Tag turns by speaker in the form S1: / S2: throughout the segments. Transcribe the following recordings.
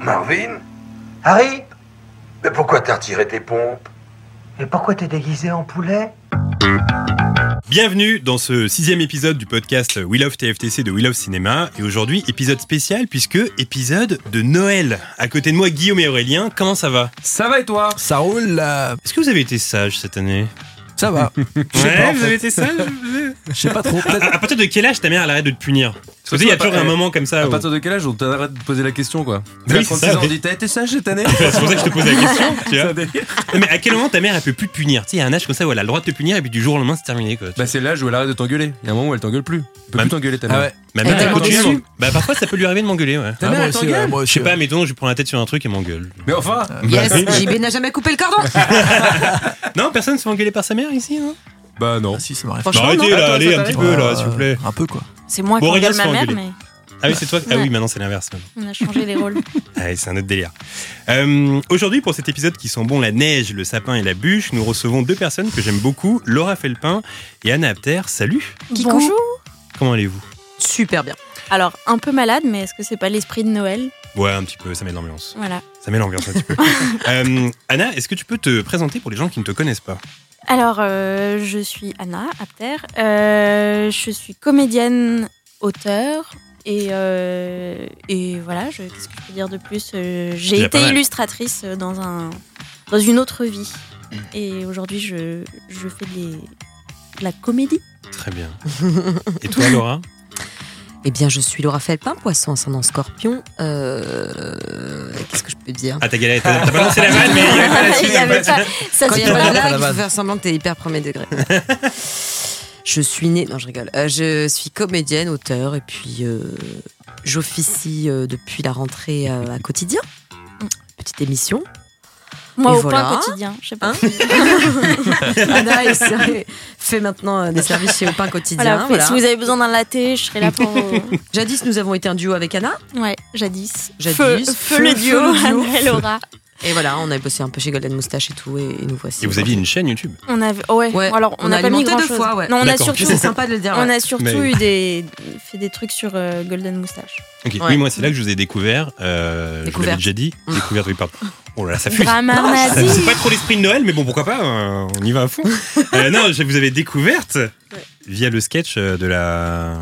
S1: Marvin Harry Mais pourquoi t'as retiré tes pompes
S2: Et pourquoi t'es déguisé en poulet
S3: Bienvenue dans ce sixième épisode du podcast We Love TFTC de We Love Cinéma. Et aujourd'hui, épisode spécial puisque épisode de Noël. À côté de moi, Guillaume et Aurélien, comment ça va
S4: Ça va et toi
S5: Ça roule là.
S3: Est-ce que vous avez été sage cette année
S5: Ça va. Je sais
S3: Ouais,
S5: pas, en
S3: Eh, vous
S5: fait.
S3: avez été sage
S5: Je sais pas trop.
S3: à,
S5: Peut-être.
S3: à partir de quel âge ta mère elle arrête de te punir Parce que tu sais, il y a
S4: Surtout à
S3: toujours un
S4: part-
S3: moment comme ça.
S4: À
S3: où-
S4: partir de quel âge on t'arrête de poser la question quoi
S3: Oui,
S4: À
S3: c'est
S4: 36
S3: ça,
S4: ans,
S3: mais-
S4: on dit t'as été sage cette année
S3: C'est pour ça que je te pose la question. tu
S4: C'est
S3: vois.
S4: un délire.
S3: Non, mais à quel moment ta mère elle peut plus te punir Tu sais, il y a un âge comme ça où elle a le droit de te punir et puis du jour au lendemain c'est terminé quoi.
S4: Bah c'est l'âge où elle arrête de t'engueuler. Il y a un moment où elle t'engueule plus. Elle peut
S3: Bah,
S4: plus t'engueuler ta mère.
S5: Ah ouais.
S3: Ma
S5: Elle
S3: mère
S5: t'a
S3: elle continue à
S5: déçu
S3: m'en- Bah parfois ça peut lui arriver de m'engueuler ouais.
S4: Ta
S5: Ah,
S4: mère,
S5: moi
S4: elle
S5: aussi, ouais,
S4: t'engueule
S5: moi
S3: Je
S5: aussi,
S3: sais pas,
S5: ouais.
S3: mettons, je prends la tête sur un truc et m'engueule. Bah,
S4: Mais enfin
S3: Ah.
S6: Yes, JB n'a jamais coupé le cordon.
S3: Non, personne se fait engueuler par sa mère ici hein non
S4: Bah non.
S5: Ah, si, ça m'arrive.
S3: Bah,
S6: Franchement,
S3: Arrêtez
S6: non.
S3: là,
S4: Attends,
S3: allez un
S4: attends,
S3: petit
S4: attends.
S3: peu là, s'il vous plaît.
S5: Un peu quoi.
S6: C'est moi qui
S3: Bon, regarde,
S6: regarde ma
S3: c'est
S6: mère,
S3: engueulé.
S6: mais
S3: Ah oui, c'est toi. Ah
S6: Ouais.
S3: oui, maintenant c'est l'inverse. même.
S6: on a changé les rôles.
S3: Ah oui, c'est un autre délire. Euh, Aujourd'hui, pour cet épisode qui sent bon la neige, le sapin et la bûche, nous recevons deux personnes que j'aime beaucoup, Laura Felpin et Anna Apter. Salut.
S6: Kikou,
S7: Bonjour.
S3: Comment allez-vous
S6: super bien.
S7: Alors, un peu malade, mais est-ce que c'est pas l'esprit de Noël
S3: Ouais, un petit peu. Ça met de l'ambiance.
S7: Voilà.
S3: Ça met de l'ambiance un petit peu. Euh, Anna, est-ce que tu peux te présenter pour les gens qui ne te connaissent pas
S7: Alors, euh, je suis Anna Apter. Euh, je suis comédienne, auteure. Et, euh, et voilà, je- qu'est-ce que je peux dire de plus Euh, J'ai
S3: Déjà pas
S7: été
S3: mal.
S7: illustratrice euh, dans, un, dans une autre vie. Et aujourd'hui, je, je fais des- de la comédie.
S3: Très bien. Et toi, Laura
S6: Eh bien, je suis Laura Felpin, poisson ascendant scorpion. Euh, Qu'est-ce que je peux dire
S3: Ah, t'as galéré. T'as t'as balancé la vanne, mais il y avait Ah, pas la suite.
S7: Il y avait pas- ça
S6: Quand
S7: se
S6: il y
S7: fait
S6: a
S7: pas.
S6: pas
S5: pas
S6: de blague,
S5: la
S6: il faut
S5: vanne.
S6: faire semblant que t'es hyper premier degré. je suis née. Non, je rigole. Euh, je suis comédienne, auteur, et puis euh, j'officie euh, depuis la rentrée euh, à quotidien. Petite émission.
S7: Moi,
S6: Et
S7: au
S6: voilà.
S7: pain quotidien, je sais pas.
S6: Hein Anna est- fait maintenant euh, des services chez Au Pain
S7: Voilà,
S6: Quotidien.
S7: fait-
S6: voilà.
S7: Si vous avez besoin d'un latte, je serai là pour. vous.
S6: Jadis, nous avons été un duo avec Anna.
S7: Ouais, jadis.
S6: Jadis.
S7: Feu, feu,
S6: Feu,
S7: le
S6: feu,
S7: duo,
S6: le duo.
S7: Annelle, Laura.
S6: Et voilà, on a bossé un peu chez Golden Moustache et tout, et, et nous voici.
S3: Et vous aviez une chaîne YouTube
S7: On a, ouais.
S6: Ouais,
S7: Alors, on,
S6: on
S7: a,
S6: a
S7: pas mis
S6: alimenté
S7: grand
S6: deux
S7: chose.
S6: fois, ouais.
S7: Non, on a
S3: D'accord.
S7: surtout,
S6: C'est sympa de le dire.
S7: on
S6: ouais.
S7: a surtout
S3: Mais-
S7: eu des, fait des trucs sur euh, Golden Moustache.
S3: Ok.
S6: Ouais.
S3: Oui, moi, c'est là que je vous ai découvert. Euh, je vous l'avais
S6: Découverte. Mm.
S3: déjà dit. Découverte, oui, pardon. Oh là là, ça fuse.
S7: Drama
S6: Ah,
S3: Ça,
S7: nazi.
S3: C'est pas trop l'esprit de Noël, mais bon, pourquoi pas euh, On y va à fond. Euh, non, je vous avais découverte via le sketch euh, de la.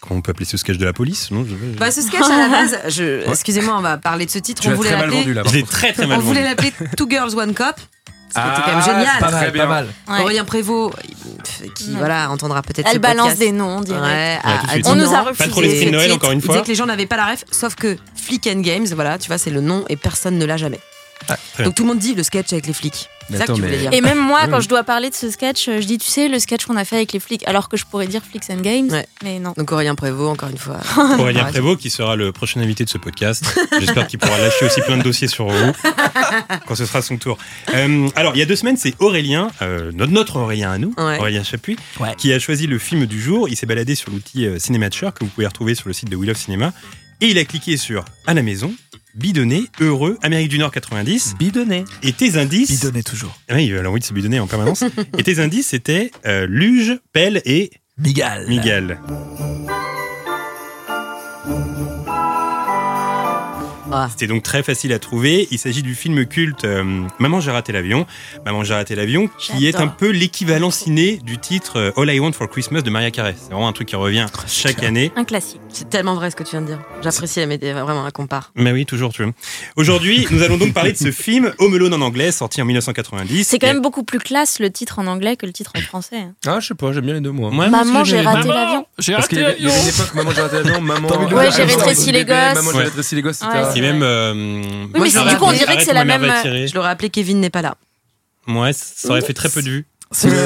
S3: Comment on peut appeler ce sketch de la police Non, je, je-
S6: Bah, ce sketch à la base, je... excusez-moi, on va parler de ce titre.
S4: Tu
S6: on
S4: l'as
S6: voulait
S4: très mal
S6: l'appeler-
S4: vendu là.
S3: je l'ai très très
S6: on
S3: mal vendu.
S6: voulait l'appeler Two Girls One Cop.
S4: Ah,
S6: C'était quand même
S4: c'est pas
S6: génial.
S4: très
S5: mal,
S4: bien.
S5: pas mal.
S7: Ouais.
S6: Aurélien Prévost, pff, qui
S7: Ouais.
S6: voilà, entendra peut-être
S7: Elle
S6: ce
S7: balance
S6: podcast.
S7: des noms, on
S6: Ouais,
S7: dirait.
S6: a-
S3: tout de
S6: a
S3: suite.
S6: dit
S7: On nous
S6: non.
S7: a
S3: Pas
S7: refusé.
S3: trop l'esprit de Noël, encore une
S6: Il disait
S3: fois.
S6: que les gens n'avaient pas la ref, sauf que Flick and Games, voilà, tu vois, c'est le nom et personne ne l'a jamais.
S3: très
S6: Donc tout le monde dit le sketch avec les flics.
S4: Mais
S6: C'est ça
S4: Ah,
S6: que
S4: attends,
S6: tu voulais
S4: mais-
S6: dire.
S7: Et même moi,
S4: Oui,
S7: quand
S4: oui.
S7: je dois parler de ce sketch, euh, je dis, tu sais, le sketch qu'on a fait avec les flics, alors que je pourrais dire Flicks and Games,
S6: Ouais.
S7: mais non.
S6: Donc Aurélien Prévost, encore une fois.
S3: Aurélien
S6: Ouais.
S3: Prévost, qui sera le prochain invité de ce podcast. J'espère qu'il pourra lâcher aussi plein de dossiers sur vous quand ce sera son tour. Euh, alors, il y a deux semaines, c'est Aurélien, euh, notre, notre Aurélien à nous,
S6: Ouais.
S3: Aurélien Chapuis,
S5: Ouais.
S3: qui a choisi le film du jour. Il s'est baladé sur l'outil euh, Cinématcher que vous pouvez retrouver sur le site de We Love Cinéma. Et il a cliqué sur À la maison, bidonné, heureux, Amérique du Nord 90.
S5: Bidonné.
S3: Et tes indices.
S5: Bidonné toujours.
S3: Ah oui, il a envie de se bidonner en permanence. et tes indices, c'était euh, Luge, Pelle et
S5: Migal.
S3: Miguel.
S6: Ah.
S3: C'était donc très facile à trouver. Il s'agit du film culte euh, Maman j'ai raté l'avion. Maman j'ai raté l'avion qui est
S7: J'adore.
S3: un peu l'équivalent ciné du titre euh, All I Want for Christmas de Maria Carey. C'est vraiment un truc qui revient
S7: Oh,
S3: chaque année.
S7: Un classique.
S6: C'est tellement vrai ce que tu viens de dire. J'apprécie la mété, vraiment, la compare.
S3: Mais oui, toujours tu vois. Aujourd'hui, nous allons donc parler de ce film Home Alone en anglais sorti en 1990.
S7: C'est quand même beaucoup plus classe le titre en anglais que le titre en français. hein.
S4: Ah, je sais pas, j'aime bien les deux moi.
S3: Et- Ouais, Ah, moi aussi,
S7: Maman, j'ai raté
S4: Maman
S7: l'avion.
S5: J'ai
S4: Parce qu'il y
S5: raté
S4: avait il y
S5: l'avion.
S4: avait une époque, maman j'ai raté l'avion, maman.
S5: T'as envie de
S4: euh,
S5: le faire. Ouais, j'ai
S4: maman,
S7: rétréci
S4: j'ai
S7: les
S4: bébé, Maman
S7: gosses.
S4: j'ai
S3: Ouais.
S4: rétréci les gosses, etc.
S7: Ouais,
S3: Et
S7: c'est
S3: même.
S7: vrai.
S3: euh,
S7: mais
S3: moi,
S6: c'est-
S3: j'aurais
S6: du coup, on
S3: dit,
S7: dirait que
S3: arrête,
S7: c'est la
S3: ma mère va
S7: même- euh,
S3: tirer.
S6: Je l'aurais appelé Kevin n'est pas là.
S3: Ouais, ça aurait fait très peu de vues.
S5: C'est le,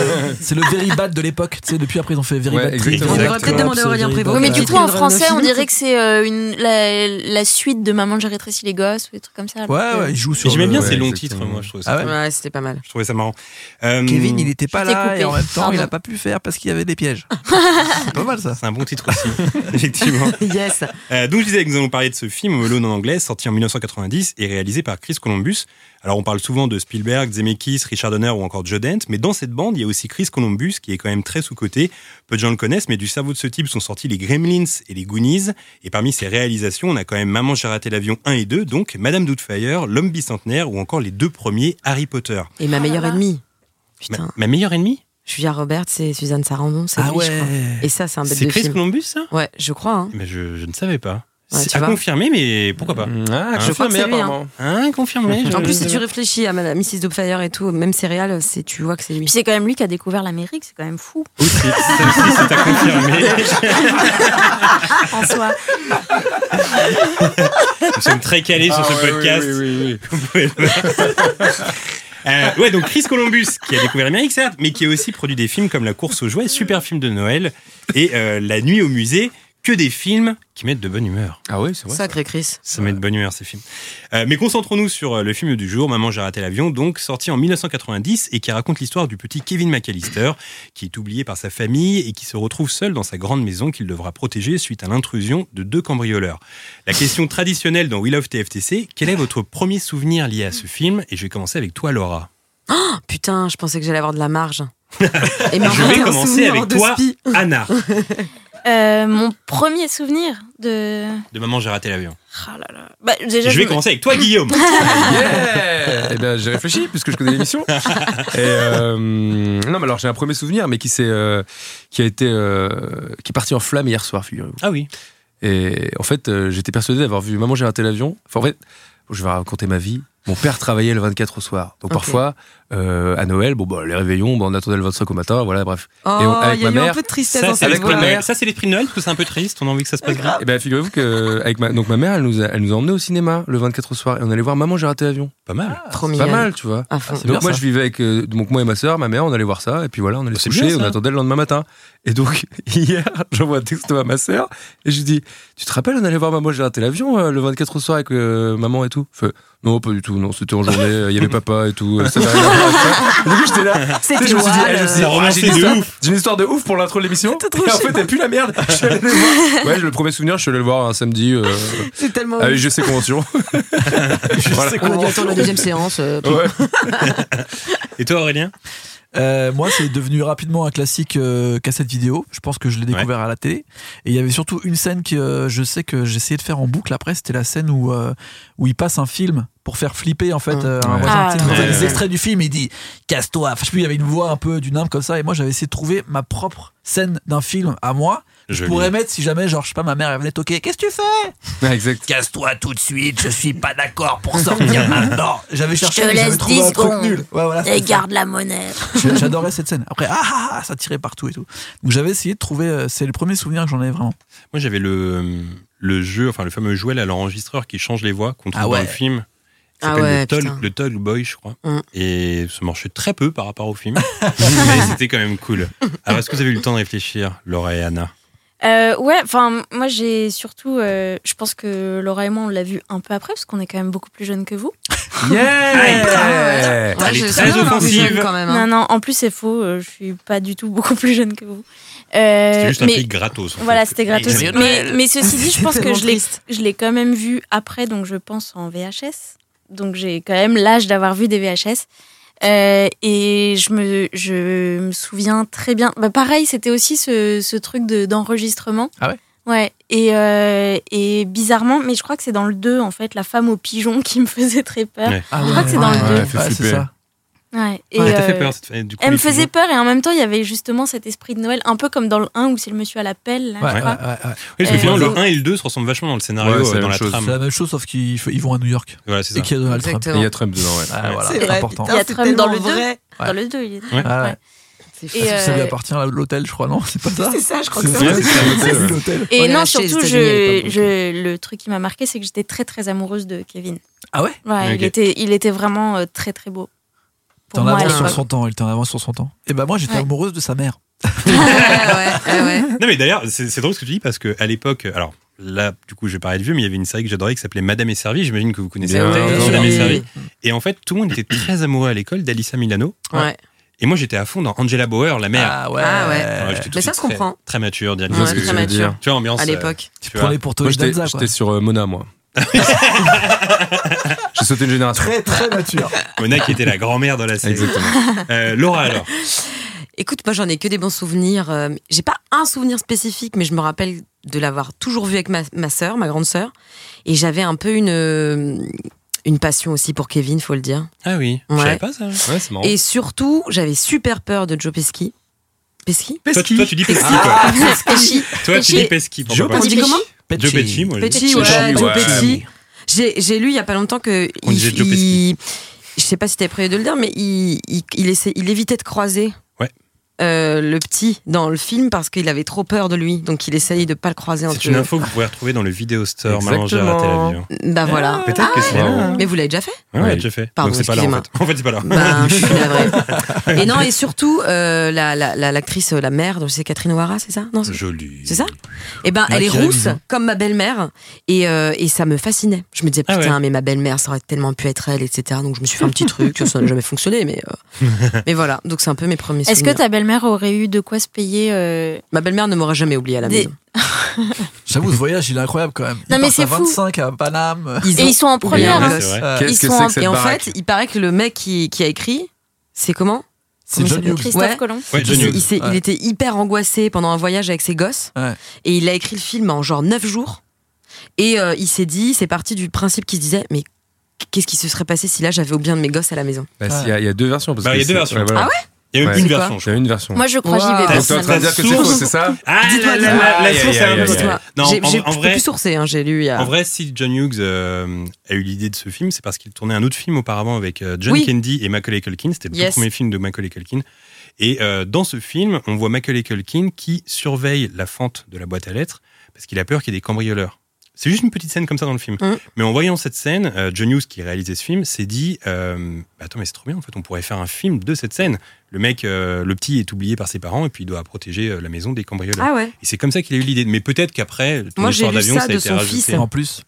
S5: c'est le very bad de l'époque. Tu sais, depuis après, ils ont fait very
S4: Ouais,
S5: bad. trip.
S4: exactement.
S6: On devrait
S4: Exactement.
S6: peut-être demander à Aurélien Prévost.
S7: Oui,
S3: Euh,
S7: mais du
S6: Titre
S7: coup, en
S6: de
S7: français, on
S6: film.
S7: dirait que c'est euh, une, la, la suite de Maman, j'ai rétréci les gosses ou des trucs comme ça. alors
S5: Ouais,
S7: que-
S5: ouais, ils jouent
S3: Mais
S5: sur.
S3: J'aimais
S5: le-
S3: bien
S4: Ouais,
S3: ces longs
S4: exactement.
S3: titres, moi, je trouvais ça,
S5: Ah ouais.
S6: Ouais, c'était pas mal.
S3: je trouvais ça marrant. Euh,
S5: Kevin, il était pas
S7: Je t'ai
S5: là
S7: coupé.
S5: et en même temps, il a
S7: Pardon.
S5: pas pu faire parce qu'il y avait des pièges. C'est pas mal ça.
S3: C'est un bon titre aussi, effectivement.
S6: Yes.
S3: Euh, donc je disais que nous allons parler de ce film Melon en anglais, sorti en 1990 et réalisé par Chris Columbus. Alors on parle souvent de Spielberg, Zemeckis, Richard Donner ou encore Joe Dante, mais dans cette bande il y a aussi Chris Columbus qui est quand même très sous-coté. Peu de gens le connaissent, mais du cerveau de ce type sont sortis les Gremlins et les Goonies. Et parmi ses réalisations, on a quand même Maman j'ai raté l'avion 1 et 2, donc Madame Doubtfire, L'homme bicentenaire ou encore les deux premiers Harry Potter.
S6: Et ma meilleure
S7: là là.
S6: ennemie.
S3: Ma,
S6: Putain,
S3: ma meilleure ennemie,
S6: Julia Roberts c'est Suzanne Sarandon, c'est
S5: Ah
S6: lui, je crois.
S5: ouais.
S6: Et ça, c'est un bête
S3: c'est
S6: de
S3: Chris
S6: film.
S3: Columbus ça
S6: Ouais, je crois. hein.
S3: mais je, je ne savais pas.
S6: Ouais,
S3: C'est
S6: tu
S3: à
S6: vois.
S3: confirmer, mais pourquoi pas
S4: Ah,
S3: Je
S6: crois que
S4: confirmé,
S6: c'est lui, hein.
S4: apparemment.
S3: Hein, confirmé. je-
S6: En plus, si tu réfléchis à Madame- Mrs. Doubtfire et tout, même céréales, c'est tu vois que c'est lui.
S7: Puis c'est quand même lui qui a découvert l'Amérique, c'est quand même fou
S3: Aussi, ça aussi, c'est à confirmer.
S7: en soi.
S3: Nous sommes très calés sur
S4: Ah
S3: ce podcast. Vous pouvez le voir. Euh, ouais, donc Chris Columbus, qui a découvert l'Amérique, certes, mais qui a aussi produit des films comme La course aux jouets, super film de Noël, et euh, La nuit au musée, que des films qui mettent de bonne humeur.
S4: Ah oui, c'est vrai.
S6: Sacré Chris.
S3: Ça met de bonne humeur ces films. Euh, mais concentrons-nous sur euh, le film du jour, Maman j'ai raté l'avion, donc sorti en 1990 et qui raconte l'histoire du petit Kevin McAllister, qui est oublié par sa famille et qui se retrouve seul dans sa grande maison qu'il devra protéger suite à l'intrusion de deux cambrioleurs. La question traditionnelle dans We Love TFTC, quel est votre premier souvenir lié à ce film Et je vais commencer avec toi Laura.
S6: Oh, putain, je pensais que j'allais avoir de la marge. Et
S3: Je
S6: m'inventer
S3: vais
S6: un
S3: commencer
S6: souvenir
S3: avec
S6: de
S3: toi
S6: spi.
S3: Anna,
S7: Euh, mon premier souvenir de.
S3: de Maman j'ai raté l'avion.
S7: Ah là là. Bah, déjà,
S3: Je vais
S7: me-
S3: commencer avec toi Guillaume.
S4: Yeah Eh ben, j'ai réfléchi puisque je connais l'émission. Et euh, non, mais alors j'ai un premier souvenir, mais qui s'est, euh, qui a été, euh, qui est parti en flamme hier soir, figurez-vous.
S3: Ah oui.
S4: Et en fait, euh, j'étais persuadé d'avoir vu Maman, j'ai raté l'avion. Enfin, en fait, je vais raconter ma vie. Mon père travaillait le 24 au soir. Donc
S6: Ok.
S4: parfois, euh, à Noël, bon, bah, les réveillons, bah, on attendait le 25 au matin, voilà, bref.
S6: Oh,
S4: Et on- avec
S6: il y a
S4: ma
S6: eu un
S4: mère,
S6: peu de tristesse
S3: Ça
S6: dans
S3: c'est
S6: cette
S4: avec
S3: l'esprit
S4: ma
S6: voix.
S3: de
S4: mère.
S3: Noël. Ça, c'est l'esprit de Noël parce que c'est un peu triste, on a envie que ça se passe
S6: Ah.
S3: bien.
S4: Et ben figurez-vous que avec ma, donc ma mère, elle nous a, elle nous a emmenés au cinéma le 24 au soir et on allait voir Maman, j'ai raté l'avion.
S3: Pas mal.
S6: Ah, Trop
S4: Pas
S6: mignon.
S4: mal, tu vois.
S6: À fond.
S4: donc
S5: bien,
S4: moi
S5: ça.
S4: je vivais avec euh, donc moi et ma sœur, ma mère, on allait voir ça et puis voilà, on allait se
S3: Bah, C'est bien,
S4: coucher, on
S3: ça.
S4: attendait le lendemain matin. Et donc hier, j'envoie un texto à ma sœur et je lui dis "Tu te rappelles on allait voir maman, j'ai raté l'avion euh, le 24 au soir avec euh, maman et tout Fait, non, pas du tout, non, c'était en journée, euh, il y avait papa et tout, euh, ça n'a rien à voir avec ça. Et Du coup, j'étais là,
S6: C'est
S4: Tu sais, je me suis dit,
S6: Joël.
S4: eh, je me
S3: Ah,
S4: suis dit,
S3: C'est
S4: ah,
S3: romancé
S4: j'ai une
S3: de
S4: histoire-
S3: ouf.
S4: J'ai une histoire de ouf pour l'intro de l'émission.
S6: T'es trop
S4: Et en
S6: chez
S4: fait, elle pue la merde. Je suis allé le voir. Ouais, le premier souvenir, je suis allé le voir un samedi euh,
S6: C'est tellement.
S3: Oh.
S4: avec Je sais convention. Voilà.
S6: On a dû attendre la deuxième séance. euh,
S4: Ouais.
S3: Et toi Aurélien
S5: Euh, moi, c'est devenu rapidement un classique euh, cassette vidéo. Je pense que je l'ai découvert à la télé. Et il y avait surtout une scène que euh, je sais que j'essayais de faire en boucle après. C'était la scène où, euh, où il passe un film pour faire flipper en fait
S6: Ouais.
S5: euh, un
S4: Ouais.
S5: voisin.
S7: Ah,
S5: Tu sais, il
S3: ouais,
S5: fait des
S3: ouais.
S5: extraits du film. Il dit casse-toi. Enfin, je sais plus. Il y avait une voix un peu d'une âme comme ça. Et moi, j'avais essayé de trouver ma propre scène d'un film à moi. Je
S3: Joli.
S5: pourrais mettre si jamais, genre, je sais pas, ma mère elle venait toquer. Qu'est-ce que tu fais
S4: Ouais, exact.
S5: Casse-toi tout de suite. Je suis pas d'accord pour sortir maintenant. J'avais cherché. mais j'avais
S7: laisse
S5: trouvé
S7: 10
S5: un truc
S7: secondes.
S5: nul. Ouais, voilà,
S7: Et
S5: c'était ça.
S7: Eh, garde la monnaie.
S5: Je- J'adorais cette scène. Après, ah, ah, ah, ça tirait partout et tout. Donc j'avais essayé de trouver. euh, C'est le premier souvenir que j'en ai vraiment.
S3: Moi, j'avais le, le jeu, enfin le fameux jouet à l'enregistreur qui change les voix qu'on trouve
S5: Ah ouais.
S3: dans le film. qui
S6: Ah
S3: s'appelle
S6: ouais,
S3: le, Tol-
S6: putain.
S3: le Tog Boy, je crois.
S6: Mm.
S3: Et ça marchait très peu par rapport au film. mais c'était quand même cool. Alors, est-ce que vous avez eu le temps de réfléchir, Laura et Anna
S7: Euh, ouais, enfin, moi j'ai surtout. euh, je pense que Laura et moi on l'a vu un peu après, parce qu'on est quand même beaucoup plus jeunes que vous.
S4: Yeah
S3: Ah,
S6: Moi,
S3: Elle est
S6: je-
S3: très
S6: je-
S3: offensive.
S6: jeune quand même. hein.
S7: Non, non, en plus c'est faux, euh, je suis pas du tout beaucoup plus jeune que vous.
S3: C'était
S7: Euh,
S3: juste un
S7: mais
S3: pic gratos. en
S7: voilà,
S3: fait.
S7: c'était gratos.
S3: Exactement.
S7: Mais, mais ceci dit, je pense que
S6: Tellement
S7: je l'ai
S6: triste.
S7: je l'ai quand même vu après, donc je pense en VHS. Donc j'ai quand même l'âge d'avoir vu des VHS. Euh, et je me, je me souviens très bien. Bah, pareil, c'était aussi ce, ce truc de- d'enregistrement.
S5: Ah ouais
S7: Ouais. Et, euh, et bizarrement, mais je crois que c'est dans le 2, en fait, la femme au pigeon qui me faisait très peur.
S3: Ouais.
S7: Ouais.
S5: Ah
S7: crois que c'est dans le deux.
S4: Elle fait
S5: c'est
S4: flipper.
S5: ça.
S7: Et,
S3: Elle t'a
S7: euh,
S3: fait peur, cette fois, du coup,
S7: Elle
S3: les
S7: me faisait
S3: pigeons.
S7: peur et en même temps, il y avait justement cet esprit de Noël, un peu comme dans le 1 où c'est le monsieur à la pelle. là, je
S5: Ouais, ouais,
S7: crois.
S5: ouais, ouais.
S3: Oui, parce que
S7: Euh,
S3: finalement,
S7: donc-
S3: le 1 et le 2 se ressemblent vachement dans le scénario,
S4: Ouais, c'est
S3: euh,
S4: la
S3: dans
S4: même
S3: la
S4: chose.
S3: trame.
S5: C'est la même chose sauf qu'ils f- ils vont à New York
S3: Voilà, c'est ça.
S5: et qu'il y a Donald Trump.
S4: Et il y
S6: Exactement.
S4: a Trump dedans, ouais.
S5: Ah, voilà,
S6: C'est vrai,
S5: important.
S6: putain.
S7: Il y a
S6: c'était
S7: Trump dans
S6: dans
S7: le
S6: le
S7: 2.
S6: deux.
S7: Dans le 2, il est très
S3: Ouais.
S5: Ah ouais.
S6: C'est fou.
S7: Et,
S5: Parce que ça lui
S7: euh,
S5: appartient à l'hôtel, je crois, non C'est pas ça
S6: C'est ça, je crois que
S5: Ah. C'est
S6: c'est
S4: Ouais,
S5: vrai.
S4: c'est ça,
S5: C'est
S4: l'hôtel, ouais.
S5: l'hôtel.
S7: Et
S6: On l'a
S7: non,
S6: acheté aux
S7: surtout,
S6: États-Unis à
S7: je,
S6: l'époque,
S7: je- le truc qui m'a marqué, c'est que j'étais très très amoureuse de Kevin.
S5: Ah ouais
S7: Ouais,
S3: Ok.
S7: il, était, il était vraiment euh, très très beau.
S5: T'es
S7: pour
S5: en
S7: moi à
S5: avance sur
S7: l'époque.
S5: son temps, elle était en avance sur son temps. Et ben moi j'étais
S7: Ouais.
S5: amoureuse de sa mère.
S6: ouais, ouais, ouais.
S3: Non mais d'ailleurs, c'est c'est drôle ce que tu dis parce que à l'époque, alors là, du coup, je vais parler de vieux, mais il y avait une série que j'adorais qui s'appelait Madame est servie. J'imagine que vous connaissez
S6: Euh,
S4: Bien
S3: peut-être
S4: entendu.
S3: Madame est
S4: Oui.
S3: servie. Et en fait, tout le monde était très amoureux à l'école d'Alissa Milano.
S6: Ouais.
S3: Et moi, j'étais à fond dans Angela Bauer, la mère.
S5: Ah ouais.
S6: Ah ouais.
S3: Alors, j'étais tout
S6: Mais
S3: de
S6: ça
S3: suite
S6: se
S3: très-
S6: comprend.
S3: Très mature, dire
S6: Ouais,
S4: vois ce que
S6: très
S4: je veux dire.
S6: mature.
S3: Tu vois, ambiance.
S6: À
S3: euh,
S6: l'époque.
S5: Tu
S3: tu
S5: prenais
S3: vois.
S5: pour
S4: Moi,
S5: Tony
S4: j'étais
S5: Danza quoi.
S4: j'étais sur euh, Mona, moi. J'ai sauté une génération.
S5: Très très mature.
S3: Mona qui était la grand-mère de la série.
S4: Exactement.
S3: Euh, Laura alors.
S6: Écoute, moi j'en ai que des bons souvenirs. Euh, J'ai pas un souvenir spécifique, mais je me rappelle de l'avoir toujours vu avec ma, ma sœur, ma grande sœur. Et j'avais un peu une, euh, une passion aussi pour Kevin, faut le dire.
S3: Ah oui. Je
S6: Ouais.
S3: savais pas ça.
S4: Ouais, c'est marrant.
S6: Et surtout, j'avais super peur de Joe Pesci. Pesci
S3: Toi, toi, tu dis Pesky,
S6: Ah, Pesci.
S3: Toi, tu dis
S6: Pesci.
S3: Pesky.
S5: Joe
S3: pourquoi pas.
S6: On dit
S5: Pesci.
S6: comment
S3: Joe Pesci, moi. je dis.
S6: Petit, ouais,
S4: Aujourd'hui,
S6: Joe
S4: ouais.
S6: Pesci. J'ai j'ai lu il y a pas longtemps que
S3: On
S6: il,
S3: disait Joe
S6: il-
S3: Pesci.
S6: je sais pas si t'es prévu de le dire, mais il il, il essaie- il évitait de croiser.
S3: Ouais.
S6: euh, le petit dans le film parce qu'il avait trop peur de lui, donc il essaye de pas le croiser entre
S3: C'est une info que vous pouvez retrouver dans le vidéo store Malingear à Tel
S4: Exactement.
S3: Aviv.
S6: Bah voilà.
S3: Ah, Peut-être que c'est là.
S6: Mais vous l'avez déjà fait
S3: hein. Ah Ouais, j'ai fait.
S6: Pardon,
S3: Donc c'est pas là en
S6: excusez-moi.
S3: fait. En fait, c'est pas là.
S6: Bah, je suis navrée. Et non, et surtout euh, la la- la- l'actrice euh, la, mère, donc c'est Catherine O'Hara, c'est ça Non, c'est-
S3: Joli.
S6: C'est ça Eh ben,
S5: Ah,
S6: elle est
S5: qui l'a
S6: rousse,
S5: mise, hein.
S6: comme ma belle-mère, et, euh, et ça me fascinait. Je me disais,
S3: Ah
S6: putain,
S3: ouais.
S6: mais ma belle-mère, ça aurait tellement pu être elle, etc. Donc je me suis fait un petit truc, ça n'a jamais fonctionné, mais, euh, mais voilà. Donc c'est un peu mes premiers
S7: Est-ce que
S6: souvenirs.
S7: ta belle-mère aurait eu de quoi se payer euh,
S6: ma belle-mère ne m'aurait jamais oublié à la
S7: Des-
S6: maison.
S5: J'avoue ce voyage il est incroyable quand même. Ils
S7: mais
S5: partent
S7: c'est
S5: à
S7: fou.
S5: 25 à Paname.
S6: Ils
S7: Et
S6: ont-
S7: ils sont en première.
S3: Ouais,
S7: hein.
S3: c'est vrai.
S5: Euh,
S4: Qu'est-ce
S7: ils
S4: que
S7: sont
S4: c'est
S7: en-
S4: que cette
S6: Et en
S4: baraque
S6: fait, il paraît que le mec qui, qui a écrit, c'est comment
S5: C'est John Hughes.
S7: Christophe
S6: Ouais.
S7: Colomb.
S3: Ouais,
S6: il,
S3: John
S6: s'est-
S3: Hughes.
S6: il s'est- il
S5: Ouais.
S6: était hyper angoissé pendant un voyage avec ses gosses.
S5: Ouais.
S6: Et il a écrit le film en genre 9 jours. Et euh, il s'est dit, c'est parti du principe qu'il se disait, mais qu'est-ce qui se serait passé si là j'avais oublié un de mes gosses à la maison
S4: Bah, si, Il y, a- il y a deux versions. parce
S3: Bah,
S4: que
S3: il y a deux
S4: c'est-
S3: versions.
S4: ouais, voilà.
S3: Il y a même
S4: Ouais.
S3: une
S4: C'est
S3: version, je
S4: Il y a une version.
S7: Ah Moi, je crois que
S6: Wow.
S7: j'y vais
S6: T'as-
S7: pas.
S4: Donc, t'es en train de dire
S7: personnellement.
S4: que c'est faux, c'est ça
S3: Ah
S6: Dites-moi,
S3: là
S6: dites-moi.
S3: là, la
S4: Aïe,
S3: source
S4: aïe,
S3: est un peu
S4: aïe,
S6: Dites-moi.
S3: trop- Non,
S6: J'ai-
S3: en-
S6: j'ai-
S3: en
S6: je peux
S3: vrai-
S6: plus sourcer, hein, j'ai lu il y a-
S3: En vrai, si John Hughes euh, a eu l'idée de ce film, c'est parce qu'il tournait un autre film auparavant avec euh, John
S6: Oui.
S3: Candy et Macaulay Culkin. C'était le tout
S6: Yes.
S3: premier film de Macaulay Culkin. Et euh, dans ce film, on voit Macaulay Culkin qui surveille la fente de la boîte à lettres parce qu'il a peur qu'il y ait des cambrioleurs. C'est juste une petite scène comme ça dans le film.
S6: Mm.
S3: Mais en voyant cette scène, euh, John Hughes, qui a réalisé ce film, s'est dit euh, Bah, Attends, mais c'est trop bien, en fait, on pourrait faire un film de cette scène. Le mec, euh, le petit, est oublié par ses parents et puis il doit protéger euh, la maison des cambrioleurs.
S6: Ah ouais
S3: Et c'est comme ça qu'il a eu l'idée. Mais peut-être qu'après, ton
S6: Moi, j'ai
S3: histoire
S6: lu
S3: d'avion,
S6: ça
S3: ça a
S6: de
S3: été
S6: son
S3: rajouté.
S6: fils,
S5: Et en plus.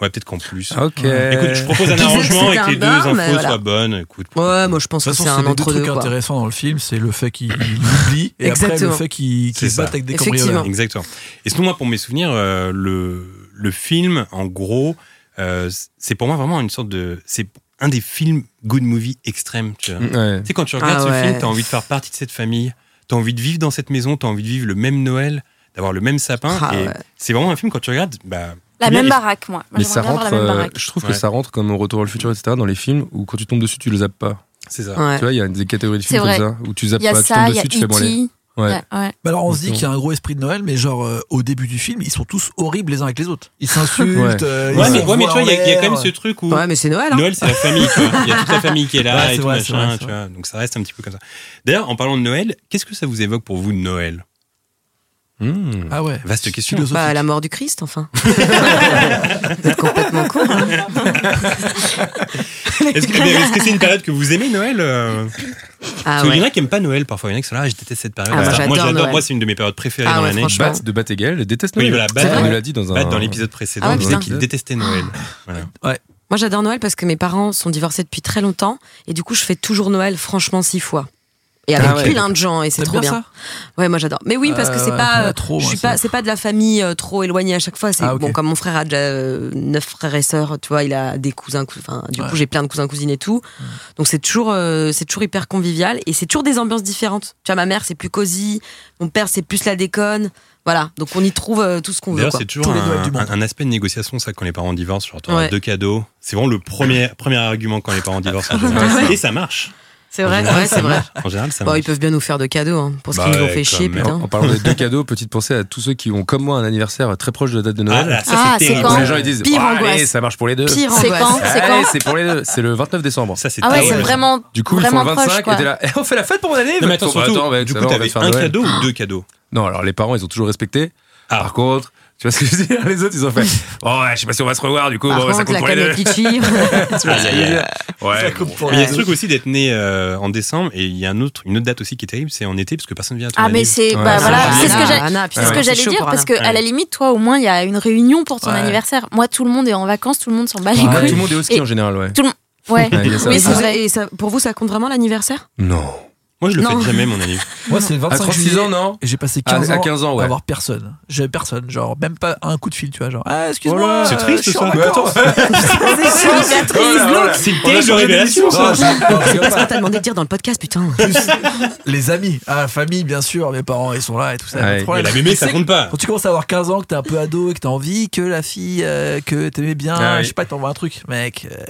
S3: Ouais, peut-être qu'en plus.
S4: Ok.
S3: Écoute, je propose un
S6: Disais que
S3: arrangement et
S6: c'était
S3: que les deux
S6: un bar,
S3: infos
S6: mais voilà.
S3: soient bonnes. Écoute,
S6: Ouais, moi je pense
S5: De
S6: que
S5: toute façon,
S6: c'est
S5: c'est
S6: un
S5: les deux
S6: entre-deux.
S5: trucs
S6: quoi.
S5: intéressants dans le film, c'est le fait qu'il oublie et après le
S6: Exactement.
S5: fait qu'il qu'il
S3: C'est
S5: se
S3: ça.
S5: batte avec des
S6: Effectivement.
S5: cambrioleurs.
S3: exactement. Et sinon, moi, pour mes souvenirs, euh, le, le film, en gros, euh, c'est pour moi vraiment une sorte de. C'est un des films good movie extrême. Tu vois.
S4: Ouais.
S3: Tu sais, quand tu regardes ce
S6: Ah ouais.
S3: film, t'as envie de faire partie de cette famille, t'as envie de vivre dans cette maison, t'as envie de vivre le même Noël, d'avoir le même sapin.
S6: Ah
S3: et
S6: ouais.
S3: c'est vraiment un film, quand tu regardes, bah.
S7: La
S3: bien,
S7: même
S3: il-
S7: baraque, moi. Moi,
S4: Mais ça
S7: j'aimerais bien avoir
S4: rentre,
S7: la même
S4: euh,
S7: baraque.
S4: je trouve
S3: Ouais.
S4: que ça rentre comme Retour vers le futur, etc., dans les films où quand tu tombes dessus, tu le zappes pas.
S3: C'est ça.
S6: Ouais.
S4: Tu vois, il y a des catégories de films comme
S7: C'est
S4: ça où tu zappes
S7: Il y a
S4: pas, tu
S7: ça,
S4: tombes
S7: il y a E
S4: dessus, tu fais bon, allez.
S7: E.T.
S4: Ouais.
S7: Ouais, ouais.
S5: Bah alors on se dit
S4: Exactement.
S5: qu'il y a un gros esprit de Noël, mais genre euh, au début du film, ils sont tous horribles les uns avec les autres. Ils s'insultent.
S4: Ouais.
S5: euh, ils
S3: Ouais,
S5: se
S3: mais, ouais, mais tu
S5: voient
S3: vois, il y, a-
S5: en
S3: il y a quand même
S5: l'air.
S3: ce truc où.
S6: Ouais, mais c'est Noël. Hein.
S3: Noël, c'est la famille, tu vois. Il y a toute la famille qui est là
S5: Ouais,
S3: et
S5: c'est
S3: tout
S5: vrai, c'est
S3: machin,
S5: vrai, c'est
S3: tu
S5: vrai.
S3: vois. Donc ça reste un petit peu comme ça. D'ailleurs, en parlant de Noël, qu'est-ce que ça vous évoque pour vous Noël
S4: Mmh.
S5: Ah ouais.
S3: Vaste question.
S5: Philosophique.
S6: Bah, la mort du Christ, enfin. Vous êtes complètement con. hein.
S3: Est-ce que mais est-ce que c'est une période que vous aimez Noël euh
S6: Ah
S3: Parce qu'il y en
S6: ouais.
S3: a qui n'aiment pas Noël parfois. Il y en a qui sont là, ah, je déteste cette période.
S6: Ah, moi,
S3: Alors, moi,
S6: j'adore
S3: j'adore.
S6: Noël.
S3: Moi, c'est une de mes périodes préférées
S6: Ah,
S3: dans
S6: ouais,
S3: l'année.
S6: franchement.
S4: Bat de Bat Égal déteste
S3: Oui,
S4: Noël.
S3: voilà, Bat,
S4: on
S3: ouais.
S4: nous l'a dit dans un.
S3: Bat,
S5: Bah,
S3: dans l'épisode précédent,
S6: Ah ouais,
S3: il disait
S6: putain.
S3: qu'il détestait Noël. Voilà.
S6: Moi, j'adore Noël parce que mes parents sont divorcés depuis très longtemps. Et du coup, je fais toujours Noël, franchement, six fois. Et avec
S4: Ah ouais.
S6: plein de gens, et c'est
S5: T'aimes
S6: trop bien. Ouais, moi j'adore. Mais oui, parce que
S5: Euh,
S6: c'est
S5: ouais,
S6: pas,
S5: ouais,
S6: euh,
S5: trop,
S3: hein,
S6: je
S5: moi,
S6: suis
S5: ça.
S6: pas, c'est pas de la famille euh, trop éloignée à chaque fois. C'est
S5: Ah, ok.
S6: bon, comme mon frère a déjà euh, neuf frères et sœurs, tu vois, il a des cousins, cou- enfin, du
S5: Ouais.
S6: coup j'ai plein de cousins cousines et tout. Donc c'est toujours, euh, c'est toujours hyper convivial et c'est toujours des ambiances différentes. Tu vois, ma mère c'est plus cosy, mon père c'est plus la déconne, voilà. Donc on y trouve euh, tout ce qu'on veut.
S3: D'ailleurs,
S6: Quoi.
S3: c'est toujours
S5: Tous les Noëls
S3: un,
S5: du monde.
S3: un- un aspect de négociation, ça, quand les parents divorcent. Genre, t'auras
S6: Ouais.
S3: deux cadeaux. C'est vraiment le premier, premier argument quand les parents divorcent. en
S4: Ouais,
S3: général.
S4: c'est-
S3: Et ça marche.
S6: C'est
S3: En
S6: vrai,
S3: général,
S6: ouais,
S3: ça
S6: c'est vrai.
S3: marche. En général, ça
S6: Bon,
S3: marche.
S6: ils peuvent bien nous faire de cadeaux hein, pour ce
S3: Bah
S6: qu'ils nous ont
S3: ouais,
S6: fait chier,
S3: quand même.
S6: putain.
S4: En parlant des deux cadeaux, petite pensée à tous ceux qui ont, comme moi, un anniversaire très proche de la date de
S3: Ah
S4: Noël.
S3: là, ça,
S7: Ah,
S3: c'est
S7: c'est
S3: terrible.
S4: Quand
S7: quand
S4: les gens ils disent
S7: Pire
S4: oh, allez,
S7: angoisse.
S4: ça marche pour les deux.
S6: Pire
S7: C'est
S6: angoisse.
S7: quand
S4: Allez,
S7: C'est quand
S4: c'est pour les deux. C'est le 29 décembre.
S3: Ça, c'est
S7: Ah ouais,
S3: terrible.
S7: c'est vraiment
S4: Du coup,
S7: vraiment
S4: ils font le 25
S7: proche,
S4: et t'es
S7: quoi.
S4: là. Eh, on fait la fête pour mon année.
S3: Non, mais
S4: mec.
S3: attends,
S4: Bon, bah,
S3: surtout,
S4: attends, mec,
S3: du
S4: ça
S3: coup,
S4: va, on va
S3: t'avais
S4: faire
S3: un
S4: Noël.
S3: cadeau ou deux cadeaux
S4: Non, alors les parents, ils ont toujours respecté.
S3: Ah.
S4: Par contre, Tu vois ce que je veux dire Les autres, ils ont fait. Oh, ouais, je sais pas si on va se revoir, du coup,
S6: Par
S4: bon, ça
S6: contre,
S4: compte
S6: la
S4: pour les deux.
S6: canne à Litchi.
S4: Tu vois ce que je veux dire Ouais. bon.
S3: Mais il y a ce truc aussi d'être né euh, en décembre et il y a un autre, une autre date aussi qui est terrible, c'est en été parce que personne vient à ton
S7: Ah, mais
S3: anniversaire.
S7: c'est.
S4: Ouais,
S7: bah,
S4: c'est
S7: voilà,
S4: vrai.
S7: c'est ce que j'ai.
S6: Anna,
S7: C'est ce que
S6: putain,
S7: j'allais
S6: chaud
S7: dire
S6: pour
S7: parce
S6: Anna.
S7: que à la limite, toi au moins, il y a une réunion pour ton
S4: Ouais.
S7: anniversaire. Moi, tout le monde est en vacances, tout le monde s'en bat les
S4: Ouais,
S7: couilles.
S4: Ah, Tout le monde est au ski
S7: Et-
S4: en général, ouais.
S7: Ouais.
S4: Ouais, il y a ça
S7: Mais
S6: Et
S4: aussi.
S7: c'est
S6: vous-
S7: vrai.
S6: et ça- pour vous, ça compte vraiment l'anniversaire
S4: Non.
S3: Moi, je le
S6: Non.
S3: fais jamais, mon ami.
S5: Moi, c'est le
S4: À
S5: 25
S4: 36
S5: juillet.
S4: ans, non
S5: Et j'ai passé
S4: À
S5: 15
S4: à
S5: ans
S4: 15 ans,
S5: à
S4: ouais.
S5: avoir personne. J'avais personne, genre même pas un coup de fil, tu vois, genre ah excuse-moi.
S4: Voilà.
S3: Oh C'est
S5: euh,
S3: triste,
S5: je suis en
S3: ça. Mais
S5: vacances.
S4: Voilà,
S7: Oh
S4: voilà.
S3: C'est une
S4: On a
S3: terrible
S4: changé
S3: révélation,
S4: d'émission,
S3: ça.
S4: Non, je-
S6: Parce qu'on t'a demandé de dire dans le podcast, putain.
S5: Les amis, ah, la famille bien sûr, mes parents ils sont là et tout ça.
S4: Ouais.
S5: pas de problème.
S3: Mais la mémé, ça
S5: C'est-
S3: compte pas.
S5: Quand tu commences à avoir 15 ans, que t'es un peu ado et que t'as envie, que la fille euh, que t'aimais bien,
S4: Ah oui.
S5: je sais pas, t'envoies un truc, mec. euh,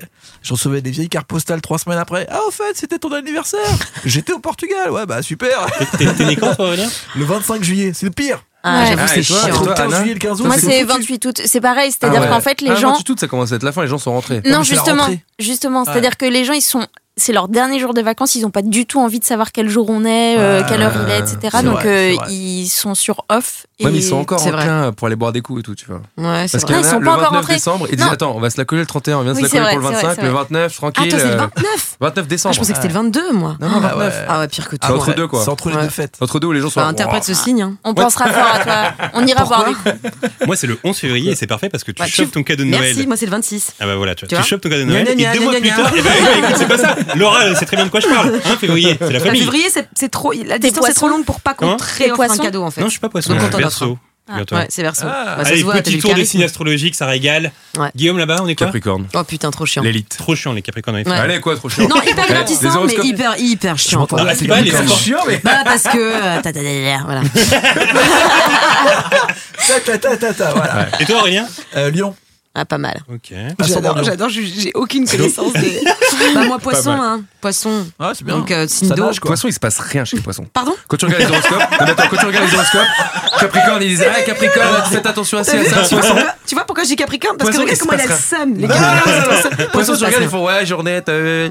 S5: J'en recevais des vieilles cartes postales trois semaines après. Ah, au fait, c'était ton anniversaire. J'étais au Portugal. Ouais, bah super.
S3: T'es t'es né quand, toi, Aurélien
S5: Le 25 juillet, c'est le pire.
S6: Ah,
S7: Ouais.
S6: j'avoue,
S4: Ah,
S6: c'est
S4: et toi,
S6: chiant.
S4: et
S5: Entre
S4: toi,
S5: le 15
S4: Anna
S5: juillet et le 15 août.
S7: Moi,
S5: c'est
S7: c'est
S5: foutu.
S7: 28 août. C'est pareil, c'est-à-dire
S4: Ah ouais.
S7: qu'en fait, les
S4: Ah,
S7: gens.
S4: 28 août, ça commence à être la fin, les gens sont rentrés.
S5: mais
S7: Non,
S5: c'est la
S7: justement,
S5: rentrée.
S7: justement. C'est-à-dire que les gens, ils sont, c'est leur dernier jour de vacances, ils n'ont pas du tout envie de savoir quel jour on est, euh,
S5: Ouais.
S7: quelle heure il est, etc.
S5: C'est
S7: Donc
S5: vrai,
S7: euh,
S5: c'est vrai.
S7: ils sont sur off. Et...
S4: Ouais, mais ils sont encore
S6: c'est vrai.
S4: enclins pour aller boire des coups et tout, tu vois.
S6: Ouais,
S4: Parce
S6: c'est
S4: qu'il
S6: vrai.
S4: y en
S7: Non, ils
S4: a
S7: sont
S4: le
S7: pas encore
S4: 29
S7: rentrés.
S4: décembre, ils disent
S7: Non.
S4: attends, on va se la coller le 31, on vient se
S7: Oui,
S4: la
S7: c'est
S4: coller
S7: vrai,
S4: pour le
S7: c'est vrai,
S4: 25,
S7: c'est
S4: le
S7: vrai.
S4: 29,
S6: Ah,
S4: tranquille.
S6: toi, c'est le
S4: euh,
S6: 29
S4: 29
S6: Ah,
S4: décembre.
S6: Je pensais que c'était le 22, moi.
S4: Non, non,
S5: Ah,
S4: 29.
S5: ouais.
S6: Ah ouais, pire que
S4: C'est
S6: toi.
S4: entre deux, quoi.
S5: C'est entre les
S6: Ouais.
S5: deux fêtes.
S4: Entre deux où les gens sont
S6: Enfin,
S4: là,
S6: interprète
S4: Ouah.
S6: ce signe. hein.
S7: On pensera fort à toi. On ira voir. des-
S3: Moi, c'est le 11 février et c'est parfait parce que tu
S6: Ouais,
S3: chopes
S6: tu-
S3: ton cadeau de Noël.
S6: Bah, Merci, moi c'est le 26.
S3: Ah bah voilà, tu, vois,
S6: Tu
S3: tu
S6: vois
S3: chopes ton cadeau de Noël
S6: Gna, gna,
S3: et deux
S6: gna,
S3: mois
S6: gna,
S3: plus
S6: gna.
S3: tard, eh ben, ouais, écoute, c'est pas ça. Laura, elle sait très bien de quoi je parle. Hein, février, c'est la
S6: Le
S3: famille.
S6: février, c'est c'est trop. La distance
S7: T'es
S6: est trop
S7: poisson
S6: longue pour pas
S3: Comment
S6: qu'on
S7: T'es
S6: te offre un
S7: poisson
S6: cadeau en fait.
S3: Non, je suis pas poisson,
S6: Donc,
S3: je
S6: on t'en
S3: suis berceau.
S6: Ah.
S3: Figure-toi.
S6: Ouais, c'est verso.
S5: Ah.
S6: Bah, ça
S3: Allez,
S6: se voit, t'as
S3: petit
S6: vu
S3: tour
S6: le
S3: des
S6: charisme.
S3: signes astrologiques, ça régale.
S6: Ouais.
S3: Guillaume, là-bas, on est quoi
S4: Capricorne,
S6: Oh putain, trop chiant.
S4: l'élite.
S3: Trop chiant, les hein. Capricornes. en effet.
S6: Ouais.
S4: Allez, quoi, trop chiant.
S6: Non, hyper
S4: Ouais. Les
S6: grandissant, mais
S4: horoscopes.
S6: hyper, hyper
S5: Je
S6: chiant.
S5: m'entends
S6: quoi.
S5: bien,
S3: Ah,
S5: c'est
S3: c'est pas les
S5: Capricorne.
S3: enfants.
S4: chiant, mais.
S6: Bah, parce que. euh, ta, ta, ta, ta, ta, Voilà.
S5: Ta, ta, ta, ta, ta, voilà.
S3: Et toi, Aurélien
S5: Euh, Lyon.
S6: Ah, pas mal.
S3: Ok.
S6: J'adore,
S5: Ascendant Lyon.
S6: j'adore, j'ai j'ai aucune connaissance des. Bah, moi, poisson,
S3: mal.
S6: hein. Poisson.
S5: Ah, c'est bien.
S6: Donc, euh, signe
S5: Ça
S6: d'eau.
S5: nage, quoi.
S4: Poisson, il se passe rien chez les poissons.
S6: Pardon
S4: Quand tu regardes les horoscopes, non, mais attends, quand tu regardes les horoscopes, Capricorne, ils disent Ah, Capricorne, faites attention à ça, à ça, à ça.
S6: Tu vois- Tu vois pourquoi j'ai Capricorne Parce que
S4: Poisson, il se
S6: regarde comment il a le
S4: passera.
S6: seum, les
S4: Non,
S6: gars.
S4: non, non, non. Poisson,
S6: se
S4: tu regardes,
S6: passe rien.
S4: ils font ouais, journée, t'as vu.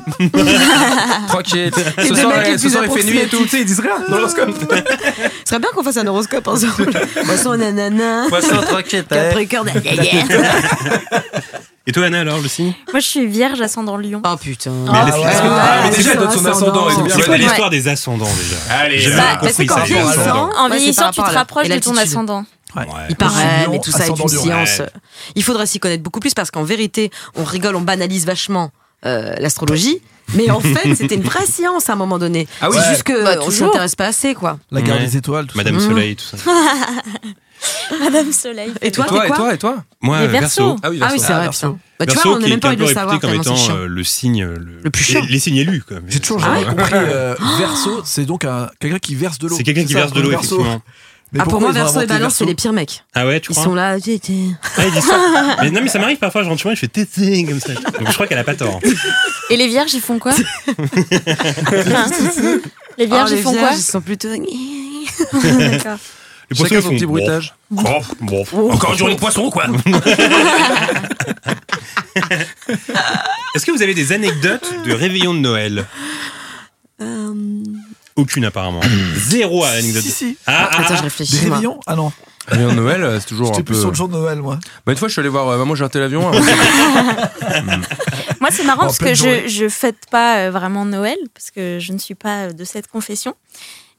S4: Tranquille.
S6: Et
S4: Ce
S6: deux
S4: soir,
S6: mecs les
S4: eh, ce
S6: plus
S4: soir, il fait nuit et tout.
S6: approximatifs.
S4: Tu sais, ils disent rien dans l'horoscope.
S6: Ce serait bien qu'on fasse un horoscope ensemble. Poisson, nanana.
S4: Poisson, tranquille, t'as vu.
S6: Capricorne, gna, gna, gna.
S3: Et toi, Anna, alors, le signe
S7: Moi, je suis vierge ascendant Lyon.
S6: Oh putain.
S3: Mais laisse-
S5: ouais.
S3: laisse-
S4: Ah, mais
S6: c'est
S4: déjà,
S6: son
S4: dans son ascendant, ils ont bien
S3: C'est quoi
S4: validé.
S3: l'histoire des ascendants déjà
S4: Allez,
S3: J'ai
S4: ça,
S3: jamais
S4: bah,
S3: compris
S6: c'est
S3: ça,
S6: qu'en
S3: les ascendants.
S6: vieillissant-
S7: En
S6: Ouais, c'est
S7: vieillissant,
S6: par
S7: tu te
S6: rapport à la-
S7: rapproches
S6: et
S7: de ton
S6: l'attitude.
S7: ascendant.
S3: Ouais.
S6: Il paraît,
S5: Lyon,
S6: mais tout ça est une
S5: ascendant Lyon.
S6: science.
S3: Ouais.
S6: Il faudrait s'y connaître beaucoup plus parce qu'en vérité, on rigole, on banalise vachement euh, l'astrologie. Mais en fait, c'était une vraie science à un moment donné.
S4: Ah oui,
S6: c'est
S4: ouais.
S6: juste que
S7: Bah,
S6: on
S7: toujours.
S6: s'intéresse pas assez, quoi.
S5: La garde
S3: Ouais.
S5: des étoiles, tout ça.
S3: Madame
S6: Mmh.
S3: Soleil, tout ça.
S7: Madame Soleil.
S6: Et toi,
S4: Toi
S6: t'es
S4: et
S6: quoi
S4: toi et toi
S3: Moi,
S7: Les
S3: euh,
S7: Verseaux.
S3: Verseau.
S4: Ah oui,
S6: Ah oui,
S4: Verseau.
S6: c'est vrai,
S5: Verseau.
S6: putain. Bah, tu
S3: Verseau
S6: vois, on
S3: qui
S6: n'a
S3: est
S6: même pas
S3: un
S6: envie de
S3: peu
S6: le
S3: réputé
S6: savoir,
S3: comme
S6: tellement c'est
S3: étant
S6: chiant.
S3: euh, le signe euh, le,
S6: Le plus chiant.
S3: Les, les signes élus. quoi.
S5: J'ai toujours jamais compris. euh, verso, c'est donc un- quelqu'un qui verse de l'eau.
S3: C'est quelqu'un qui
S5: ça,
S3: verse de l'eau,
S5: Verseau.
S3: effectivement.
S5: Mais
S6: Ah, pour
S5: pourquoi
S6: moi,
S5: ils ont
S6: Verseau et
S5: inventé
S6: Balance, c'est
S5: Verseau
S6: les pires mecs.
S3: Ah ouais, tu
S6: Ils
S3: crois
S6: sont là. tu- tu-
S3: Ah, il dit ça. mais non, mais ça m'arrive parfois, je rentre chez moi et je fais tété comme ça. Donc je crois qu'elle a pas tort.
S7: Et les vierges, ils font quoi Ah,
S6: Oh,
S7: Les vierges,
S6: les
S7: ils font
S6: vierges,
S7: quoi
S6: Ils sont plutôt.
S7: D'accord.
S3: Les
S4: Chacun son petit bruitage.
S3: Bon, Oh, bon, encore une journée de poisson, quoi. Est-ce que vous avez des anecdotes de réveillon de Noël
S6: Euh,
S3: Aucune, apparemment. Zéro anecdote.
S5: Si, si.
S3: Ah, ah,
S6: Attends,
S5: Des
S6: je réfléchis. moi.
S5: réveillons Ah non,
S4: Réveillon de Noël, euh, c'est toujours un
S5: j'étais
S4: peu.
S5: plus sur le jour de Noël, moi.
S4: Bah, une fois, je suis allé voir euh, maman, j'ai raté l'avion. hein.
S7: Moi, c'est marrant
S5: En
S7: parce
S5: pleine
S7: que
S5: journée.
S7: je, je fête pas euh, vraiment Noël parce que je ne suis pas euh, de cette confession.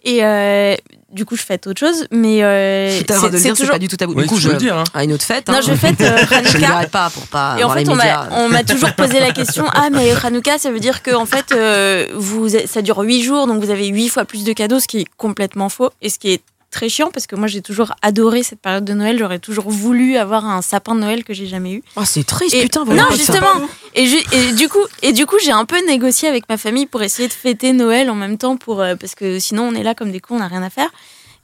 S7: Et euh, du coup, je fête autre chose, mais euh,
S6: T'as le droit de le
S7: c'est
S6: dire, c'est
S7: toujours.
S6: pas du tout tabou.
S4: Oui,
S6: Du coup,
S4: tu peux
S6: je.
S4: le dire, hein.
S6: À une autre fête.
S7: Non,
S6: hein.
S7: je fête euh,
S6: Je ne
S7: Hanouka.
S6: m'arrête pas pour pas.
S7: Et en
S6: voir
S7: fait,
S6: les
S7: on m'a
S6: médias.
S7: on m'a toujours posé la question Ah, mais Hanouka, ça veut dire que en fait, euh, vous, ça dure 8 jours, donc vous avez 8 fois plus de cadeaux, ce qui est complètement faux et ce qui est très chiant parce que moi, j'ai toujours adoré cette période de Noël. J'aurais toujours voulu avoir un sapin de Noël que j'ai jamais eu.
S6: Oh, c'est triste,
S7: Et-
S6: putain. voilà.
S7: non, justement. Et, ju- et du coup, et du coup, j'ai un peu négocié avec ma famille pour essayer de fêter Noël en même temps, pour euh, parce que sinon on est là comme des cons, on n'a rien à faire.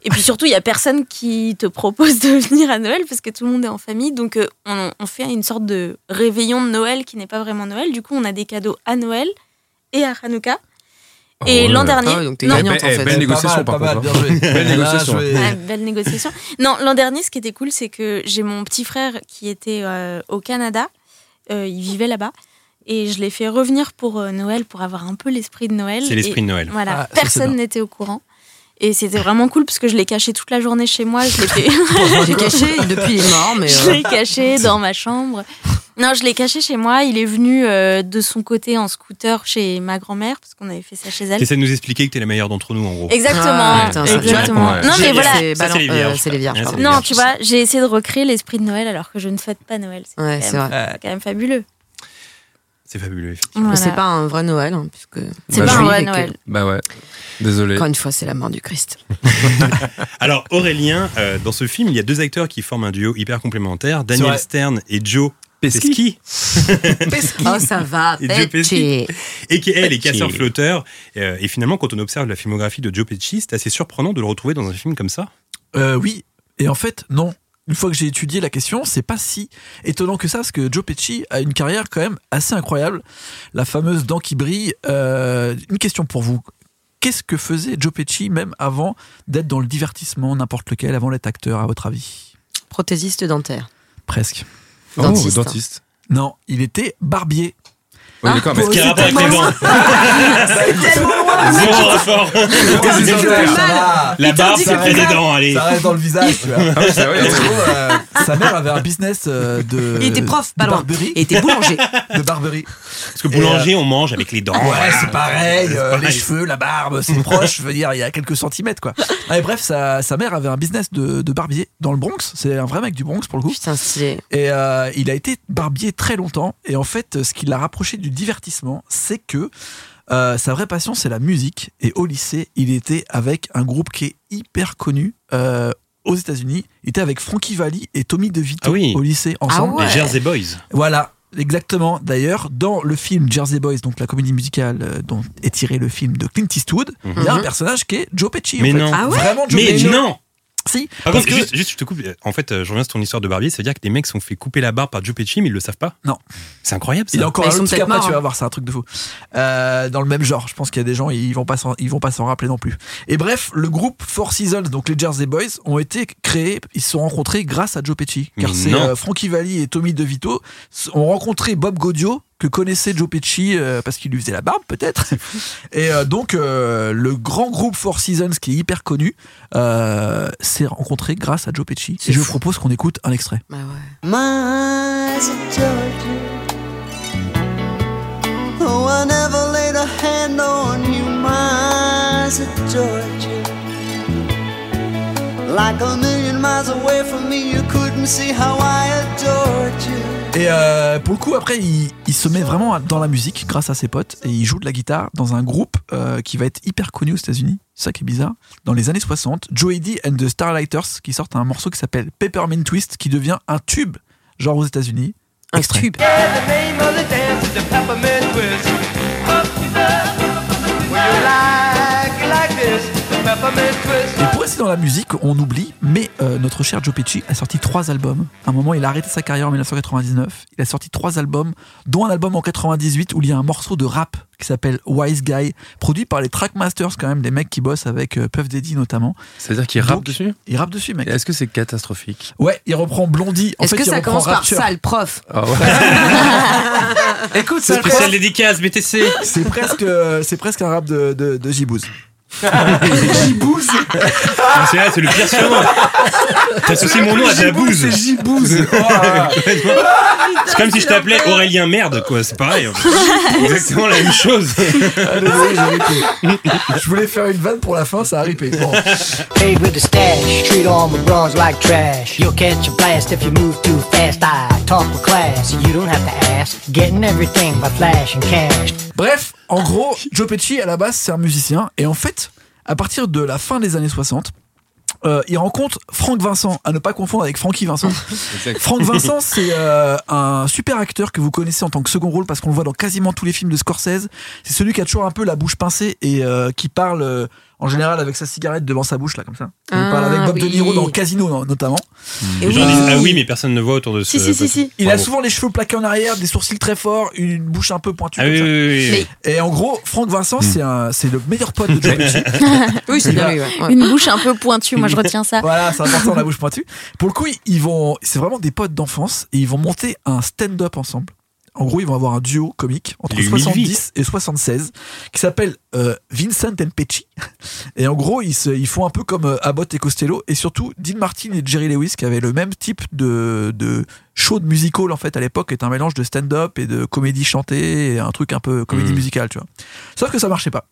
S7: Et puis surtout, il y a personne qui te propose de venir à Noël parce que tout le monde est en famille, donc euh, on, on fait une sorte de réveillon de Noël qui n'est pas vraiment Noël. Du coup, on a des cadeaux à Noël et à Hanouka. Et
S4: Oh
S7: l'an
S4: là.
S7: dernier,
S6: Ah ouais, donc t'es
S7: non,
S6: gagnante en
S4: Eh,
S6: fait.
S4: belle
S5: Pas
S4: négociation,
S5: mal,
S4: par
S5: pas mal,
S4: contre.
S5: bien joué. Bien
S4: négociation.
S5: joué.
S7: Ouais, Ah, belle négociation. Non, l'an dernier, ce qui était cool, c'est que j'ai mon petit frère qui était euh, au Canada. Euh, il vivait là-bas. Et je l'ai fait revenir pour euh, Noël, pour avoir un peu l'esprit de Noël.
S3: C'est l'esprit
S7: Et
S3: de Noël.
S7: Voilà,
S5: Ah, ça, c'est
S7: personne
S5: bien.
S7: n'était au courant. Et c'était vraiment cool parce que je l'ai caché toute la journée chez moi. Je l'ai fait-
S6: J'ai caché, depuis il est mort, mais.
S7: je
S6: euh,
S7: l'ai caché dans ma chambre. Non, je l'ai caché chez moi. Il est venu euh, de son côté en scooter chez ma grand-mère parce qu'on avait fait ça chez elle.
S3: T'essaies de nous expliquer que t'es la meilleure d'entre nous, en gros.
S7: Exactement.
S6: Ah, putain, ça, tu vois.
S7: exactement.
S3: Ouais.
S7: Non, mais
S3: Génial.
S7: voilà.
S6: C'est
S3: Ça, c'est les
S6: balan-
S3: vierges.
S6: euh, c'est les vierges.
S3: Ouais,
S6: pardon.
S3: c'est
S7: Non, tu vois, j'ai essayé de recréer l'esprit de Noël alors que je ne fête pas Noël. C'est
S6: Ouais,
S7: quand
S6: c'est
S7: même-
S6: vrai.
S7: c'est quand même fabuleux.
S3: C'est fabuleux.
S6: Mais
S7: Voilà.
S6: C'est pas un vrai Noël, hein, puisque.
S7: C'est
S4: Bah,
S7: pas un
S4: oui,
S7: vrai
S6: et que-
S7: Noël.
S4: Bah ouais. Désolé.
S6: Encore une fois, c'est la mort du Christ.
S3: Alors Aurélien, euh, dans ce film, il y a deux acteurs qui forment un duo hyper complémentaire, Daniel
S5: vrai.
S3: Stern et Joe Pesci,
S6: Oh, ça va,
S3: Et Dieu
S6: Pecci.
S3: et qui elle est
S4: Pesci.
S3: casseur-flotteur. Euh, et finalement, quand on observe la filmographie de Joe Pesci, c'est assez surprenant de le retrouver dans un film comme ça.
S5: Euh, oui, et en fait, non. Une fois que j'ai étudié la question, c'est pas si étonnant que ça, parce que Joe Pesci a une carrière quand même assez incroyable. La fameuse dent qui brille. Euh, une question pour vous. Qu'est-ce que faisait Joe Pesci même avant d'être dans le divertissement, n'importe lequel, avant d'être acteur, à votre avis
S6: Prothésiste dentaire.
S5: Presque.
S4: Oh,
S6: Dentiste.
S4: dentiste.
S5: Non, il était barbier.
S4: Oui, d'accord, mais
S3: Parce qu'il y a un rapport avec les dents. Zéro rapport.
S4: Prothésiste dentaire.
S3: La barbe,
S6: dit
S3: ça
S6: que
S3: fait des
S6: ça-
S3: dents, allez.
S5: Ça reste dans le visage, tu vois.
S4: Ah oui, c'est vrai.
S5: En gros, euh, sa mère avait un business euh, de.
S6: Il était prof, pas
S5: de
S6: loin.
S5: barberie.
S6: Et t'es boulanger.
S5: De barberie.
S3: Parce que boulanger, on mange avec les dents.
S5: Ouais, c'est pareil,
S3: euh, Ah C'est
S5: euh, les
S3: pareil.
S5: cheveux, la barbe, c'est proche, je veux dire, il y a quelques centimètres quoi. Ah, et bref, sa, sa mère avait un business de, de barbier dans le Bronx, c'est un vrai mec du Bronx pour le coup.
S6: Putain, stylé.
S5: Et euh, il a été barbier très longtemps, et en fait, ce qui l'a rapproché du divertissement, c'est que euh, sa vraie passion, c'est la musique, et au lycée, il était avec un groupe qui est hyper connu. euh, aux États-Unis, il était avec Frankie Valli et Tommy DeVito
S3: Ah oui.
S5: au lycée ensemble.
S6: ouais.
S3: Les Jersey Boys.
S5: Voilà, exactement. D'ailleurs, dans le film Jersey Boys, donc la comédie musicale euh, dont est tiré le film de Clint Eastwood, il y a un
S6: Mhm.
S5: personnage qui est Joe Pesci. en
S3: Mais
S5: fait.
S3: non.
S6: Ah ouais
S5: Vraiment Joe
S3: Mais
S5: Pesci.
S3: non
S5: Si,
S3: Par
S5: parce
S3: contre,
S5: que-
S3: juste, juste, je te coupe. euh, En fait, euh, je reviens sur ton histoire de barbier. C'est-à-dire que les mecs se sont fait couper la barbe par Joe Pesci, mais ils le savent pas.
S5: Non.
S3: C'est incroyable, ça.
S5: il est encore
S6: Mais
S5: un
S6: ils sont
S5: autre truc
S6: peut-être
S5: après,
S6: morts,
S5: tu
S6: hein.
S5: vas voir, c'est un truc de fou. Euh, dans le même genre, je pense qu'il y a des gens, ils vont pas s'en- ils vont pas s'en rappeler non plus. Et bref, le groupe Four Seasons, donc les Jersey Boys, ont été créés, ils se sont rencontrés grâce à Joe Pesci. Car
S3: Mais
S5: c'est
S3: non.
S5: euh, Frankie Valli et Tommy DeVito s- ont rencontré Bob Gaudio, que connaissait Joe Pesci euh, parce qu'il lui faisait la barbe peut-être. Et euh, donc euh, le grand groupe Four Seasons qui est hyper connu euh, s'est rencontré grâce à Joe Pesci.
S6: C'est
S5: Et je
S6: fou.
S5: vous propose qu'on écoute un extrait.
S6: Bah ouais.
S8: eyes of Georgia. Oh, I never laid a hand on you, my eyes of Georgia. Like a million miles away from me, you couldn't see how I adored you.
S5: Et euh, pour le coup, après, il, il se met vraiment dans la musique grâce à ses potes et il joue de la guitare dans un groupe euh, qui va être hyper connu aux États-Unis. C'est ça qui est bizarre. Dans les années 60, Joe Eddy and the Starlighters qui sortent un morceau qui s'appelle Peppermint Twist qui devient un tube, genre aux États-Unis.
S6: Un
S5: Extrait.
S6: tube.
S5: Et pour rester dans la musique, on oublie, mais euh, notre cher Joe Pesci a sorti trois albums. À un moment, il a arrêté sa carrière en 1999. Il a sorti trois albums, dont un album en 98 où il y a un morceau de rap qui s'appelle Wise Guy, produit par les Trackmasters quand même, des mecs qui bossent avec euh, Puff Daddy notamment.
S4: C'est-à-dire qu'il rappe
S5: Donc-
S4: dessus
S5: Il rappe dessus, mec.
S4: Est-ce que c'est catastrophique
S5: Ouais, il reprend Blondie. En
S6: Est-ce
S5: fait,
S6: que
S5: il
S6: ça
S5: reprend
S6: commence par
S5: Rapture. Mm.
S6: ça, le prof
S4: Ah ouais.
S5: Écoute, c'est
S3: Spécial
S5: presque,
S3: dédicace, BTC.
S5: c'est presque, euh, c'est presque un rap de, de, de Jibouz.
S3: Ah, c'est c'est le pire surnom. T'associes mon nom à ta bouse.
S4: Jibouze.
S3: C'est comme si je t'appelais Aurélien Merde, quoi. C'est pareil. en fait. Exactement la même chose.
S5: Ah, désolé, j'ai ripé. Je voulais faire une vanne pour la fin, ça a ripé. Bon.
S9: Paid with the stash, treat all my bronze like trash. You'll catch a blast if you move too fast. I talk with class, you don't have to ask. Getting everything by flash and cash.
S5: Bref,
S3: Ah,
S5: en gros, Joe Pesci, à la base, c'est un musicien. Et en fait, à partir de la fin des années 60, euh, il rencontre Franck Vincent, à ne pas confondre avec Francky Vincent. Franck Vincent, c'est euh, un super acteur que vous connaissez en tant que second rôle parce qu'on le voit dans quasiment tous les films de Scorsese. C'est celui qui a toujours un peu la bouche pincée et euh, qui parle euh, en général avec sa cigarette devant sa bouche, là, comme ça. Il
S6: Ah,
S5: parle avec Bob De
S6: oui.
S5: Niro dans Casino, no- notamment.
S6: Et
S3: Les gens disent, ah oui, mais personne ne voit autour de ce.
S7: Si, si, si, si.
S5: Il a
S3: Bravo.
S5: souvent les cheveux plaqués en arrière, des sourcils très forts, une bouche un peu pointue.
S3: Ah
S5: comme
S3: oui, oui,
S5: ça.
S3: oui, oui.
S5: Et en gros, Franck Vincent, c'est un- c'est le meilleur pote de Joe Pesci.
S6: Oui, c'est bien lui, ouais. Ouais.
S7: Une bouche un peu pointue, moi je retiens ça.
S5: Voilà, c'est important la bouche pointue. Pour le coup, ils vont, c'est vraiment des potes d'enfance et ils vont monter un stand-up ensemble. En gros, ils vont avoir un duo comique entre
S3: Les
S5: 70 et 76 qui s'appelle euh, Vincent and Pecci. Et en gros, ils, se- ils font un peu comme euh, Abbott et Costello et surtout Dean Martin et Jerry Lewis qui avaient le même type de, de show de musical en fait à l'époque, est un mélange de stand-up et de comédie chantée et un truc un peu comédie
S3: Mhm.
S5: musicale, tu vois. Sauf que ça marchait pas.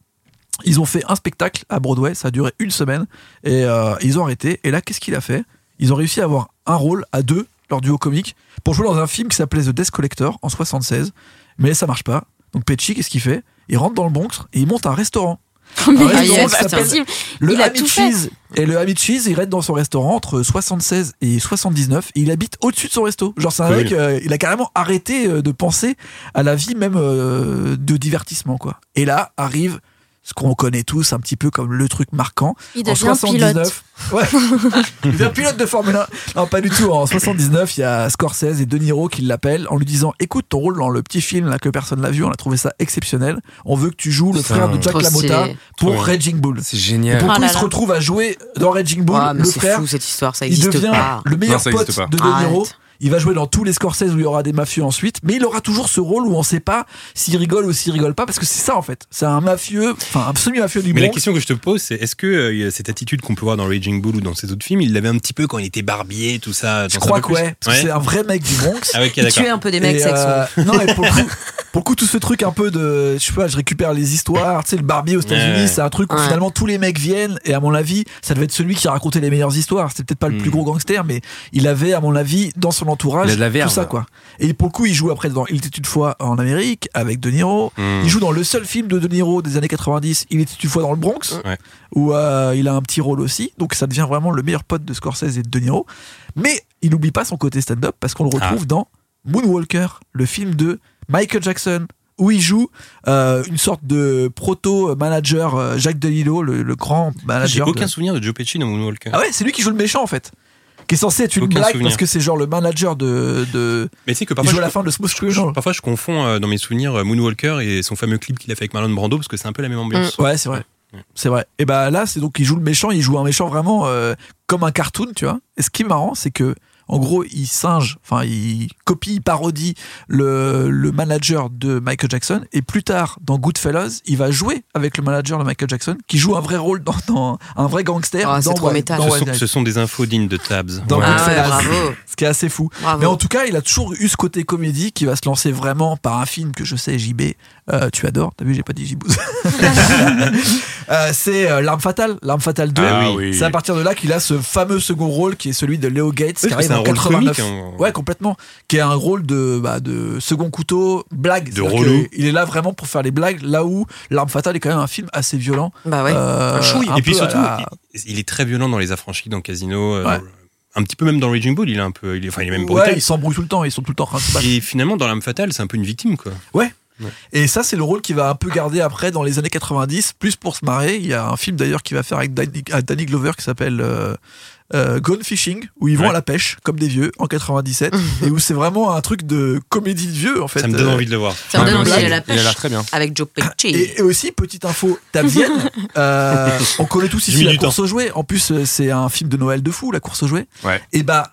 S5: Ils ont fait un spectacle à Broadway, ça a duré une semaine, et euh, ils ont arrêté. Et là, qu'est-ce qu'il a fait Ils ont réussi à avoir un rôle à deux, leur duo comique, pour jouer dans un film qui s'appelait The Death Collector en 76. Mais ça marche pas. Donc Pecci, qu'est-ce qu'il fait Il rentre dans le Bronx et il monte un restaurant.
S7: Mais
S5: Un
S7: il
S5: restaurant
S7: est
S5: qui
S7: pas
S5: s'appelle
S7: possible.
S5: le
S7: Il a
S5: Hammy
S7: tout fait.
S5: Cheese. Et le Hammy Cheese, il reste dans son restaurant entre 76 et 79. Et il habite au-dessus de son resto. Genre, c'est un
S3: Cool.
S5: mec, euh, il a carrément arrêté euh, de penser à la vie même euh, de divertissement, quoi. Et là arrive ce qu'on connaît tous un petit peu comme le truc marquant.
S7: Il
S5: en
S7: devient pilote.
S5: 79, ouais. il devient pilote de Formule 1. Non, pas du tout. En 79, il y a Scorsese et De Niro qui l'appellent en lui disant Écoute, ton rôle dans le petit film là, que personne n'a vu, on a trouvé ça exceptionnel. On veut que tu joues le
S4: Putain,
S5: frère de Jack
S6: trop
S5: LaMotta
S6: stylé.
S5: pour
S3: Trop bien.
S5: Raging Bull.
S4: C'est
S5: Et
S4: génial.
S5: pour le coup,
S7: Oh là
S5: il se
S7: là.
S5: retrouve à jouer dans Raging Bull,
S6: Ah, mais
S5: le
S6: c'est
S5: frère.
S6: fou cette histoire, ça
S5: il
S6: existe
S5: devient
S6: pas.
S5: le meilleur
S4: Non, ça
S5: pote
S4: existe pas.
S5: de De Niro.
S6: Arrête.
S5: Il va jouer dans tous les Scorsese où il y aura des mafieux ensuite, mais il aura toujours ce rôle où on sait pas s'il rigole ou s'il rigole pas, parce que c'est ça en fait. C'est un mafieux, enfin un semi-mafieux du
S3: Mais la
S5: monde.
S3: question que je te pose, c'est est-ce que euh, cette attitude qu'on peut voir dans Raging Bull ou dans ses autres films, il l'avait un petit peu quand il était barbier, tout ça
S5: Je
S3: t'en sais
S5: crois
S3: un
S5: que
S3: peu plus
S5: ouais, parce que c'est un vrai mec du Bronx.
S3: Ah, ok,
S6: Il
S3: d'accord.
S6: tuait un peu des mecs
S5: Et,
S6: sexuels.
S5: euh, non, mais pour le coup, pour le coup, tout ce truc un peu de, je sais pas, je récupère les histoires, tu sais, le barbier aux États-Unis,
S3: Ouais.
S5: c'est un truc où
S6: Ouais.
S5: finalement tous les mecs viennent, et à mon avis, ça devait être celui qui racontait les meilleures histoires. C'était peut-être pas le plus
S3: Mm.
S5: gros gangster, mais il avait, à mon avis, dans son entourage,
S4: Il a de la verve.
S5: tout ça, quoi. Et pour le coup, il joue après dans Il était une fois en Amérique, avec De Niro.
S3: Mm.
S5: Il joue dans le seul film de De Niro des années 90, Il était une fois dans le Bronx,
S3: Ouais.
S5: où euh, il a un petit rôle aussi, donc ça devient vraiment le meilleur pote de Scorsese et de De Niro. Mais il n'oublie pas son côté stand-up parce qu'on le
S3: Ah.
S5: retrouve dans Moonwalker, le film de Michael Jackson, où il joue euh, une sorte de proto-manager euh, Jacques Delillo, le, le grand
S3: J'ai
S5: manager. de-
S3: aucun souvenir de Joe Pesci dans Moonwalker.
S5: Ah ouais, c'est lui qui joue le méchant en fait. Qui est censé être une
S3: Aucun
S5: blague
S3: souvenir.
S5: parce que c'est genre le manager de. de...
S3: Mais tu sais que
S5: Il
S3: parfois
S5: joue à
S3: je,
S5: la fin de Smooth Criminal.
S3: parfois, je confonds euh, dans mes souvenirs euh, Moonwalker et son fameux clip qu'il a fait avec Marlon Brando parce que c'est un peu la même ambiance.
S5: Mm. Ouais, c'est vrai.
S3: Ouais.
S5: C'est vrai. Et bah là, c'est donc il joue le méchant, il joue un méchant vraiment euh, comme un cartoon, tu vois. Et ce qui est marrant, c'est que en gros, il singe, enfin, il copie, il parodie le, le manager de Michael Jackson. Et plus tard, dans Goodfellas, il va jouer avec le manager de Michael Jackson, qui joue un vrai rôle dans, dans- un vrai gangster
S6: Ah, c'est
S5: dans,
S6: trop
S5: Wild-
S6: métal.
S5: dans
S3: Ce,
S5: Wild
S3: sont,
S5: Eyes.
S3: ce sont des infos dignes de Tabs.
S5: Dans
S3: Ouais.
S6: Ah ouais,
S5: Goodfellas.
S6: bravo.
S5: Ce qui est assez fou.
S6: Bravo.
S5: Mais en tout cas, il a toujours eu ce côté comédie qui va se lancer vraiment par un film que je sais, JB, euh, tu adores. T'as vu, j'ai pas dit Jibouze. Euh, c'est euh, L'Arme Fatale, L'Arme Fatale 2.
S3: Ah
S4: oui.
S5: C'est à partir de là qu'il a ce fameux second rôle qui est celui de Léo Gates,
S3: Oui, parce
S5: qui
S3: que
S5: arrive
S3: c'est un
S5: en
S3: rôle
S5: 89.
S3: comique, hein.
S5: Ouais, complètement. Qui est un rôle de, bah, de second couteau, blague. C'est-à-dire
S3: relou.
S5: que Il est là vraiment pour faire les blagues, là où L'Arme Fatale est quand même un film assez violent.
S6: Bah ouais.
S5: Euh, un
S3: et puis
S5: peu à
S3: surtout,
S5: la-
S3: il, il est très violent dans Les Affranchis, dans Casino. euh,
S5: Ouais.
S3: dans- un petit peu même dans Raging Bull, il est un peu. Il est, enfin, il est même
S5: Ouais,
S3: brutal.
S5: ils s'embrouillent tout le temps, ils sont tout le temps en train de se battre.
S3: Et finalement, dans l'âme fatale, c'est un peu une victime, quoi.
S5: Et ça, c'est le rôle qu'il va un peu garder après dans les années 90, plus pour se marrer. Il y a un film d'ailleurs qu'il va faire avec Danny, à Danny Glover qui s'appelle euh, euh, Gone Fishing, où ils vont
S3: Ouais.
S5: à la pêche, comme des vieux, en 97, et où c'est vraiment un truc de comédie de vieux, en fait.
S3: Ça me donne
S5: Euh,
S3: envie de le voir.
S6: Ça me donne
S4: Ouais,
S6: envie
S4: mais
S6: d'aller à
S4: il-
S6: la
S4: Il a l'air
S6: pêche
S4: très bien.
S6: avec Joe Pesci.
S5: Et, et aussi, petite info, Tavienne, euh, on connaît tous
S3: Dix
S5: ici la
S3: minutes,
S5: course aux jouets. En plus, euh, c'est un film de Noël de fou, la course aux jouets.
S4: Ouais.
S5: Et bah,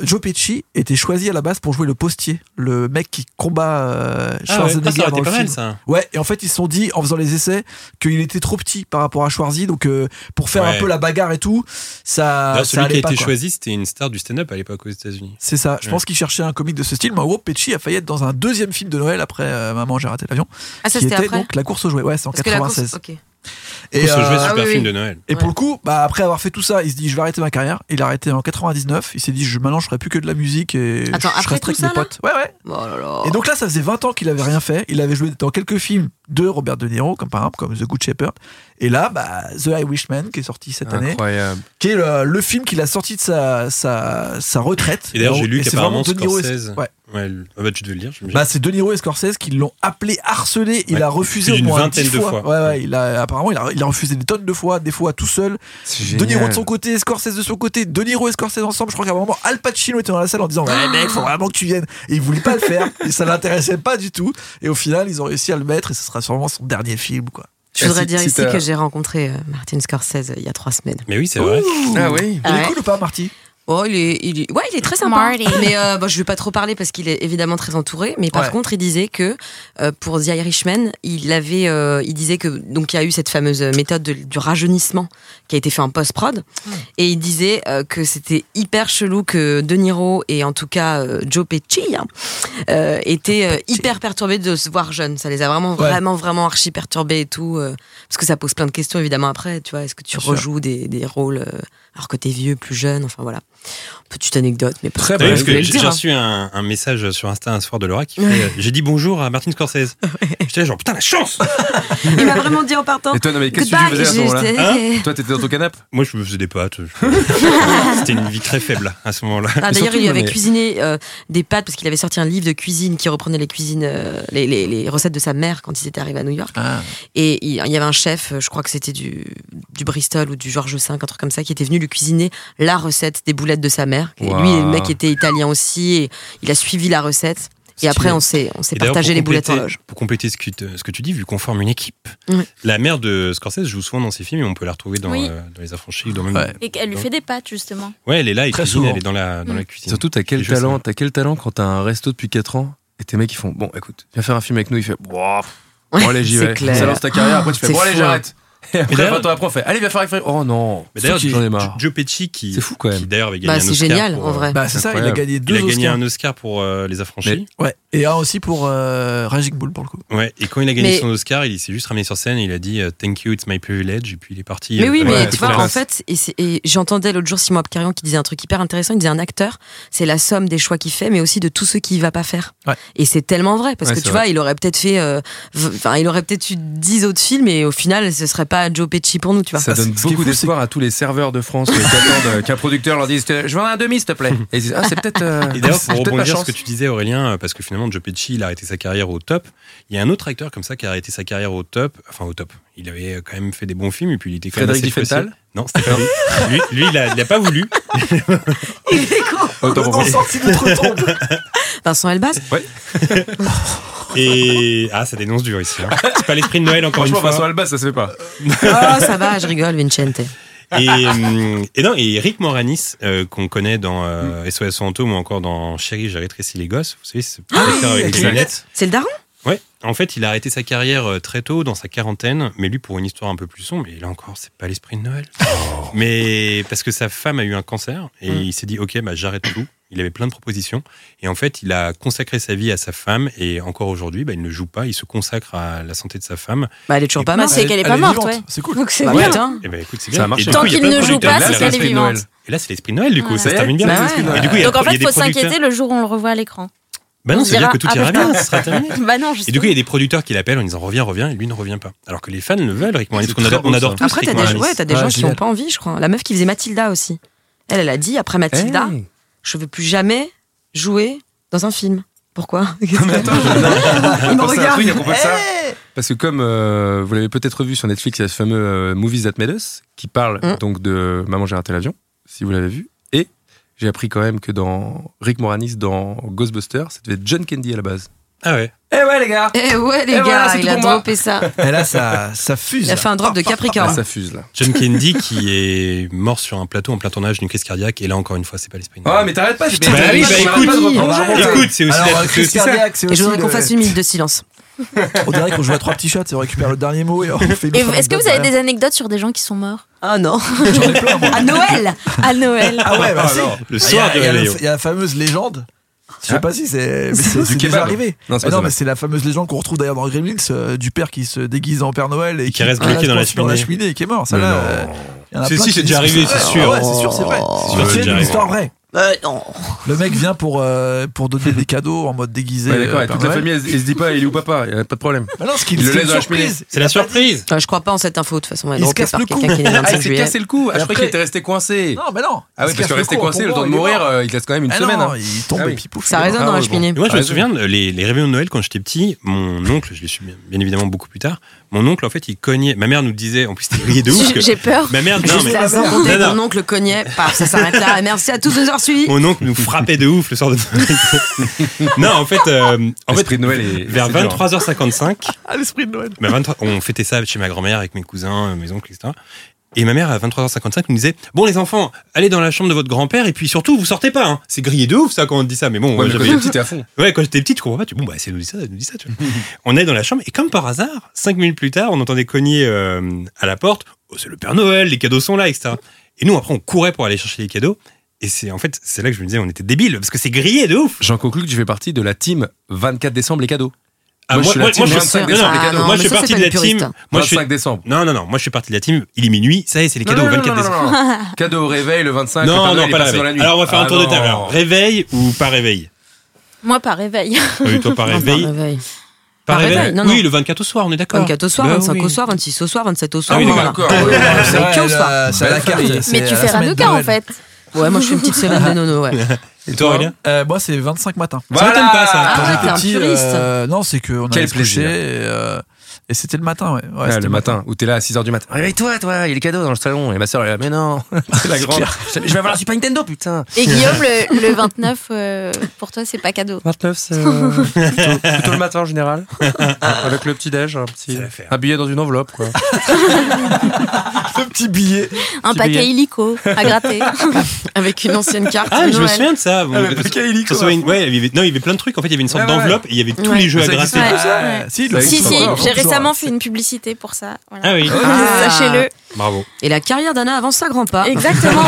S5: Joe Pesci était choisi à la base pour jouer le postier, le mec qui combat euh,
S3: Ah ouais,
S5: Schwarzenegger
S3: ça aurait
S5: dans
S3: été
S5: le
S3: pas
S5: film.
S3: mal, ça.
S5: Ouais, et en fait, ils se sont dit, en faisant les essais, qu'il était trop petit par rapport à Schwarzy. Donc, euh, pour faire
S3: Ouais.
S5: un peu la bagarre et tout, ça.
S3: D'ailleurs,
S5: Ah, ça
S3: celui
S5: allait
S3: qui a
S5: pas,
S3: été
S5: quoi.
S3: choisi, c'était une star du stand-up à l'époque aux États-Unis.
S5: C'est ça. Je
S3: Ouais.
S5: pense qu'ils cherchaient un comique de ce style. Mais en gros, Pesci a failli être dans un deuxième film de Noël après euh, Maman, j'ai raté l'avion.
S6: Ah, ça
S5: qui
S6: c'était
S5: était
S6: après
S5: donc La course aux jouets. Ouais, c'est en
S6: Parce que la course.
S5: 96.
S6: ok.
S5: Et,
S3: Pour ce
S5: euh,
S3: jouet
S6: ah
S3: super
S6: oui,
S3: film
S6: oui.
S3: de Noël.
S5: Et pour
S6: Ouais.
S5: le coup, bah, après avoir fait tout ça, il se dit je vais arrêter ma carrière. Il a arrêté en 99. Il s'est dit je, maintenant je ferai plus que de la musique et
S6: Attends,
S5: je
S6: après
S5: resterai
S6: tout
S5: avec mes
S6: ça, là
S5: potes. Ouais, ouais.
S6: Oh là là.
S5: Et donc là, ça faisait 20 ans qu'il avait rien fait. Il avait joué dans quelques films de Robert De Niro, comme par exemple comme The Good Shepherd. Et là, bah, The High Wishman qui est sorti cette année,
S4: Incroyable.
S5: qui est le, le film qu'il a sorti de sa, sa, sa retraite.
S3: Et d'ailleurs, j'ai lu
S5: c'est
S3: qu'apparemment,
S5: vraiment De Niro et-
S3: Scorsese.
S5: ouais.
S3: Ouais, le- ah bah, tu devais le dire, j'imagine.
S5: Bah, c'est De Niro et Scorsese qui l'ont appelé harcelé. Il
S3: Ouais,
S5: a refusé
S3: plus
S5: au
S3: d'une
S5: moins
S3: vingtaine
S5: 10
S3: de fois.
S5: Ouais, ouais, il a, apparemment, il a, il a refusé des tonnes de fois, des fois tout seul.
S4: C'est
S5: De
S4: génial.
S5: Niro de son côté, Scorsese de son côté, De Niro et Scorsese ensemble. Je crois qu'à un moment, Al Pacino était dans la salle en disant
S7: Ah.
S5: Ouais, mec, faut vraiment que tu viennes. Et il voulait pas le faire. et ça l'intéressait pas du tout. Et au final, ils ont réussi à le mettre. Et ce sera sûrement son dernier film, quoi.
S6: Je voudrais
S4: si-
S6: dire
S4: si
S6: ici
S4: t'as-
S6: que j'ai rencontré euh, Martin Scorsese euh, il y a trois semaines.
S3: Mais oui, c'est vrai.
S4: Ah oui.
S5: Il est
S6: Ouais.
S5: cool ou pas, Marty
S6: Oh, il est, il est- ouais, il est très sympa.
S7: Marty.
S6: Mais euh, bon, je vais pas trop parler parce qu'il est évidemment très entouré. Mais par
S4: Ouais.
S6: contre, il disait que euh, pour The Irishman, il avait, euh, il disait que donc il y a eu cette fameuse méthode de- du rajeunissement qui a été fait en post prod, et il disait euh, que c'était hyper chelou que De Niro et en tout cas euh, Joe Pesci hein, euh, étaient euh, hyper perturbés de se voir jeunes. Ça les a vraiment,
S5: Ouais.
S6: vraiment, vraiment archi perturbés et tout, euh, parce que ça pose plein de questions évidemment après. Tu vois, est-ce que tu
S5: Bien sûr.
S6: rejoues des, des rôles euh, alors que t'es vieux, plus jeune, enfin voilà. Petite anecdote, mais
S4: Très
S3: T'as
S5: bah,
S4: bonne
S3: vu,
S4: Ouais,
S3: parce
S4: je
S6: voulais
S3: que
S6: le
S3: j'ai
S6: dire,
S3: j'ai
S6: hein.
S3: reçu un, un message sur Insta un soir de Laura qui fait euh, J'ai dit bonjour à Martin Scorsese. J'étais là, genre putain, la chance
S6: Il m'a vraiment dit en partant.
S4: Et toi, non, mais qu'est-ce que tu
S6: goodbye,
S4: faisais à ce moment-là
S6: j'étais-
S3: Hein
S4: Toi, t'étais dans ton canapé
S3: Moi, je me faisais des pâtes. je- C'était une vie très faible à ce moment-là.
S6: Ah,
S4: Mais
S6: D'ailleurs,
S4: surtout,
S6: il lui avait
S4: mais-
S6: cuisiné euh, des pâtes parce qu'il avait sorti un livre de cuisine qui reprenait les cuisines, euh, les, les- les recettes de sa mère quand il était arrivé à New York.
S5: Ah.
S6: Et il, il y avait un chef, euh, je crois que c'était du, du Bristol ou du George V, un truc comme ça, qui était venu lui cuisiner la recette des boulettes de sa mère. Et
S4: Waouh.
S6: Lui, le mec était italien aussi, et il a suivi la recette. Et
S3: Stylé.
S6: après, on s'est on s'est
S3: Et d'ailleurs,
S6: partagé
S3: pour
S6: les boulettes en
S3: compléter-
S6: loge.
S3: Pour compléter ce que, tu- ce que tu dis, vu qu'on forme une équipe,
S6: Ouais.
S3: la mère de Scorsese joue souvent dans ses films et on peut la retrouver dans,
S7: Oui.
S3: euh, dans Les Affranchis. Dans même...
S5: Ouais.
S3: ouais.
S7: Et qu'elle lui fait Mm. des pâtes, justement.
S3: elle est là, et
S5: Très
S3: cuisine,
S5: souvent.
S3: elle est dans la, dans la cuisine.
S4: Surtout, t'as quel
S3: Quelque chose,
S4: talent,
S3: ça.
S4: t'as quel talent quand t'as un resto depuis 4 ans et tes mecs ils font bon écoute viens faire un film avec nous il fait bon bon, allez j'y
S6: C'est
S4: vais
S6: clair.
S4: ça lance ta carrière après tu
S6: C'est
S4: fais bon allez
S6: fou, hein.
S4: j'arrête et après
S3: d'ailleurs-
S4: 20 ans après on fait allez viens faire avec oh non
S3: Mais d'ailleurs,
S4: j'en ai marre
S3: Joe- Joe Pesci, qui,
S4: C'est fou, quand même.
S3: qui d'ailleurs avait gagné
S6: Bah,
S3: un
S6: c'est
S3: Oscar
S6: génial,
S3: pour,
S6: en
S3: euh,
S6: vrai.
S5: Bah, c'est ça, il a
S4: Incroyable.
S5: gagné
S3: Il
S5: deux
S3: a gagné
S5: Oscars.
S3: un Oscar pour euh, Les Affranchis.
S5: Ouais, et un aussi pour euh, Raging Bull pour le coup.
S3: Ouais, et quand il a gagné
S6: Mais-
S3: son Oscar, il s'est juste ramené sur scène, il a dit euh, Thank you, it's my privilege, et puis il est parti.
S6: Mais
S3: euh,
S6: oui,
S3: faire
S6: mais
S3: la-
S6: tu
S3: faire
S6: vois,
S3: la-
S6: en fait, et, c'est- et j'entendais l'autre jour Simon Abkarian qui disait un truc hyper intéressant. Il disait un acteur, c'est la somme des choix qu'il fait, mais aussi de tout ce qu'il va pas faire.
S5: Ouais.
S6: Et c'est tellement vrai parce
S4: Ouais,
S6: que
S4: c'est
S6: tu
S4: vrai.
S6: vois, il aurait peut-être fait, euh, v- enfin, il aurait peut-être eu 10 autres films et au final, ce serait pas Joe Pesci pour nous, tu vois.
S4: ça
S5: Ça,
S4: donne
S5: c'est- ce qui est
S4: beaucoup
S5: fou,
S4: d'espoir à tous les serveurs de France euh, qui attendent euh, qu'un producteur leur dise je veux un demi s'il te plaît et ils disent ah c'est peut-être euh,
S3: Et d'ailleurs,
S4: c'est
S3: pour
S4: peut-être ma
S3: rebondir sur ce
S4: chance
S3: que tu disais, Aurélien, euh, parce que finalement, Joe Pesci, il a arrêté sa carrière au top. Il y a un autre acteur comme ça qui a arrêté sa carrière au top. Enfin, au top. Il avait euh, quand même fait des bons films, et puis il était quand même
S4: Frédéric
S3: assez
S4: Diffenthal
S3: précieux. Non, c'était pas lui. lui. Lui, il a, il a pas voulu.
S4: Autant pour moi.
S6: Vincent Elbaz,
S3: Et. Ah, ça dénonce dur ici. hein. C'est pas l'esprit de Noël, encore une
S4: franchement Vincent
S3: fois.
S4: Alba ça se fait pas
S6: oh ça va, je rigole, Vincente.
S3: Et, hum, et non, et Rick Moranis, euh, qu'on connaît dans
S4: Mm.
S3: euh, SOS Fantôme ou encore dans Chérie, j'ai rétréci les gosses. Vous savez, c'est
S4: Ah
S3: acteur avec les lunettes.
S6: C'est le daron
S3: Ouais, en fait, il a arrêté sa carrière euh, très tôt, dans sa quarantaine, mais lui, pour une histoire un peu plus sombre, et là encore, c'est pas l'esprit de Noël.
S7: Oh.
S3: Mais parce que sa femme a eu un cancer, et
S7: Mm.
S3: il s'est dit, ok, bah, j'arrête tout. Il avait plein de propositions, et en fait, il a consacré sa vie à sa femme, et encore aujourd'hui, bah, il ne joue pas, il se consacre à la santé de sa femme.
S6: Bah, elle est toujours pas
S7: Non,
S6: mal.
S7: Ah, c'est qu'elle est
S5: Elle
S7: pas
S5: est
S7: morte,
S5: vivante,
S7: ouais.
S5: c'est cool.
S7: Donc c'est
S6: Bah,
S7: bien.
S6: putain.
S3: Et bah, écoute, c'est
S4: Ça
S3: bien.
S4: a marché.
S3: Et du
S7: Tant
S3: coup, il y a
S7: qu'il
S3: plein de
S7: ne joue
S3: producteurs.
S7: pas,
S3: Là,
S7: c'est
S3: là,
S7: qu'elle est
S4: l'esprit de Noël.
S7: vivante.
S3: Et là, c'est l'esprit de Noël, du coup,
S7: Voilà.
S3: ça se
S4: C'est-
S3: termine bien.
S6: c'est
S3: l'esprit de
S6: l'esprit de
S3: Noël.
S6: Noël.
S3: Et du coup, il y a-
S7: Donc en
S3: il y
S7: fait,
S3: a des
S7: faut s'inquiéter
S3: producteurs-
S7: le jour où on le revoit à l'écran.
S3: Bah
S7: on
S3: non,
S7: se
S3: c'est-à-dire
S7: dira,
S3: que tout
S7: ah,
S3: ira
S7: putain.
S3: bien, ça sera terminé.
S7: Bah non,
S3: Et du coup, il y
S7: justement.
S3: a des producteurs qui l'appellent en disant reviens, reviens, et lui ne revient pas. Alors que les fans le veulent, Rick Moranis, parce
S4: C'est
S3: qu'on
S4: très
S3: adore,
S4: beau,
S3: on adore
S4: ça.
S3: tous
S6: Après,
S3: Rick
S6: t'as des,
S3: Moranis.
S6: ouais, t'as des
S5: Ah,
S6: gens qui
S5: génial.
S6: n'ont pas envie, je crois. La meuf qui faisait Mathilda aussi. Elle, elle a dit, après Mathilda,
S4: Hey.
S6: je veux plus jamais jouer dans un film. Pourquoi Eh
S4: Il
S6: me
S4: un truc à
S6: regarde.
S4: propos de ça. Parce que comme euh, vous l'avez peut-être vu sur Netflix, il y a ce fameux euh, Movies That Made Us qui parle
S6: Mm.
S4: donc de Maman j'ai raté l'avion, si vous l'avez vu. Et j'ai appris quand même que dans Rick Moranis dans Ghostbusters, ça devait être John Candy à la base.
S3: Ah ouais.
S4: Eh ouais les gars
S6: Eh ouais, les
S4: Et
S6: gars,
S4: voilà, c'est
S6: il
S4: tout
S6: a
S4: pour moi.
S6: dropé ça.
S5: Et là, ça, ça fuse.
S6: Il a fait un drop de Capricorne.
S4: Là, Ah, ça fuse là.
S3: John Candy qui est mort sur un plateau en plein tournage d'une crise cardiaque, et là encore une fois, c'est pas l'esprit. de
S4: Ah
S3: Noël.
S4: mais t'arrêtes pas,
S3: Bah oui, bah écoute, écoute, c'est aussi la-
S5: Alors,
S3: c'est
S5: crise
S3: aussi ça.
S5: cardiaque, c'est
S6: Et je
S5: aussi
S6: voudrais qu'on
S5: le-
S6: fasse une minute de silence.
S5: On dirait qu'on joue à trois petits shots, et on récupère le dernier mot et on fait une
S7: Et
S5: fin
S7: Est-ce que
S5: de
S7: vous avez
S5: bagarre.
S7: des anecdotes sur des gens qui sont morts
S6: Ah non. à Noël
S7: à Noël
S5: Ah ouais, bah si.
S3: Le
S5: Il y
S3: soir
S5: a-
S3: de
S5: il y, a la-
S3: Réveillon.
S5: il y a la fameuse légende. Je sais
S4: Ah.
S5: pas si c'est mais
S4: Du
S5: c'est- c'est déjà
S4: kebab.
S5: arrivé.
S4: Non, c'est
S5: Mais
S4: pas
S5: non,
S4: ça.
S5: mais c'est la fameuse légende qu'on retrouve d'ailleurs dans Gremlins euh, du père qui se déguise en Père Noël et
S3: qui reste bloqué dans la cheminée.
S5: et qui est mort. Ça là,
S3: non.
S5: euh, il y en a
S3: Si,
S5: plein
S3: si,
S5: qui
S3: c'est
S5: disent
S3: déjà
S5: que
S3: arrivé, c'est sûr.
S5: Ouais, c'est sûr, c'est vrai.
S3: C'est sûr, c'est
S5: C'est
S3: déjà
S5: une
S3: arrivé.
S5: histoire vraie.
S6: Euh, Non.
S5: Le mec vient pour, euh, pour donner des cadeaux en mode déguisé.
S4: Ouais, d'accord,
S5: euh,
S4: et
S5: Père
S4: toute la
S5: Noël.
S4: famille elle, elle se dit pas, il est où papa, il y a pas de problème.
S5: Bah non, ce qu'il
S4: Il le
S5: c'est
S4: laisse
S5: une
S4: dans la
S5: surprise.
S3: C'est la surprise.
S6: Euh, Je crois pas en cette info de toute façon. Elle est
S5: Il se
S6: dropée
S5: casse
S6: par
S5: le cou.
S6: quelqu'un qui est né le
S4: Ah
S6: 25
S4: il s'est
S6: juillet.
S4: cassé le cou, ah, je
S5: Et
S4: croyais
S5: après-
S4: qu'il était resté coincé.
S5: Non, mais non.
S4: Ah oui,
S5: Il se
S4: parce
S5: casse
S4: que rester
S5: cou en
S4: coincé, le
S5: tombant,
S4: temps de
S5: il est
S4: mourir,
S5: mort.
S4: euh, il te laisse quand même une
S5: Ah
S4: semaine.
S5: non,
S4: hein.
S5: Il tombe
S4: Ah oui.
S5: et puis pouf. il
S6: Ça
S5: est
S6: résonne
S5: mort.
S6: dans
S4: Ah
S6: la
S4: ouais,
S6: cheminée.
S3: Et moi, je
S4: Ah,
S3: me
S4: raison.
S3: souviens, de- les, les réveillons de Noël, quand j'étais petit, mon oncle, je l'ai su bien, bien évidemment beaucoup plus tard, mon oncle, en fait, il cognait. Ma mère nous disait, en plus, c'était grillé de ouf.
S7: J'ai-
S3: que-
S7: J'ai peur.
S3: Ma mère, non,
S6: Juste
S3: mais. non,
S6: à sans compter
S3: non.
S6: mon oncle cognait. Paf, ça s'arrête là. Merci à tous de nous avoir suivis.
S3: Mon oncle nous frappait de ouf le soir de Noël. non, en fait, euh, en fait
S4: L'esprit de Noël est-
S3: vers
S4: c'est dur, hein.
S3: 23h55,
S5: Ah, l'esprit de Noël.
S3: bah, 23 on fêtait ça chez ma grand-mère avec mes cousins, euh, mes oncles, etc. Et ma mère, à 23h55, nous disait Bon, les enfants, allez dans la chambre de votre grand-père et puis surtout, vous sortez pas. hein. C'est grillé de ouf, ça, quand on te dit ça. Mais bon,
S4: Ouais,
S3: moi,
S4: mais quand
S3: j'avais-
S4: t'es petit, t'es à fond.
S3: Ouais, quand j'étais petit, tu comprends pas. Tu dis, bon, bah, c'est nous dit ça, elle nous dit ça. Tu vois. on est dans la chambre et comme par hasard, cinq minutes plus tard, on entendait cogner euh, à la porte. Oh, c'est le Père Noël, les cadeaux sont là, etc. Et nous, après, on courait pour aller chercher les cadeaux. Et c'est en fait, c'est là que je me disais, on était débiles parce que c'est grillé de ouf.
S4: J'en conclus que tu fais partie de la team 24 décembre les cadeaux.
S3: Ah,
S4: moi, je suis la team
S3: moi, je
S4: 25
S3: non, non,
S4: décembre les
S6: Ah,
S4: cadeaux.
S6: non,
S3: moi,
S6: mais
S3: je suis
S6: ça, c'est
S3: partie
S6: pas
S3: de la
S6: une puriste,
S3: team.
S6: hein.
S3: Moi, je suis...
S4: 25 décembre.
S3: Non, non, non, moi je suis partie de la team. Il est minuit, ça y est, c'est les
S4: Non,
S3: cadeaux
S4: non, non,
S3: 24
S4: non, non,
S3: décembre.
S4: non. Cadeau au réveil le 25. le Père
S3: Non,
S4: Noël
S3: non,
S4: est
S3: pas la
S4: passé dans la
S3: réveil.
S4: nuit.
S3: Alors, on va faire un
S4: Ah
S3: tour de
S4: non.
S3: table. Alors, réveil ou pas réveil
S7: Moi, par réveil.
S3: Oui, toi, pas
S6: Non, pas
S3: réveil.
S6: réveil.
S3: Pas
S6: réveil,
S3: réveil.
S6: non,
S3: Oui,
S6: non.
S3: le 24 au soir, on est d'accord.
S6: 24 au soir,
S3: Bah
S6: 25 au
S3: oui.
S6: soir, 26 au soir, 27 au
S4: Ah
S6: soir.
S4: oui,
S6: voilà.
S4: d'accord. oui, oui.
S6: C'est que au soir.
S2: C'est à la
S4: Belle
S2: carte.
S4: famille.
S2: c'est
S7: Mais
S2: à
S7: tu
S2: la
S7: fais
S2: semaine de
S7: Hanouka, en
S2: Noël.
S7: fait.
S6: Ouais, moi je fais une petite semaine de nono, ouais.
S3: Et toi, Aurélien
S5: Euh, Moi, c'est 25 matin.
S3: Ça t'aime pas, ça.
S6: Ah ouais,
S5: J'étais
S6: t'es un
S5: petit,
S6: puriste.
S5: euh, non, c'est qu'on allait
S4: hein. Quel
S5: se
S4: plaisir.
S5: coucher et, euh, et c'était le matin, ouais. Ouais,
S4: Ah,
S5: c'était
S4: le matin, où t'es là à 6h du matin. Réveille-toi, Ah, toi, il y a les cadeaux dans le salon. Et ma soeur, elle est là, mais non, c'est la grande. Je vais avoir la Super Nintendo, putain.
S7: Et Guillaume, le, le 29, euh, pour toi, c'est pas cadeau.
S4: 29, c'est euh, plutôt, plutôt le matin en général. Avec le petit-déj, un, petit,
S3: C'est l'affaire.
S4: un billet dans une enveloppe, quoi.
S5: Le petit billet.
S7: Un
S4: Petit
S7: paquet
S4: billet.
S7: illico à gratter.
S6: Avec une ancienne carte.
S3: Ah, mais je me
S6: Noël.
S3: souviens de ça.
S4: le paquet illico,
S3: Ça se voit une- ouais, il y avait- non, il y avait plein de trucs. En fait, il y avait une sorte
S4: Ouais, ouais, ouais.
S3: d'enveloppe et il y avait tous
S6: Ouais.
S3: les jeux à
S4: Ça
S3: gratter.
S4: existe
S7: Ouais.
S5: Ah, Si,
S3: Bah,
S5: le-
S4: Ça
S7: si,
S4: existe
S7: si,
S4: encore, hein.
S7: j'ai
S4: toujours,
S7: récemment fait une publicité pour ça. voilà.
S3: Ah oui,
S6: Ah.
S7: Sachez-le.
S3: bravo.
S6: Et la carrière d'Anna avance à grands pas.
S7: Ah. Exactement.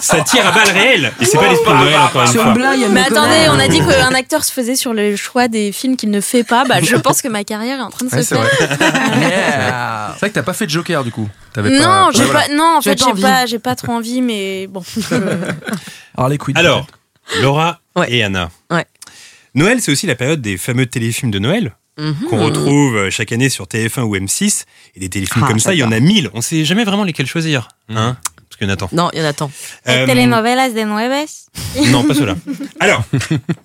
S3: Ça tire à balles réelles. Et c'est pas l'esprit de Noël, encore une
S6: Sur
S3: fois.
S6: une blague, elle
S7: Mais
S6: me
S7: attendez,
S6: connaît.
S7: on Ah, a dit qu'un acteur se faisait sur le choix des films qu'il ne fait pas. Bah, je pense que ma carrière est en train de se
S4: Ouais, c'est
S7: faire.
S4: vrai. C'est
S5: Yeah.
S4: vrai que t'as pas fait de Joker, du coup. T'avais
S7: Non, j'ai
S4: Ouais, voilà.
S7: pas, non, en
S6: Tu as
S7: fait,
S6: pas
S7: j'ai
S6: envie.
S7: pas, j'ai pas trop envie, mais bon. Euh, je-
S5: Harley Quinn.
S3: Alors, Laura
S6: Ouais.
S3: et Anna.
S6: Ouais.
S3: Noël, c'est aussi la période des fameux téléfilms de Noël
S6: Mhm.
S3: qu'on retrouve euh, chaque année sur TF1 ou M6. Et des téléfilms
S6: Ah,
S3: comme ça, il y en a mille. On sait jamais vraiment lesquels choisir. Hein Parce que Nathan.
S6: Non, il y en a tant.
S3: Euh,
S7: Telenovelas de nueves.
S3: Non, pas cela. Alors,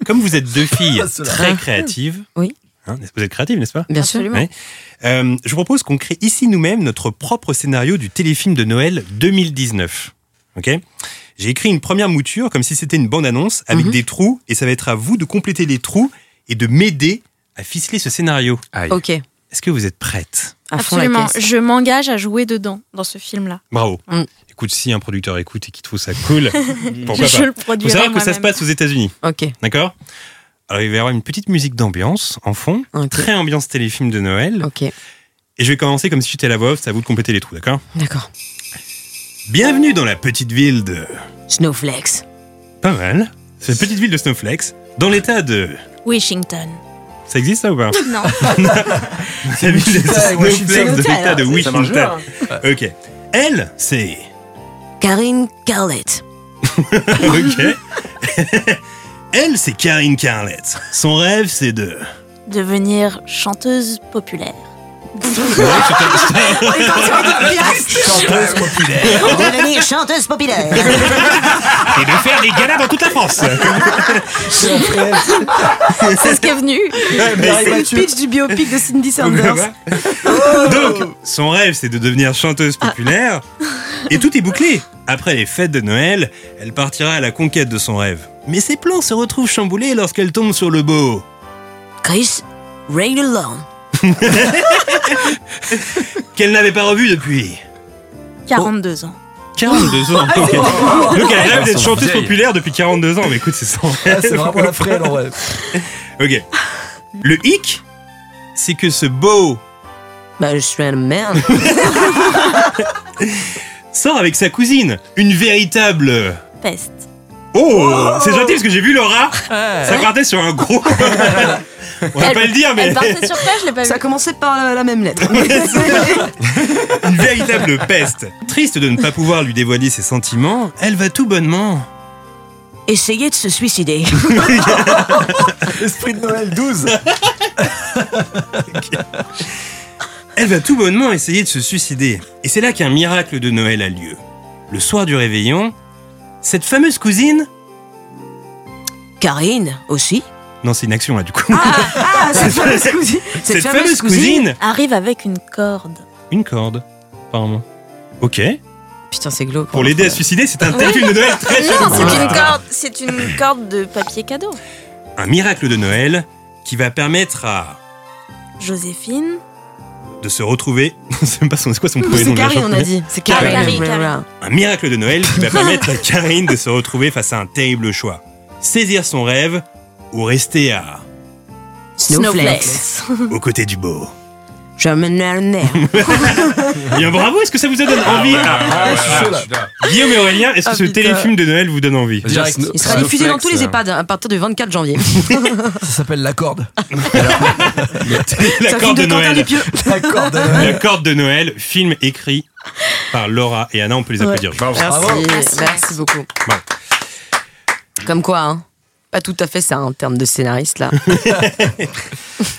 S3: comme vous êtes deux filles très créatives,
S6: Oui.
S3: hein, vous êtes créatives, n'est-ce pas
S6: Bien sûr.
S7: Absolument.
S3: Ouais. Euh, Je vous propose qu'on crée ici nous-mêmes notre propre scénario du téléfilm de Noël 2019. Ok J'ai écrit une première mouture comme si c'était une bande-annonce avec
S7: Mhm.
S3: des trous et ça va être à vous de compléter les trous et de m'aider à ficeler ce scénario.
S4: Aïe.
S6: Ok.
S3: Est-ce que vous êtes prête
S6: À fond la
S7: Absolument.
S6: caisse.
S7: Je m'engage à jouer dedans, dans ce film-là.
S3: Bravo.
S6: Mm.
S3: Écoute, si un producteur écoute et qu'il trouve ça cool,
S4: bah,
S3: pourquoi
S7: je
S3: pas
S7: le
S3: Faut
S7: produirai
S3: savoir que ça
S7: moi-même.
S3: se passe aux États-Unis,
S6: Ok.
S3: d'accord Alors il va y avoir une petite musique d'ambiance en fond,
S6: Ok.
S3: très ambiance téléfilm de Noël.
S6: Ok.
S3: Et je vais commencer comme si j'étais la voix off, c'est à vous de compléter les trous, d'accord
S6: D'accord.
S3: Bienvenue dans la petite ville de.
S6: Snowflakes.
S3: Pas mal. C'est la petite ville de Snowflakes, dans l'état de.
S7: Washington.
S3: Ça existe ça ou pas
S7: Non.
S3: La ville de
S2: Washington,
S3: Snowflakes, de
S6: Washington.
S3: l'état de
S4: Ça marche bien,
S3: Washington.
S4: hein.
S3: Ok. Elle, c'est.
S6: Karine Carlett.
S3: Ok. Elle, c'est Karine Carlette. Son rêve, c'est de.
S7: Devenir chanteuse populaire.
S3: Ah,
S2: Chanteuse populaire.
S9: Devenir chanteuse populaire.
S3: Et de faire des galas dans toute la France
S7: C'est ce qui est venu.
S6: C'est le pitch du biopic de Cindy Sanders.
S3: Donc, son rêve, c'est de devenir chanteuse populaire. Et tout est bouclé. Après les fêtes de Noël, elle partira à la conquête de son rêve. Mais ses plans se retrouvent chamboulés lorsqu'elle tombe sur le beau.
S6: Chris Ray Lawn.
S3: Qu'elle n'avait pas revu depuis
S7: 42 ans.
S3: 42 ans. Donc elle rêve
S4: Elles
S3: d'être
S4: sont
S3: chanteuse
S4: vieilles.
S3: populaire depuis 42 ans. Mais écoute, c'est son rêve.
S2: C'est vraiment la frêle en vrai.
S3: Ok. Le hic, c'est que ce beau
S6: Bah, je suis un merde.
S3: sort avec sa cousine. Une véritable...
S7: Peste.
S3: Oh, C'est gentil parce que j'ai vu Laura. Ça partait sur un gros... On va
S7: Elle-
S3: pas le dire, mais...
S7: Elle partait sur quoi Je l'ai pas
S6: Ça
S7: vu.
S6: commençait par la, la même lettre.
S3: Une véritable peste. Triste de ne pas pouvoir lui dévoiler ses sentiments, elle va tout bonnement.
S6: Essayez de se suicider.
S2: Esprit de Noël 12.
S3: Elle va tout bonnement essayer de se suicider. Et c'est là qu'un miracle de Noël a lieu. Le soir du réveillon, cette fameuse cousine.
S6: Karine aussi.
S3: Non, c'est une action là du coup.
S6: Ah, cette fameuse cousine.
S3: cette fameuse cousine.
S7: Arrive avec une corde.
S3: Une corde, apparemment. Ok.
S6: Putain, c'est glauque. hein.
S3: Pour l'aider à se suicider, c'est un téléfilm de Noël très
S7: Non,
S3: chelou.
S7: c'est une corde, c'est une corde de papier cadeau.
S3: Un miracle de Noël qui va permettre à
S7: Joséphine,
S3: de se retrouver. C'est même pas son, c'est quoi son premier nom
S6: C'est
S3: de la
S6: Carrie, on a
S3: chanteuse
S6: dit. C'est
S7: Ah,
S6: Carrie.
S7: Carrie,
S6: Ouais,
S7: Carrie.
S6: voilà.
S3: un miracle de Noël qui va permettre à Karine de se retrouver face à un terrible choix. Saisir son rêve ou rester à
S6: Snowflakes.
S3: aux côtés du beau.
S6: Je m'en ai un air.
S3: Eh Bien bravo, est-ce que ça vous donne envie Ah,
S4: Ah, je suis là.
S3: Guillaume et Aurélien, est-ce que
S7: Ah,
S3: ce
S7: putain.
S3: téléfilm de Noël vous donne envie
S5: Direct.
S4: Snow-
S6: Il sera diffusé dans tous
S4: Snowflakes,
S6: les
S4: euh,
S6: EHPAD hein, à partir du 24 janvier.
S5: Ça s'appelle la corde.
S3: La
S6: C'est un film
S3: corde de Noël.
S6: Dupieux.
S5: La corde.
S3: La corde de Noël, film écrit par Laura et Anna, on peut les applaudir.
S4: Bah,
S6: Merci,
S7: Merci,
S6: merci beaucoup.
S3: Bon.
S6: Comme quoi, hein, pas tout à fait ça en termes de scénariste là.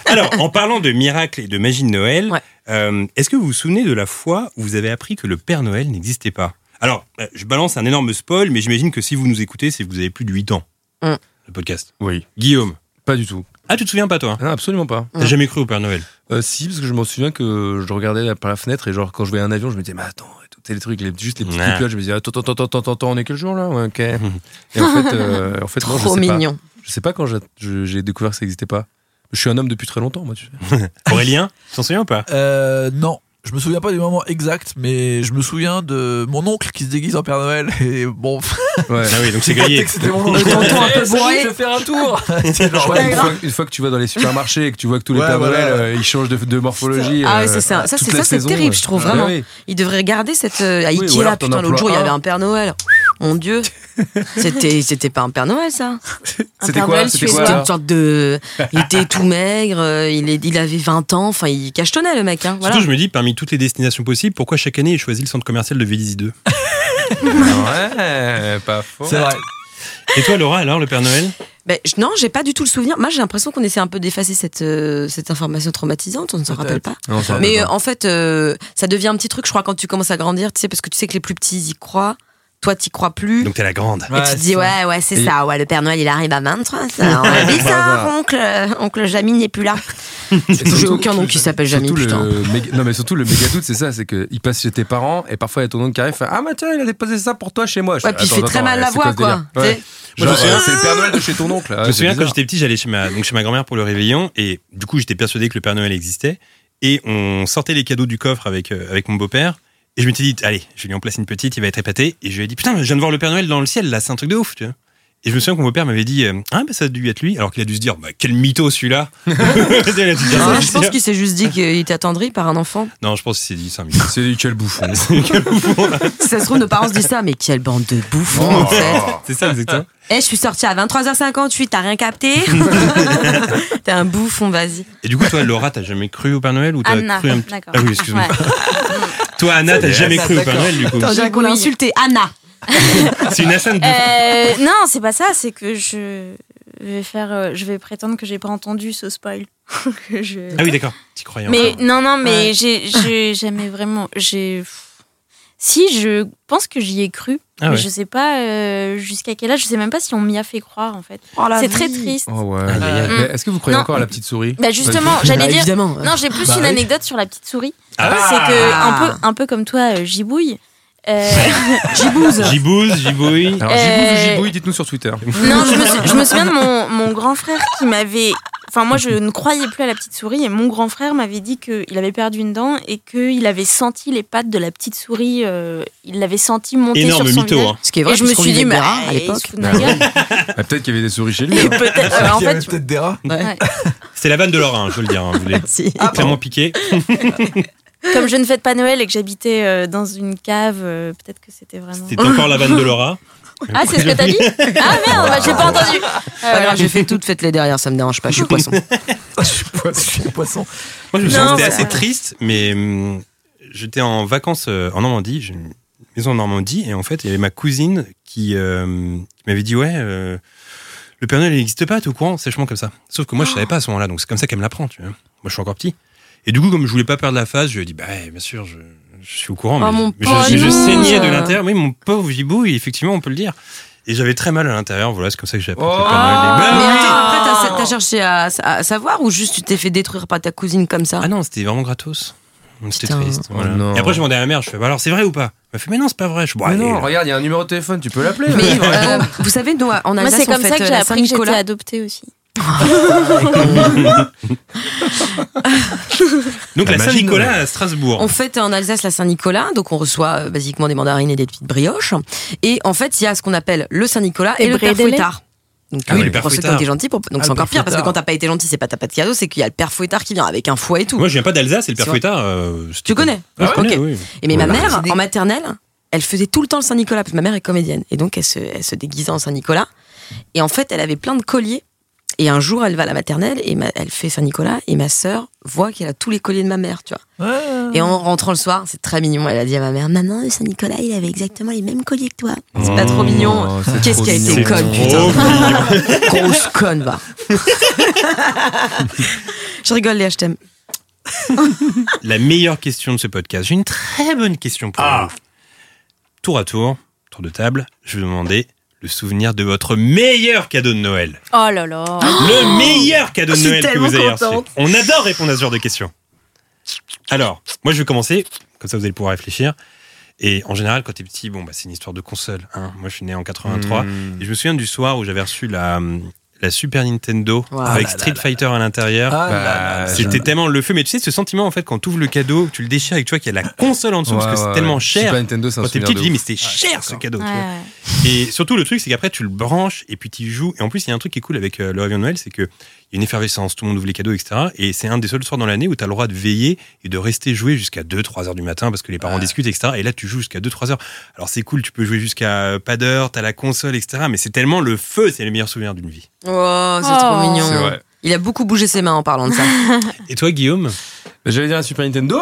S3: Alors, en parlant de miracles et de magie de Noël,
S6: Ouais.
S3: euh, est-ce que vous vous souvenez de la fois où vous avez appris que le Père Noël n'existait pas Alors, euh, je balance un énorme spoil, mais j'imagine que si vous nous écoutez, c'est que vous avez plus de 8 ans.
S6: Hum.
S3: Le podcast.
S4: Oui,
S3: Guillaume.
S4: pas du tout.
S3: Ah, tu te souviens pas, toi
S4: Non, absolument pas.
S3: T'as jamais cru au Père Noël
S4: Euh, si, parce que je m'en souviens que je regardais là par la fenêtre et genre quand je voyais un avion, je me disais, mais attends, tout les trucs, les- juste les petites
S3: Ouais.
S4: pipioles, je me disais, attends, attends, attends, attends, attends, on est quel jour là Ouais, Ok. Et en fait, euh, en fait non, je
S6: Trop
S4: sais
S6: mignon.
S4: pas. Je sais pas quand j'ai- je- j'ai découvert que ça n'existait pas. Je suis un homme depuis très longtemps, moi, tu sais.
S3: Aurélien, tu t'en souviens ou pas
S5: Euh, non. Je me souviens pas du moment exact, mais je me souviens de mon oncle qui se déguise en Père Noël. Et bon,
S4: Ouais.
S3: Ah oui, donc c'est grillé.
S5: c'était mon oncle.
S6: Et tonton un peu
S5: Eh, ça y est,
S6: bourré.
S5: Je vais faire un tour.
S4: Je crois qu'une fois- une fois que tu vas dans les supermarchés et que tu vois que tous les
S5: Ouais,
S4: Pères
S5: voilà.
S4: Noël, euh, ils changent de, de morphologie.
S6: Ah
S4: euh,
S6: ouais, c'est ça. Ça,
S4: toute
S6: c'est
S4: la
S6: ça, c'est
S4: saison,
S6: terrible,
S4: ouais. Ah
S6: je trouve,
S4: Ouais,
S6: vraiment.
S4: ouais.
S6: Il devrait regarder cette euh, à
S4: Oui, ou
S6: Ikea,
S4: alors Ah. t'en
S6: putain, l'autre jour il y
S4: emploies
S6: avait
S4: un.
S6: un Père Noël. Mon dieu. C'était c'était pas un Père Noël ça.
S4: C'était
S7: Père
S4: quoi
S7: Noël
S4: C'était
S6: C'était une
S4: quoi
S6: sorte de il était tout maigre, euh, il, est- il avait 20 ans, enfin il cachetonnait le mec hein, voilà.
S3: Surtout, je me dis, parmi toutes les destinations possibles, pourquoi chaque année il choisit le centre commercial de Vélizy 2
S4: Ah Ouais, pas faux.
S5: C'est vrai.
S3: Et toi, Laura, alors, le Père Noël
S6: Ben, je- non, j'ai pas du tout le souvenir. Moi, j'ai l'impression qu'on essaie un peu d'effacer cette, euh, cette information traumatisante. On ne s'en rappelle pas.
S4: Non, ça va
S6: Mais
S4: pas.
S6: euh, en fait, euh, ça devient un petit truc, je crois, quand tu commences à grandir, tu sais, parce que tu sais que les plus petits ils y croient. Toi, t'y crois plus.
S3: Donc t'es la grande.
S6: et tu te dis, ouais, ouais, c'est
S4: Et- Bah,
S6: ça. Ouais, le Père Noël, il arrive à 23. Ça, ouais, bizarre, oncle. euh, Oncle Jamy n'est plus là.
S4: Et
S6: J'ai
S4: surtout-
S6: aucun nom qui s'appelle Jamy,
S4: surtout le
S6: putain.
S4: méga- non mais surtout le méga doute c'est ça, c'est qu'il passe chez tes parents et parfois il y a ton oncle qui arrive, fait, ah bah tiens il a déposé ça pour toi chez moi. Je
S6: Ouais,
S4: fais,
S6: puis il
S4: attends,
S6: fait
S4: attends,
S6: très mal la
S4: c'est ce
S6: voix, quoi.
S4: délire Ouais.
S6: tu sais.
S3: Moi, je me
S4: Genre,
S3: souviens-
S4: euh, c'est le Père Noël de chez ton oncle.
S3: Je me souviens quand j'étais petit, j'allais chez ma, donc chez ma grand-mère pour le réveillon, et du coup, j'étais persuadé que le Père Noël existait, et on sortait les cadeaux du coffre avec, euh, avec mon beau-père, et je m'étais dit, allez, je vais lui en place une petite, il va être épaté, et je lui ai dit, putain, je viens de voir le Père Noël dans le ciel, là, c'est un truc de ouf, tu vois. Et je me souviens que mon beau-père m'avait dit, euh, ah, bah ça a dû être lui, alors qu'il a dû se dire, bah quel mytho celui-là. Il a dû se dire ça,
S4: Ah,
S6: Ouais,
S3: il a dû
S6: Ah, je
S3: se
S6: pense
S3: dire-
S6: qu'il s'est juste dit qu'il était attendri par un enfant.
S3: Non, je pense qu'il s'est dit, c'est un mytho.
S4: C'est du quel bouffon.
S6: Si ça se trouve, nos parents se disent ça, mais quelle bande de bouffons,
S4: Oh.
S6: en fait.
S3: C'est ça, exactement.
S6: Eh, je suis sortie à 23h58, t'as rien capté T'es un bouffon, vas-y.
S3: Et du coup, toi, Laura, t'as jamais cru au Père Noël ou t'as
S7: Anna,
S3: cru un petit-
S7: d'accord.
S3: Ah oui, excuse-moi.
S7: Ouais.
S3: Toi, Anna, t'as jamais cru au Père Noël, du coup.
S6: J'ai qu'on l'a insulté, Anna.
S3: C'est une assane de
S7: Euh, non, c'est pas ça, c'est que je vais faire, euh, je vais prétendre que j'ai pas entendu ce spoil. Que je-
S3: Ah oui, d'accord. T'y croyais
S7: mais
S3: encore.
S7: non, non, mais
S6: Ouais.
S7: j'ai, j'ai jamais vraiment, j'ai. Si, je pense que j'y ai cru,
S3: Ah
S7: mais
S3: ouais.
S7: je sais pas euh, jusqu'à quel âge, je sais même pas si on m'y a fait croire en fait. c'est très triste.
S4: Oh ouais.
S3: Aïe, aïe, aïe.
S4: Mais est-ce que vous croyez
S7: Non.
S4: encore à la petite souris
S7: Bah justement, j'allais
S6: Mm. Bah,
S7: dire.
S6: Évidemment.
S7: Non, j'ai plus
S5: Bah
S7: une
S5: oui.
S7: anecdote sur la petite souris.
S3: Ah.
S7: C'est que
S6: Ah.
S7: un peu, un peu comme toi, euh, Gibouille. Euh,
S6: Jibouze.
S3: Gibouze, gibouille.
S4: Alors gibouze
S7: Euh,
S4: ou gibouille, dites-nous sur Twitter.
S7: non, je me, sou- je me souviens de mon, mon grand frère qui m'avait. Enfin, moi, je ne croyais plus à la petite souris et mon grand frère m'avait dit qu'il avait perdu une dent et qu'il avait senti les pattes de la petite souris. euh, il l'avait senti monter
S3: Énorme
S7: sur son
S3: mytho.
S7: visage.
S3: hein.
S6: Ce qui est
S7: Et
S6: vrai,
S7: je me suis dit, mais
S6: mais
S7: euh,
S6: à
S7: il se
S6: l'époque.
S7: fout de ma gueule.
S4: Ah, peut-être qu'il y avait des souris chez lui.
S7: Et peut-être. euh, en
S5: Il y avait
S7: fait,
S5: peut-être des rats.
S7: Ah,
S3: C'était la vanne de Laura, hein, je veux le dire. hein, vous l'avez
S6: Si.
S3: clairement piqué.
S7: Ah, comme je ne fête pas Noël et que j'habitais euh, dans une cave, euh, peut-être que c'était vraiment.
S3: C'était encore la vanne de Laura.
S7: Ah, c'est ce que t'as dit Ah merde, bah, j'ai pas entendu. Ah. Euh,
S6: Alors, j'ai fait toutes faites les derrière, ça me dérange pas, je suis poisson.
S5: Je suis un poisson.
S3: Moi, je me souviens
S7: Non,
S3: que c'était
S7: ouais.
S3: assez triste, mais hum, j'étais en vacances euh, en Normandie. J'ai une maison en Normandie. Et en fait, il y avait ma cousine qui, euh, qui m'avait dit Ouais, euh, le Père Noël il n'existe pas, t'es au courant, sèchement comme ça. Sauf que moi, je savais pas à ce moment-là. Donc, c'est comme ça qu'elle me l'apprend, tu vois. Moi, je suis encore petit. Et du coup, comme je voulais pas perdre la face, je lui ai dit Bah, ouais, bien sûr, je. je suis au courant,
S6: Oh,
S3: mais,
S6: mon
S3: mais
S6: pauvre
S3: je, mais je
S6: Gibou.
S3: saignais de l'intérieur. Oui, mon pauvre gibouille, effectivement, on peut le dire. Et j'avais très mal à l'intérieur. Voilà, c'est comme ça que j'ai appris. que le Père Noël est- Bah,
S6: Oh, Mais
S3: oui.
S6: attends, après, t'as- t'as cherché à, à savoir ou juste tu t'es fait détruire par ta cousine comme ça
S3: Ah non, c'était vraiment gratos. C'était
S6: Putain.
S3: triste. voilà.
S4: Oh non.
S3: et après, j'ai demandé à ma mère, je fais, bah alors c'est vrai ou pas Elle m'a fait, mais non, c'est pas vrai. Je fais, bon,
S4: Mais
S3: allez,
S4: non,
S3: Bah, là.
S4: regarde, il y a un numéro de téléphone, tu peux l'appeler.
S6: Mais euh, vous savez, nous, en
S7: Moi,
S6: Alsace,
S7: c'est
S6: on
S7: comme ça
S6: fête
S7: que
S6: euh,
S7: j'ai
S6: la
S7: appris que j'étais
S6: Saint-Nicolas.
S7: adoptée aussi.
S3: Donc la
S2: Imagine,
S3: Saint-Nicolas à Strasbourg.
S6: On fête en Alsace la Saint-Nicolas, donc on reçoit euh, basiquement des mandarines et des petites brioches. Et en fait, il y a ce qu'on appelle le Saint-Nicolas et,
S7: Et
S6: le père
S7: Brédélé.
S6: fouettard. Donc
S3: Ah
S6: oui,
S3: oui, le
S6: pour
S3: père
S6: ceux qui ont
S3: fouettard.
S6: été gentils, pour- donc
S5: Ah,
S6: c'est
S5: le
S6: encore
S5: père
S6: pire parce que
S5: fouettard.
S6: quand t'as pas été gentil, c'est pas t'as pas de cadeau, c'est qu'il y a le père fouettard qui vient avec un fouet et tout.
S3: Moi, je viens pas d'Alsace et le père
S6: Tu vois.
S3: Fouettard. euh, c'était-
S6: Tu connais
S3: Ah, je
S6: Ok.
S3: connais, oui.
S6: Et mais ma
S3: Voilà.
S6: mère, en maternelle, elle faisait tout le temps le Saint-Nicolas, parce que ma mère est comédienne. Et donc, elle se, elle se déguisait en Saint-Nicolas. Et en fait, elle avait plein de colliers. Et un jour, elle va à la maternelle et ma- elle fait Saint-Nicolas. Et ma sœur voit qu'elle a tous les colliers de ma mère, tu vois.
S5: Ah,
S6: Et en rentrant le soir, c'est très mignon, elle a dit à ma mère Maman, le Saint-Nicolas, il avait exactement les mêmes colliers que toi. C'est pas trop mignon.
S4: Oh, c'est
S6: Qu'est-ce
S4: trop
S6: qui a été
S4: mignon.
S6: conne,
S3: C'est Oh,
S6: putain.
S3: trop mignon.
S6: Grosse conne, va. Je rigole, les HTM.
S3: La meilleure question de ce podcast. J'ai une très bonne question pour
S4: Ah.
S3: vous. Tour à tour, tour de table, je vais vous demander le souvenir de votre meilleur cadeau de Noël.
S7: Oh là là.
S3: le meilleur cadeau de
S6: Je suis
S3: Noël que
S6: tellement
S3: vous ayez reçu.
S6: contente.
S3: On adore répondre à ce genre de questions. Alors, moi je vais commencer, comme ça vous allez pouvoir réfléchir. Et en général, quand t'es petit, bon, bah, c'est une histoire de console. hein. Moi je suis né en 83. Et je me souviens du soir où j'avais reçu la, la Super Nintendo
S6: Wow.
S3: avec
S5: Ah là
S3: Street Fighter à l'intérieur.
S5: Ah là là.
S4: Bah,
S3: C'était tellement le feu, mais tu sais, ce sentiment en fait, quand tu ouvres le cadeau, tu le déchires et tu vois qu'il y a la console en dessous parce que c'est tellement cher.
S4: Super Nintendo, c'est un
S3: Quand t'es
S4: souvenir
S3: petit, tu
S4: de
S3: dis,
S4: ouf.
S3: mais c'était cher ce cadeau. tu
S7: Ouais,
S3: vois.
S7: ouais.
S3: Et surtout, le truc, c'est qu'après, tu le branches et puis tu y joues. Et en plus, il y a un truc qui est cool avec euh, le réveillon de Noël, c'est qu'il y a une effervescence, tout le monde ouvre les cadeaux, etc. Et c'est un des seuls soirs dans l'année où tu as le droit de veiller et de rester jouer jusqu'à 2-3 heures du matin parce que les parents discutent, etc. Et là, tu joues jusqu'à 2-3 heures. Alors, c'est cool, tu peux jouer jusqu'à euh, pas d'heure, t'as la console, etc. Mais c'est tellement le feu, c'est le meilleur souvenir d'une vie.
S6: Oh, c'est
S7: Oh.
S6: trop mignon.
S4: C'est vrai.
S6: Il a beaucoup bougé ses mains en parlant de ça.
S3: Et toi, Guillaume
S4: Bah, J'allais dire la Super Nintendo,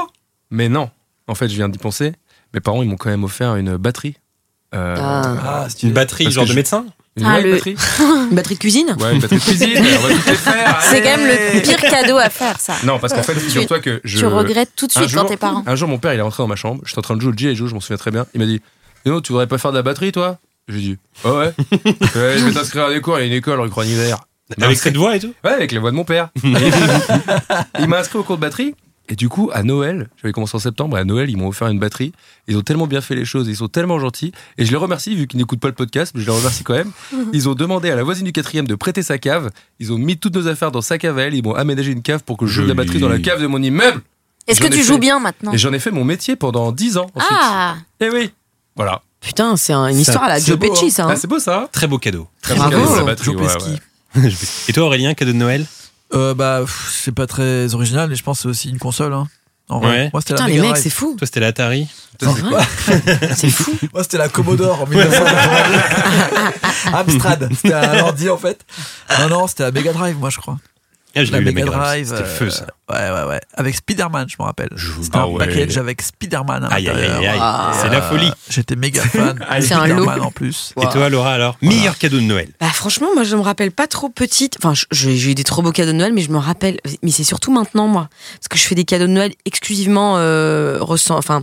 S4: mais non. En fait, je viens d'y penser. Mes parents, ils m'ont quand même offert une batterie. Euh,
S6: Ah.
S5: Ah,
S3: C'est une batterie,
S4: Parce
S3: genre
S4: que
S3: de
S4: je-
S3: médecin
S4: Une
S7: Ah,
S4: vraie
S7: le-
S4: batterie
S6: Une batterie de cuisine
S4: Ouais, une batterie de cuisine. on va toutes les faire.
S7: C'est
S4: allez.
S7: quand même le pire cadeau à faire, ça.
S4: Non, parce qu'en fait, figure-toi que je.
S7: Tu regrettes tout de
S4: un
S7: suite
S4: jour,
S7: quand t'es parent.
S4: Un jour, mon père, il est rentré dans ma chambre. J'étais en train de jouer au G.I. Joe, je m'en souviens très bien. Il m'a dit Dis donc, tu voudrais pas faire de la batterie, toi J'ai dit Ah ouais. Ouais, Je vais t'inscrire à des cours, il y a une école, rue Croix-Hiver.
S3: Avec cette voix et tout
S4: Ouais, avec la voix de mon père. il m'a inscrit au cours de batterie. Et du coup, à Noël, j'avais commencé en septembre, et à Noël, ils m'ont offert une batterie. Ils ont tellement bien fait les choses, ils sont tellement gentils. Et je les remercie, vu qu'ils n'écoutent pas le podcast, mais je les remercie quand même. Ils ont demandé à la voisine du quatrième de prêter sa cave. Ils ont mis toutes nos affaires dans sa cave à elle. Ils m'ont aménagé une cave pour que je joue de la
S3: Joli.
S4: batterie dans la cave de mon immeuble.
S7: Est-ce
S4: J'en
S7: que
S4: ai
S7: tu
S4: fait.
S7: joues bien maintenant
S4: Et j'en ai fait mon métier pendant 10 ans ensuite.
S7: Ah
S4: Et oui. Voilà.
S6: Putain, c'est un- une
S3: Ça-
S6: histoire à la
S5: c'est
S6: Joe
S5: beau,
S6: Pesci, ça. hein.
S4: Ah, c'est beau ça.
S3: Très beau cadeau.
S4: Très
S6: Bravo.
S4: bien, la
S6: Joe
S4: batterie, ouais,
S5: Pesci.
S4: ouais.
S3: et toi, Aurélien, cadeau de Noël
S5: Euh, bah, pff, c'est pas très original, mais je pense que c'est aussi une console. hein. En vrai,
S3: Ouais.
S5: moi c'était la
S6: Putain, les
S5: Mega
S6: mecs,
S5: Drive.
S6: c'est fou.
S3: Toi, c'était l'Atari
S6: C'est fou.
S5: Moi, c'était la Commodore en 1990. Amstrad. C'était un ordi, en fait. Non, non, c'était la Mega Drive, moi, je crois.
S3: Ah, j'ai
S5: La
S3: eu le
S5: Mega
S3: Mega
S5: Drive.
S3: C'était le
S5: euh,
S3: feu, ça.
S5: Ouais, ouais, ouais. Avec Spider-Man, je me rappelle.
S3: Je vous-
S5: C'était
S3: Ah
S5: un
S3: ouais.
S5: package avec Spider-Man à
S3: Aïe, aïe,
S5: l'intérieur.
S3: aïe, aïe.
S6: Ah.
S3: C'est la folie.
S5: Euh, J'étais méga fan. de
S6: C'est un lot.
S5: Spider-Man en plus.
S3: Et toi, Laura, alors Meilleur cadeau de Noël.
S6: Bah franchement, moi je me rappelle pas trop petite. Enfin, je- j'ai j'ai eu des trop beaux cadeaux de Noël, mais je me rappelle. Mais c'est surtout maintenant moi, parce que je fais des cadeaux de Noël exclusivement euh, ressent, enfin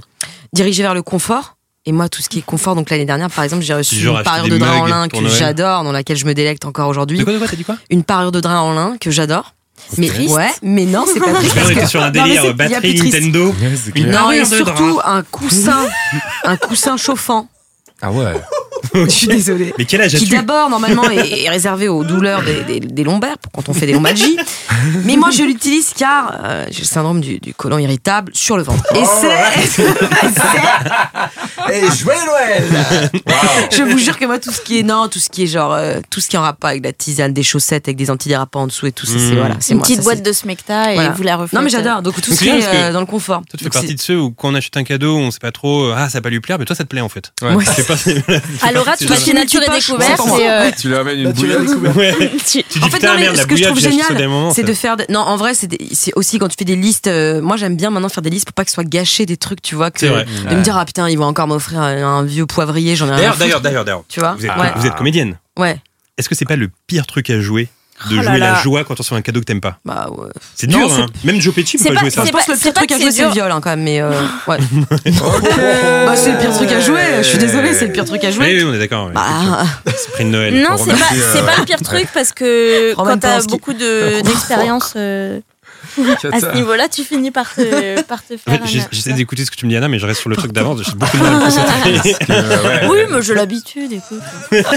S6: dirigés vers le confort. Et moi, tout ce qui est confort. Donc l'année dernière, par exemple, j'ai
S3: Tu
S6: reçu
S3: leur as
S6: une
S3: acheté
S6: parure
S3: des
S6: de drap en
S3: mugs
S6: lin
S3: pour
S6: que
S3: Noël
S6: j'adore, dans laquelle je me délecte encore aujourd'hui.
S3: de quoi, t'as dit quoi
S6: Une parure de drap en lin que j'adore. Mais
S7: triste.
S6: ouais, mais non, c'est pas
S3: Mon
S6: triste.
S3: père
S6: parce
S3: était
S6: que-
S3: sur un
S6: Non, mais
S3: délire
S6: c'est- il y a
S3: batterie
S6: plus triste.
S3: Nintendo. Une
S6: Non, et
S3: armure de
S6: surtout
S3: drap.
S6: un coussin, un coussin chauffant.
S4: Ah ouais.
S6: Je suis désolée.
S3: Mais quel âge
S6: qui
S3: as-tu
S6: d'abord normalement est, est réservé aux douleurs des, des- des lombaires pour quand on fait des lombalgies. Mais moi je l'utilise car euh, j'ai le syndrome du, du colon irritable sur le ventre.
S3: Oh,
S6: Et c'est,
S5: Et joyeux Noël
S6: je vous jure que moi tout ce qui est non, tout ce qui est genre euh, tout ce qui est en rapport avec la tisane, des chaussettes avec des antidérapants en dessous et tout ça, c'est
S3: Mmh.
S6: voilà, c'est
S7: Une
S6: moi,
S7: petite
S6: ça,
S7: boîte
S6: c'est-
S7: de smecta et
S6: Voilà.
S7: vous la refaites.
S6: Non mais j'adore. Donc tout
S3: Donc,
S6: ce qui
S3: c'est
S6: est
S3: bien parce que
S6: euh, dans le confort.
S3: Toi, tu fais
S6: Donc,
S3: partie
S6: c'est-
S3: de ceux où quand on achète un cadeau, on sait pas trop, ah, ça va pas lui plaire, mais toi, ça te plaît en fait.
S4: Ouais.
S6: Ouais.
S3: C'est pas-
S7: À Laura, Euh, tout
S6: Toi,
S7: ce
S6: tu
S7: qui est
S6: n'es
S7: nature et
S6: pas, je
S7: découverte,
S6: pense.
S7: c'est. euh,
S4: Tu lui ramènes une
S5: Là, tu
S4: bouillonne.
S5: l'as découvert.
S3: Ouais.
S7: tu-
S3: Tu dis
S6: En fait,
S3: putain,
S6: non, mais
S3: merde, la
S6: ce que je
S3: bouillotte,
S6: trouve
S3: j'ai acheté ça au dernier
S6: génial,
S3: moment.
S6: c'est
S3: ça.
S6: de faire. des- Non, en vrai, c'est des- c'est aussi quand tu fais des listes. euh, moi, j'aime bien maintenant faire des listes pour pas que ce soit gâché des trucs, tu vois, que
S3: C'est vrai.
S6: de me dire ah putain, ils vont encore m'offrir un, un vieux poivrier, j'en ai rien.
S3: D'ailleurs,
S6: à
S3: d'ailleurs,
S6: foutre.
S3: d'ailleurs, d'ailleurs.
S6: Tu vois
S3: Vous êtes,
S6: Ouais.
S3: vous êtes comédienne.
S6: Ouais.
S3: Est-ce que c'est pas le pire truc à jouer de
S7: Oh là
S3: jouer la
S7: là.
S3: joie quand on reçoit un cadeau que t'aimes pas
S6: Bah ouais.
S3: C'est
S6: Non,
S3: dur, hein. Même Joe Pesci peut
S7: C'est
S3: pas
S7: pas-
S3: jouer ça.
S7: c'est
S6: Je pense que le
S7: c'est
S6: pire
S7: pas
S6: truc
S7: que
S6: à
S7: c'est
S6: jouer, c'est
S7: dur.
S6: le viol hein, quand même, mais euh, ouais.
S3: Oh.
S6: Bah, c'est le pire truc à jouer, je suis désolée, c'est le pire truc à
S3: Oui, oui,
S6: jouer.
S3: on est d'accord. oui.
S6: Bah,
S3: Esprit de Noël.
S7: Non, c'est pas,
S4: remercie, euh,
S7: c'est pas le pire truc parce que
S6: Prends
S7: quand
S6: même pas un
S7: t'as
S6: ski.
S7: beaucoup de- d'expérience euh, à ce niveau-là, tu finis par te, par te
S3: En
S7: faire.
S3: fait,
S7: un-
S3: j'ai- J'essaie d'écouter ce que tu me dis, Anna, mais je reste sur le truc d'avance. J'ai beaucoup de mal à me concentrer.
S7: Oui, mais j'ai l'habitude, écoute.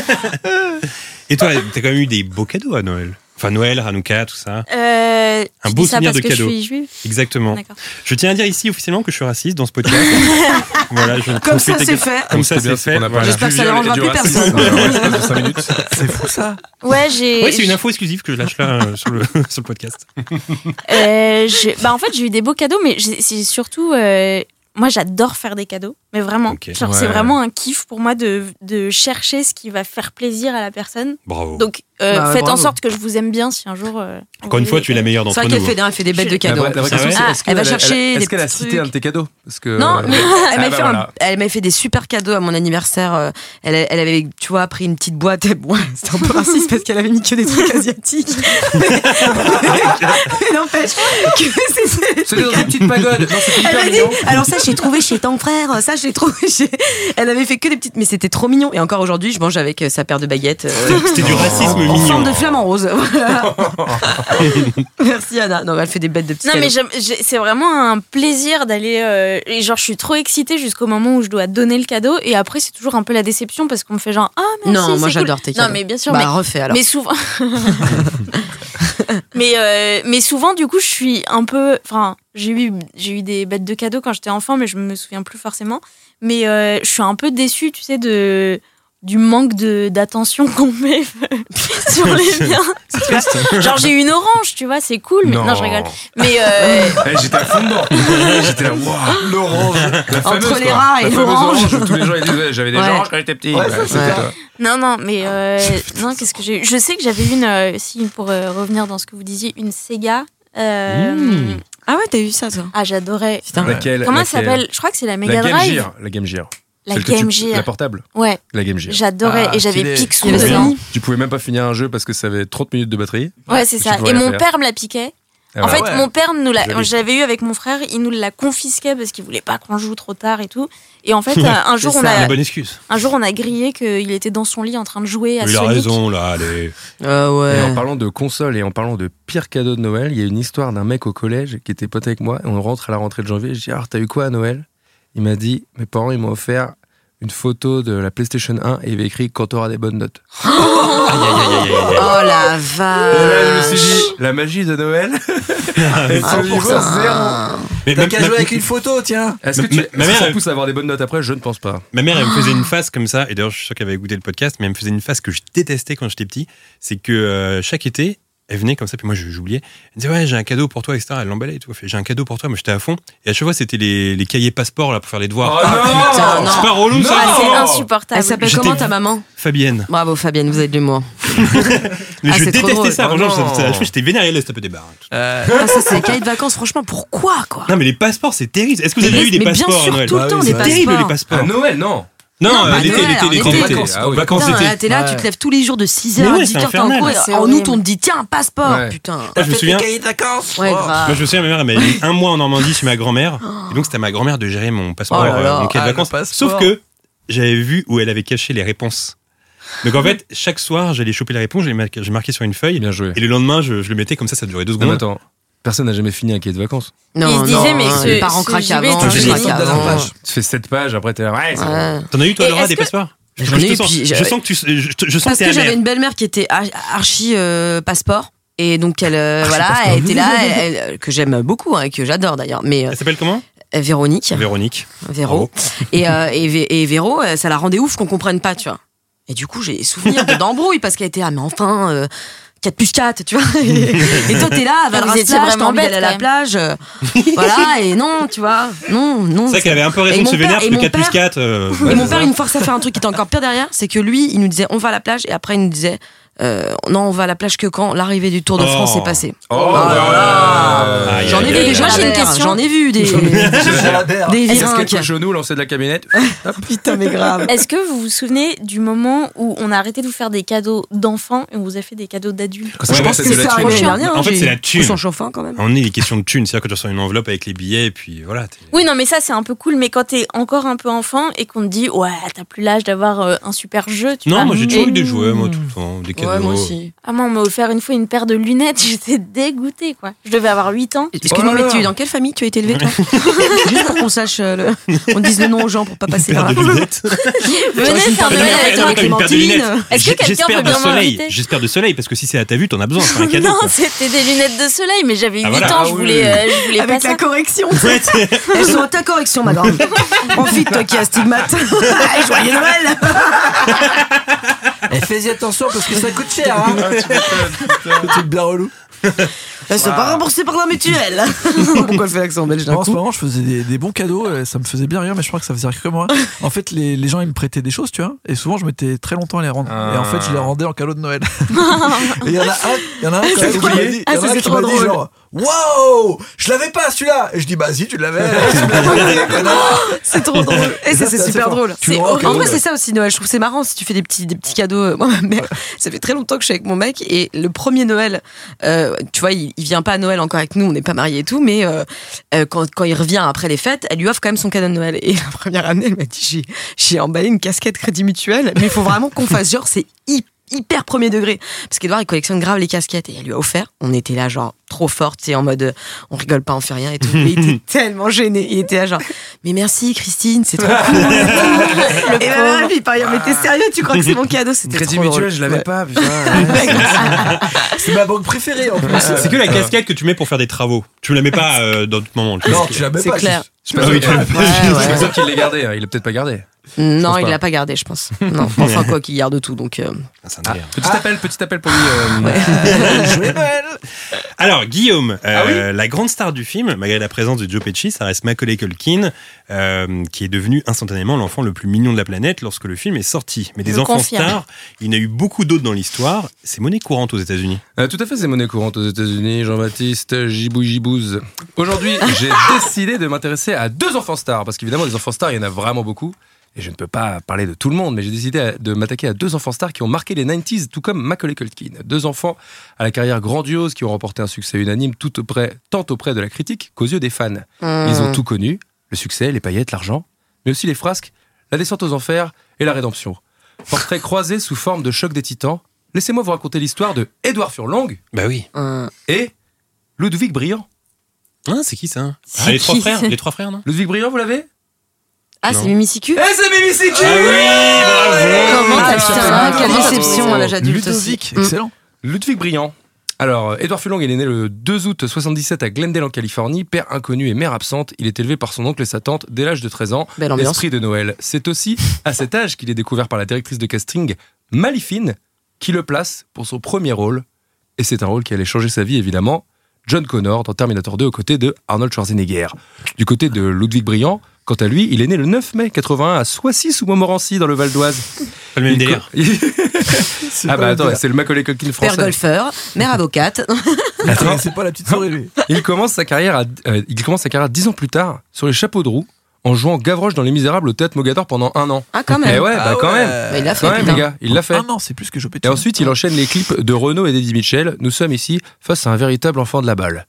S3: Et toi, t'as quand même eu des beaux cadeaux à Noël. Enfin, Noël, Hanouka, tout ça.
S7: Euh,
S3: Un
S7: tu
S3: beau
S7: dis ça
S3: souvenir
S7: parce
S3: de
S7: que je
S3: cadeau.
S7: suis juive
S3: Exactement.
S7: D'accord.
S3: Je tiens à dire ici officiellement que je suis raciste dans ce podcast. voilà, je vais
S6: Comme ça,
S3: profiter
S6: c'est
S3: que-
S6: fait.
S3: Comme ça,
S4: C'est bien,
S3: c'est
S4: c'est
S3: fait.
S4: qu'on a
S3: voilà.
S4: parlé.
S6: J'espère que ça
S4: Du
S6: n'arrangera
S4: viol
S6: plus
S4: et du
S6: personne.
S4: racisme. Alors, ouais, ça fait cinq minutes.
S5: C'est fou ça.
S7: Ouais, j'ai.
S3: Oui, c'est une info exclusive que je lâche là euh, sur, le, sur le podcast.
S7: Euh, j'ai- bah, en fait, j'ai eu des beaux cadeaux, mais j'ai- c'est surtout. euh, moi, j'adore faire des cadeaux, mais vraiment.
S3: Ok.
S7: Genre, c'est
S4: Ouais.
S7: vraiment un kiff pour moi de, de chercher ce qui va faire plaisir à la personne.
S3: Bravo.
S7: Donc, euh,
S6: Bah ouais,
S7: faites en
S6: bravo.
S7: sorte que je vous aime bien si un jour. euh,
S3: Encore une
S7: vous
S3: fois,
S7: voulez-
S3: tu es la meilleure
S6: C'est
S3: d'entre
S6: vrai
S3: nous. hein.
S6: qu'elle fait, elle fait des bêtes de
S4: La
S6: cadeaux.
S4: vraie- la vraie
S3: Ah
S4: question,
S3: ouais
S4: bah, c'est
S6: Ah,
S4: est-ce
S6: elle va
S4: qu'elle a-
S6: chercher
S4: Est-ce
S6: des
S4: qu'elle a
S6: petits
S4: cité
S6: trucs.
S4: un de tes cadeaux Parce que,
S6: Non,
S4: euh,
S6: mais elle m'a
S4: Ah bah
S6: fait, un-
S4: voilà.
S6: elle m'a fait des super cadeaux à mon anniversaire. euh, Elle, elle avait, tu vois, pris une petite boîte. Bon, c'était un peu raciste parce qu'elle avait mis que des trucs asiatiques. Mais, mais n'empêche que c'est-
S4: C'est dans une petite pagode. Non, c'est
S6: Elle
S4: hyper
S6: m'a dit,
S4: mignon.
S6: alors ça, j'ai trouvé chez ton frère. Ça, je l'ai trouvé chez. Elle avait fait que des petites, mais c'était trop mignon. Et encore aujourd'hui, je mange avec euh, sa paire de baguettes euh,
S3: hein. C'était du racisme
S6: en forme de
S3: mignon.
S6: flamant rose. Voilà. Merci Anna. Non, mais elle fait des bêtes de petits.
S7: Non, mais
S6: cadeaux.
S7: j'aime- j'ai- c'est vraiment un plaisir d'aller. euh, et genre, je suis trop excitée jusqu'au moment où je dois donner le cadeau. Et après, c'est toujours un peu la déception parce qu'on me fait genre Ah, merci.
S6: non, moi
S7: c'est cool.
S6: j'adore tes
S7: Non,
S6: cadeaux.
S7: mais bien sûr,
S6: bah,
S7: mais-
S6: refais alors.
S7: Mais souvent, mais euh, mais souvent du coup, je suis un peu, enfin, j'ai eu j'ai eu des bêtes de cadeaux quand j'étais enfant, mais je me souviens plus forcément. Mais euh, je suis un peu déçue, tu sais, de du manque de d'attention qu'on met sur les biens. tu vois. Genre j'ai eu une orange, tu vois, c'est cool. Mais, non. je rigole. Mais euh,
S4: Eh, J'étais à fond dedans. J'étais là, waouh, l'orange. La fameuse,
S6: Entre les
S4: quoi.
S6: rats et
S4: La fameuse
S6: l'orange.
S4: orange où Tous les gens, ils disaient, j'avais des
S6: Ouais.
S4: oranges quand j'étais petit. Ouais, c'était
S6: ouais.
S4: toi.
S7: non, non, mais euh, non, qu'est-ce que j'ai eu Je sais que j'avais une, euh, si pour euh, revenir dans ce que vous disiez, une Sega. euh,
S3: Mmh.
S6: Ah ouais, t'as eu ça, toi
S7: Ah, j'adorais.
S6: Putain.
S4: Laquelle
S7: Comment
S4: laquelle
S7: elle s'appelle Je crois que c'est la
S4: La
S7: Mega
S4: Game
S7: Drive.
S4: Gear. La Game Gear.
S7: La
S4: Celle que tu-
S7: Game
S4: La
S7: Gear.
S4: portable.
S7: Ouais,
S4: La Game Gear.
S7: j'adorais.
S5: Ah,
S7: et j'avais
S5: stylé.
S7: Picsou.
S6: Il y avait
S7: dedans.
S6: Sony.
S4: Tu pouvais même pas finir un jeu parce que ça avait 30 minutes de batterie.
S7: Ouais, c'est
S4: Tu
S7: ça.
S4: pouvais
S7: Et
S4: rien
S7: mon
S4: faire. Ah
S7: père me l'a piquait.
S4: Et
S7: en
S4: voilà.
S7: fait, mon père nous l'a.
S4: Joli.
S7: J'avais eu avec mon frère, il nous l'a confisqué parce qu'il voulait pas qu'on joue trop tard et tout. Et en fait, euh, un jour, on
S3: La
S7: a,
S3: bonne excuse.
S7: un jour, on a grillé qu'il était dans son lit en train de jouer à
S3: Il a
S7: Sonic.
S3: raison, là, allez.
S6: Ah
S4: Et
S6: ouais.
S4: en parlant de console et en parlant de pire cadeau de Noël, il y a une histoire d'un mec au collège qui était pote avec moi. Et on rentre à la rentrée de janvier. Je dis Alors, t'as eu quoi à Noël Il m'a dit Mes parents, ils m'ont offert une photo de la PlayStation 1 et il y avait écrit Quand t'auras des bonnes notes.
S3: Aïe, aïe, aïe, aïe, aïe, aïe.
S6: Oh la
S4: Et là, Ah, je me
S6: vache.
S4: suis dit La magie de Noël Ah, est
S5: Ah,
S4: au niveau
S5: putain.
S4: zéro.
S3: Mais
S5: T'as
S3: même-
S5: qu'à
S3: ma-
S5: jouer avec une photo, tiens.
S4: Est-ce que
S3: Ma-
S4: tu
S3: ma-
S4: est-ce
S3: ma
S4: que
S3: mère,
S4: ça
S3: elle-
S4: pousse à avoir des bonnes notes après Je ne pense pas.
S3: Ma mère, elle me faisait une face comme ça, et d'ailleurs, je suis sûr qu'elle avait goûté le podcast, mais elle me faisait une face que je détestais quand j'étais petit. C'est que euh, chaque été, elle venait comme ça, puis moi, je- j'oubliais. Elle disait, ouais, j'ai un cadeau pour toi, etc. Elle l'emballait et tout. Elle fait, J'ai un cadeau pour toi, moi, j'étais à fond. Et à chaque fois, c'était les, les cahiers passeport, là, pour faire les devoirs.
S6: putain,
S4: Oh Ah, non
S6: non.
S3: c'est pas relou, ça
S7: Ah, c'est
S3: non
S6: Elle
S7: insupportable.
S6: s'appelle
S3: J'étais-
S6: comment ta maman
S3: Fabienne.
S6: Bravo Fabienne, vous avez de l'humour.
S3: Mais
S6: Ah,
S3: je
S6: c'est trop
S3: détestais
S6: drôle.
S3: ça.
S4: Oh
S3: franchement,
S4: non.
S3: ça- ça- j'étais vénère, elle tape des barres. hein, tout.
S5: Euh,
S6: Ah, ça c'est les cahiers de vacances, franchement, pourquoi quoi
S3: Non, mais les passeports, c'est terrible. Est-ce que vous
S6: Mais
S3: avez eu des
S6: mais bien
S3: passeports à
S6: sûr,
S3: Noël
S6: tout le
S5: Bah
S6: temps
S5: oui,
S6: des
S5: c'est
S3: Terrible, les
S6: passeports.
S4: À
S3: passeports.
S4: Noël, non
S3: Non,
S6: Non,
S3: euh,
S6: bah,
S3: l'été,
S6: Noël,
S3: l'été,
S6: en
S3: les
S6: été.
S3: grands étés.
S4: Vacances. Ah oui.
S3: Vacances,
S6: Putain,
S3: été.
S6: là, t'es là, tu te lèves tous les jours de 6h à
S3: Mais ouais, c'est
S6: 10h, t'es en
S3: infernal.
S6: cours.
S7: Ouais, c'est
S6: et En
S7: horrible.
S6: août, on te dit, tiens, un passeport.
S4: Ouais.
S6: Putain.
S3: Ah, je me souviens.
S5: cahier de vacances.
S6: Ouais,
S5: Oh.
S3: Moi,
S6: grave.
S3: je me souviens, ma mère, elle m'avait mis un mois en Normandie chez ma grand-mère. Et donc, c'était à ma grand-mère de gérer mon passeport,
S6: Oh là
S3: euh,
S6: là,
S3: mon cahier
S5: ah,
S3: de
S5: le
S3: vacances.
S5: passeport.
S3: Sauf que j'avais vu où elle avait caché les réponses. Donc, en fait, chaque soir, j'allais choper les réponses, je les mar- je marquais sur une feuille.
S4: Eh Bien joué.
S3: Et le lendemain, je, je le mettais comme ça, ça durait deux
S4: Ah Non, mais
S3: secondes.
S4: attends. Personne n'a jamais fini un cahier de vacances.
S7: Ils se disaient, mais ce-
S6: les parents
S7: ce
S6: craquent
S7: JB,
S6: avant,
S7: tu
S6: je
S7: sais,
S6: craque
S7: c'est-
S6: avant.
S4: Tu fais 7 pages, après t'es là. Ah. Ouais, c'est bon.
S6: Ouais.
S3: T'en as eu, toi,
S7: Et
S3: Laura,
S7: est-ce
S3: des
S7: que-
S3: passeports je,
S6: J'en ai
S3: te
S6: eu,
S3: sens,
S6: puis
S3: je
S6: j'avais-
S3: sens que tu, je, je- je sens
S6: Parce
S3: que t'es
S6: que j'avais
S3: amère.
S6: une belle-mère qui était ar- archi euh, passeport. Et donc, elle,
S3: Ah,
S6: euh, voilà, elle était là, elle- elle- que j'aime beaucoup, hein, que j'adore d'ailleurs, mais euh,
S3: Elle s'appelle comment
S6: Véronique,
S3: Véronique. Oh.
S6: Véro. Et, euh, et, Vé- et Véro, euh, ça la rendait ouf qu'on comprenne pas, tu vois. Et du coup, j'ai souvenir de- d'embrouille parce qu'elle était, ah, mais enfin, euh, 4 plus 4, tu vois. Et, et toi, t'es là, à
S7: Vous
S6: Valras-Plage,
S7: étiez
S6: t'as
S7: vraiment
S6: envie
S7: bête,
S6: d'aller à la
S7: quand
S6: plage. euh, voilà, et non, tu vois. Non, non.
S3: C'est vrai qu'elle avait un peu raison
S6: Et
S3: de
S6: mon
S3: se vénère,
S6: père-
S3: parce
S6: et
S3: que
S6: mon
S3: 4 plus
S6: père-
S3: 4. euh,
S6: Et
S3: ouais,
S6: mon
S3: c'est
S6: père,
S3: ça.
S6: il nous forçait à faire un truc qui était encore pire derrière, c'est que lui, il nous disait on va à la plage, et après, il nous disait euh, non, on va à la plage que quand l'arrivée du Tour de
S3: Oh.
S6: France est passée.
S4: Oh
S6: là
S4: là
S3: Aïe,
S6: J'en ai
S3: aïe,
S6: vu
S3: aïe,
S6: des gens
S7: Moi, j'ai une
S6: à
S7: question.
S6: j'en ai vu des,
S5: Jalabert.
S6: des
S4: Casquette
S6: virinques.
S4: au genou, lancer de la camionnette.
S6: Putain, mais grave.
S7: Est-ce que vous vous souvenez du moment où on a arrêté de vous faire des cadeaux d'enfants et on vous a fait des cadeaux d'adultes
S4: Parce que je
S3: Ouais,
S4: pense
S3: bah,
S4: que c'est
S3: c'est
S4: la
S3: ça,
S4: thune.
S3: moi, je suis
S6: dernière.
S3: En fait, c'est la thune.
S6: Sans chauffin, quand même.
S3: On est les questions de thunes, c'est-à-dire que tu reçois une enveloppe avec les billets, et puis voilà. t'es-
S7: Oui, non, mais ça, c'est un peu cool. Mais quand t'es encore un peu enfant et qu'on te dit, ouais, t'as plus l'âge d'avoir euh, un super jeu, tu
S3: Non,
S7: vois.
S3: moi j'ai toujours
S7: Et-
S3: eu des jouets, moi, tout le temps, des cadeaux.
S6: Ah, Ouais, moi
S3: oh.
S6: aussi.
S7: Ah, moi, on m'a offert une fois une paire de lunettes, j'étais dégoûtée, quoi. Je devais avoir 8 ans.
S6: Excuse-moi,
S4: Oh là
S6: mais
S4: là.
S6: tu, dans quelle famille tu as été élevé, toi Juste pour qu'on sache, euh, le- on dise le nom aux gens pour
S7: Bah,
S6: pas passer par
S3: Paire
S6: là.
S3: de lunettes.
S7: Venez
S6: une
S7: faire
S6: paire de
S7: Noël
S6: lunettes
S7: avec
S6: avec
S3: une paire
S6: les
S7: moi.
S3: de
S6: Clémentine.
S3: lunettes.
S7: Est-ce que
S3: J-
S7: quelqu'un
S3: J'espère
S7: peut
S3: de
S7: bien
S3: soleil.
S7: m'inviter
S3: J'espère de soleil parce que si c'est à ta vue, t'en as besoin. C'est un cadeau.
S7: Non,
S3: quoi.
S7: c'était des lunettes de soleil, mais j'avais 8
S3: Ah, voilà.
S7: ans,
S3: Ah
S7: je
S3: oui.
S7: voulais, euh, je voulais pas
S10: Avec la
S7: ça.
S10: correction.
S3: Ouais, c'est-
S10: Elles sont à ta correction, madame. Profite, toi qui as stigmate. Allez, Joyeux Noël
S5: Et fais-y attention parce que ça coûte cher. Hein. Le truc bien relou.
S10: Elles sont pas remboursées par la mutuelle. Pourquoi elle fait l'accent belge d'un
S5: Non, en ce
S10: coup
S5: moment, je faisais des, des bons cadeaux, euh, ça me faisait bien rire, mais je crois que ça faisait rire que moi. En fait, les, les gens, ils me prêtaient des choses, tu vois, et souvent, je mettais très longtemps à les rendre. Et en fait, je les
S4: Ah.
S5: rendais en cadeau de Noël. et il y en a un, il y en a un quand même qui m'a dit, il y en a un qui m'a dit genre, Waouh, je l'avais pas celui-là Et je dis, bah si, tu l'avais Tu me l'as volé, connard.
S6: C'est trop drôle. Et ça,
S5: Ça, c'est
S6: c'est
S5: assez
S6: super
S5: fort.
S6: drôle.
S5: Tu
S6: C'est
S5: vois,
S6: horrible.
S5: ok,
S6: En vrai,
S5: ouais.
S6: c'est ça aussi, Noël. Je trouve que c'est marrant si tu fais des petits, des petits cadeaux. Euh, Moi, ma mère, ça fait très longtemps que je suis avec mon mec. Et le premier Noël, euh, tu vois, il, il vient pas à Noël encore avec nous, on n'est pas mariés et tout. Mais euh, euh, quand, quand il revient après les fêtes, elle lui offre quand même son cadeau de Noël. Et la première année, elle m'a dit j'ai- J'ai emballé une casquette crédit mutuel. Mais il faut vraiment qu'on fasse genre, c'est hyper hyper premier degré parce qu'Edouard il collectionne grave les casquettes et elle lui a offert on était là genre trop forte et en mode euh, on rigole pas on fait rien et tout mais il était tellement gêné il était là genre mais merci Christine, c'est trop cool.
S10: Et ma mère, elle dit, par ailleurs, mais t'es sérieux, tu crois que c'est mon cadeau C'était
S4: Crédit
S10: trop drôle.
S4: mutuel, je l'avais
S10: Ouais.
S4: pas,
S5: Ah,
S4: putain.
S5: C'est ma banque préférée en plus.
S3: C'est c'est que la casquette que tu mets pour faire des travaux. Tu la mets pas euh, dans d'autres moments.
S5: Non, tu l'as même
S6: C'est
S5: pas.
S6: clair.
S5: juste.
S4: Je sais pas
S3: Ah oui,
S4: si-
S3: tu l'as
S4: je
S3: pas.
S4: sais pas si qu'il l'a gardé, hein, il l'a peut-être pas gardé.
S6: Non,
S4: pense
S6: il
S4: pas.
S6: l'a pas gardé, je pense. Non, enfin quoi qu'il garde tout, donc. euh,
S5: Ah,
S3: C'est un délire.
S4: Ah, Petit appel, petit appel pour lui. euh,
S3: Alors, Guillaume,
S7: Ah
S3: euh, la grande star du film, malgré la présence de Joe Pesci, ça reste Macaulay Culkin, euh, qui est devenu instantanément l'enfant le plus mignon de la planète lorsque le film est sorti. Mais des
S7: Je
S3: enfants
S7: confirme.
S3: stars, il y en a eu beaucoup d'autres dans l'histoire. C'est monnaie courante aux États-Unis.
S4: Euh, tout à fait, c'est monnaie courante aux États-Unis, Jean-Baptiste Gibou Gibouze. Aujourd'hui, j'ai décidé de m'intéresser à deux enfants stars, parce qu'évidemment, les enfants stars, il y en a vraiment beaucoup. Et je ne peux pas parler de tout le monde, mais j'ai décidé à- de m'attaquer à deux enfants stars qui ont marqué les 90s, tout comme Macaulay Culkin. Deux enfants à la carrière grandiose qui ont remporté un succès unanime tout auprès, tant auprès de la critique qu'aux yeux des fans. Ils
S6: Hum.
S4: ont tout connu, le succès, les paillettes, l'argent, mais aussi les frasques, la descente aux enfers et la rédemption. Portrait croisé sous forme de choc des titans, laissez-moi vous raconter l'histoire de Édouard Furlong
S3: Bah oui.
S6: euh,
S4: et Ludwig Briand.
S3: Hein, c'est qui ça
S7: C'est
S3: Ah, Les
S7: qui,
S3: trois frères
S7: c'est
S3: Les trois frères, non
S4: Ludwig Briand, vous l'avez
S6: Ah,
S3: Non.
S6: c'est Mimicicu
S4: Eh, c'est Mimi Siki
S3: Ah oui, bravo
S6: Comment
S4: Ah,
S6: t'as
S4: putain,
S6: putain, quelle
S4: bravo.
S6: déception à l'âge adulte aussi.
S5: Ludovic,
S6: Mm.
S5: excellent.
S4: Ludwig Briand. Alors, Edouard Furlong, il est né le 2 août 77 à Glendale en Californie, père inconnu et mère absente. Il est élevé par son oncle et sa tante dès l'âge de 13 ans.
S6: Belle ambiance.
S4: L'esprit de Noël. C'est aussi à cet âge qu'il est découvert par la directrice de casting, Malifine, qui le place pour son premier rôle. Et c'est un rôle qui allait changer sa vie, évidemment. John Connor dans Terminator 2 aux côtés de Arnold Schwarzenegger. Du côté de Ludwig Briand, quant à lui, il est né le 9 mai 81 à Soissy sous Montmorency dans le Val d'Oise.
S3: Pas le même
S4: Il
S3: délire.
S4: co- ah bah attends, c'est le Macaulay Culkin
S6: Père
S4: français.
S6: golfeur, mère avocate.
S4: Attends.
S5: C'est pas la petite souris, lui.
S4: Il commence sa carrière, à, euh, il commence sa carrière dix ans plus tard sur les chapeaux de roue en jouant Gavroche dans Les Misérables au théâtre Mogador pendant un an.
S6: Ah, quand
S4: Eh
S6: même.
S4: ouais, bah quand même.
S6: Mais il l'a fait,
S4: Quand même,
S6: putain.
S4: les gars, il l'a fait.
S5: Ah non, c'est plus que je
S4: Et ensuite, il enchaîne les clips de Renaud et d'Eddie Mitchell. Nous sommes ici face à un véritable enfant de la balle.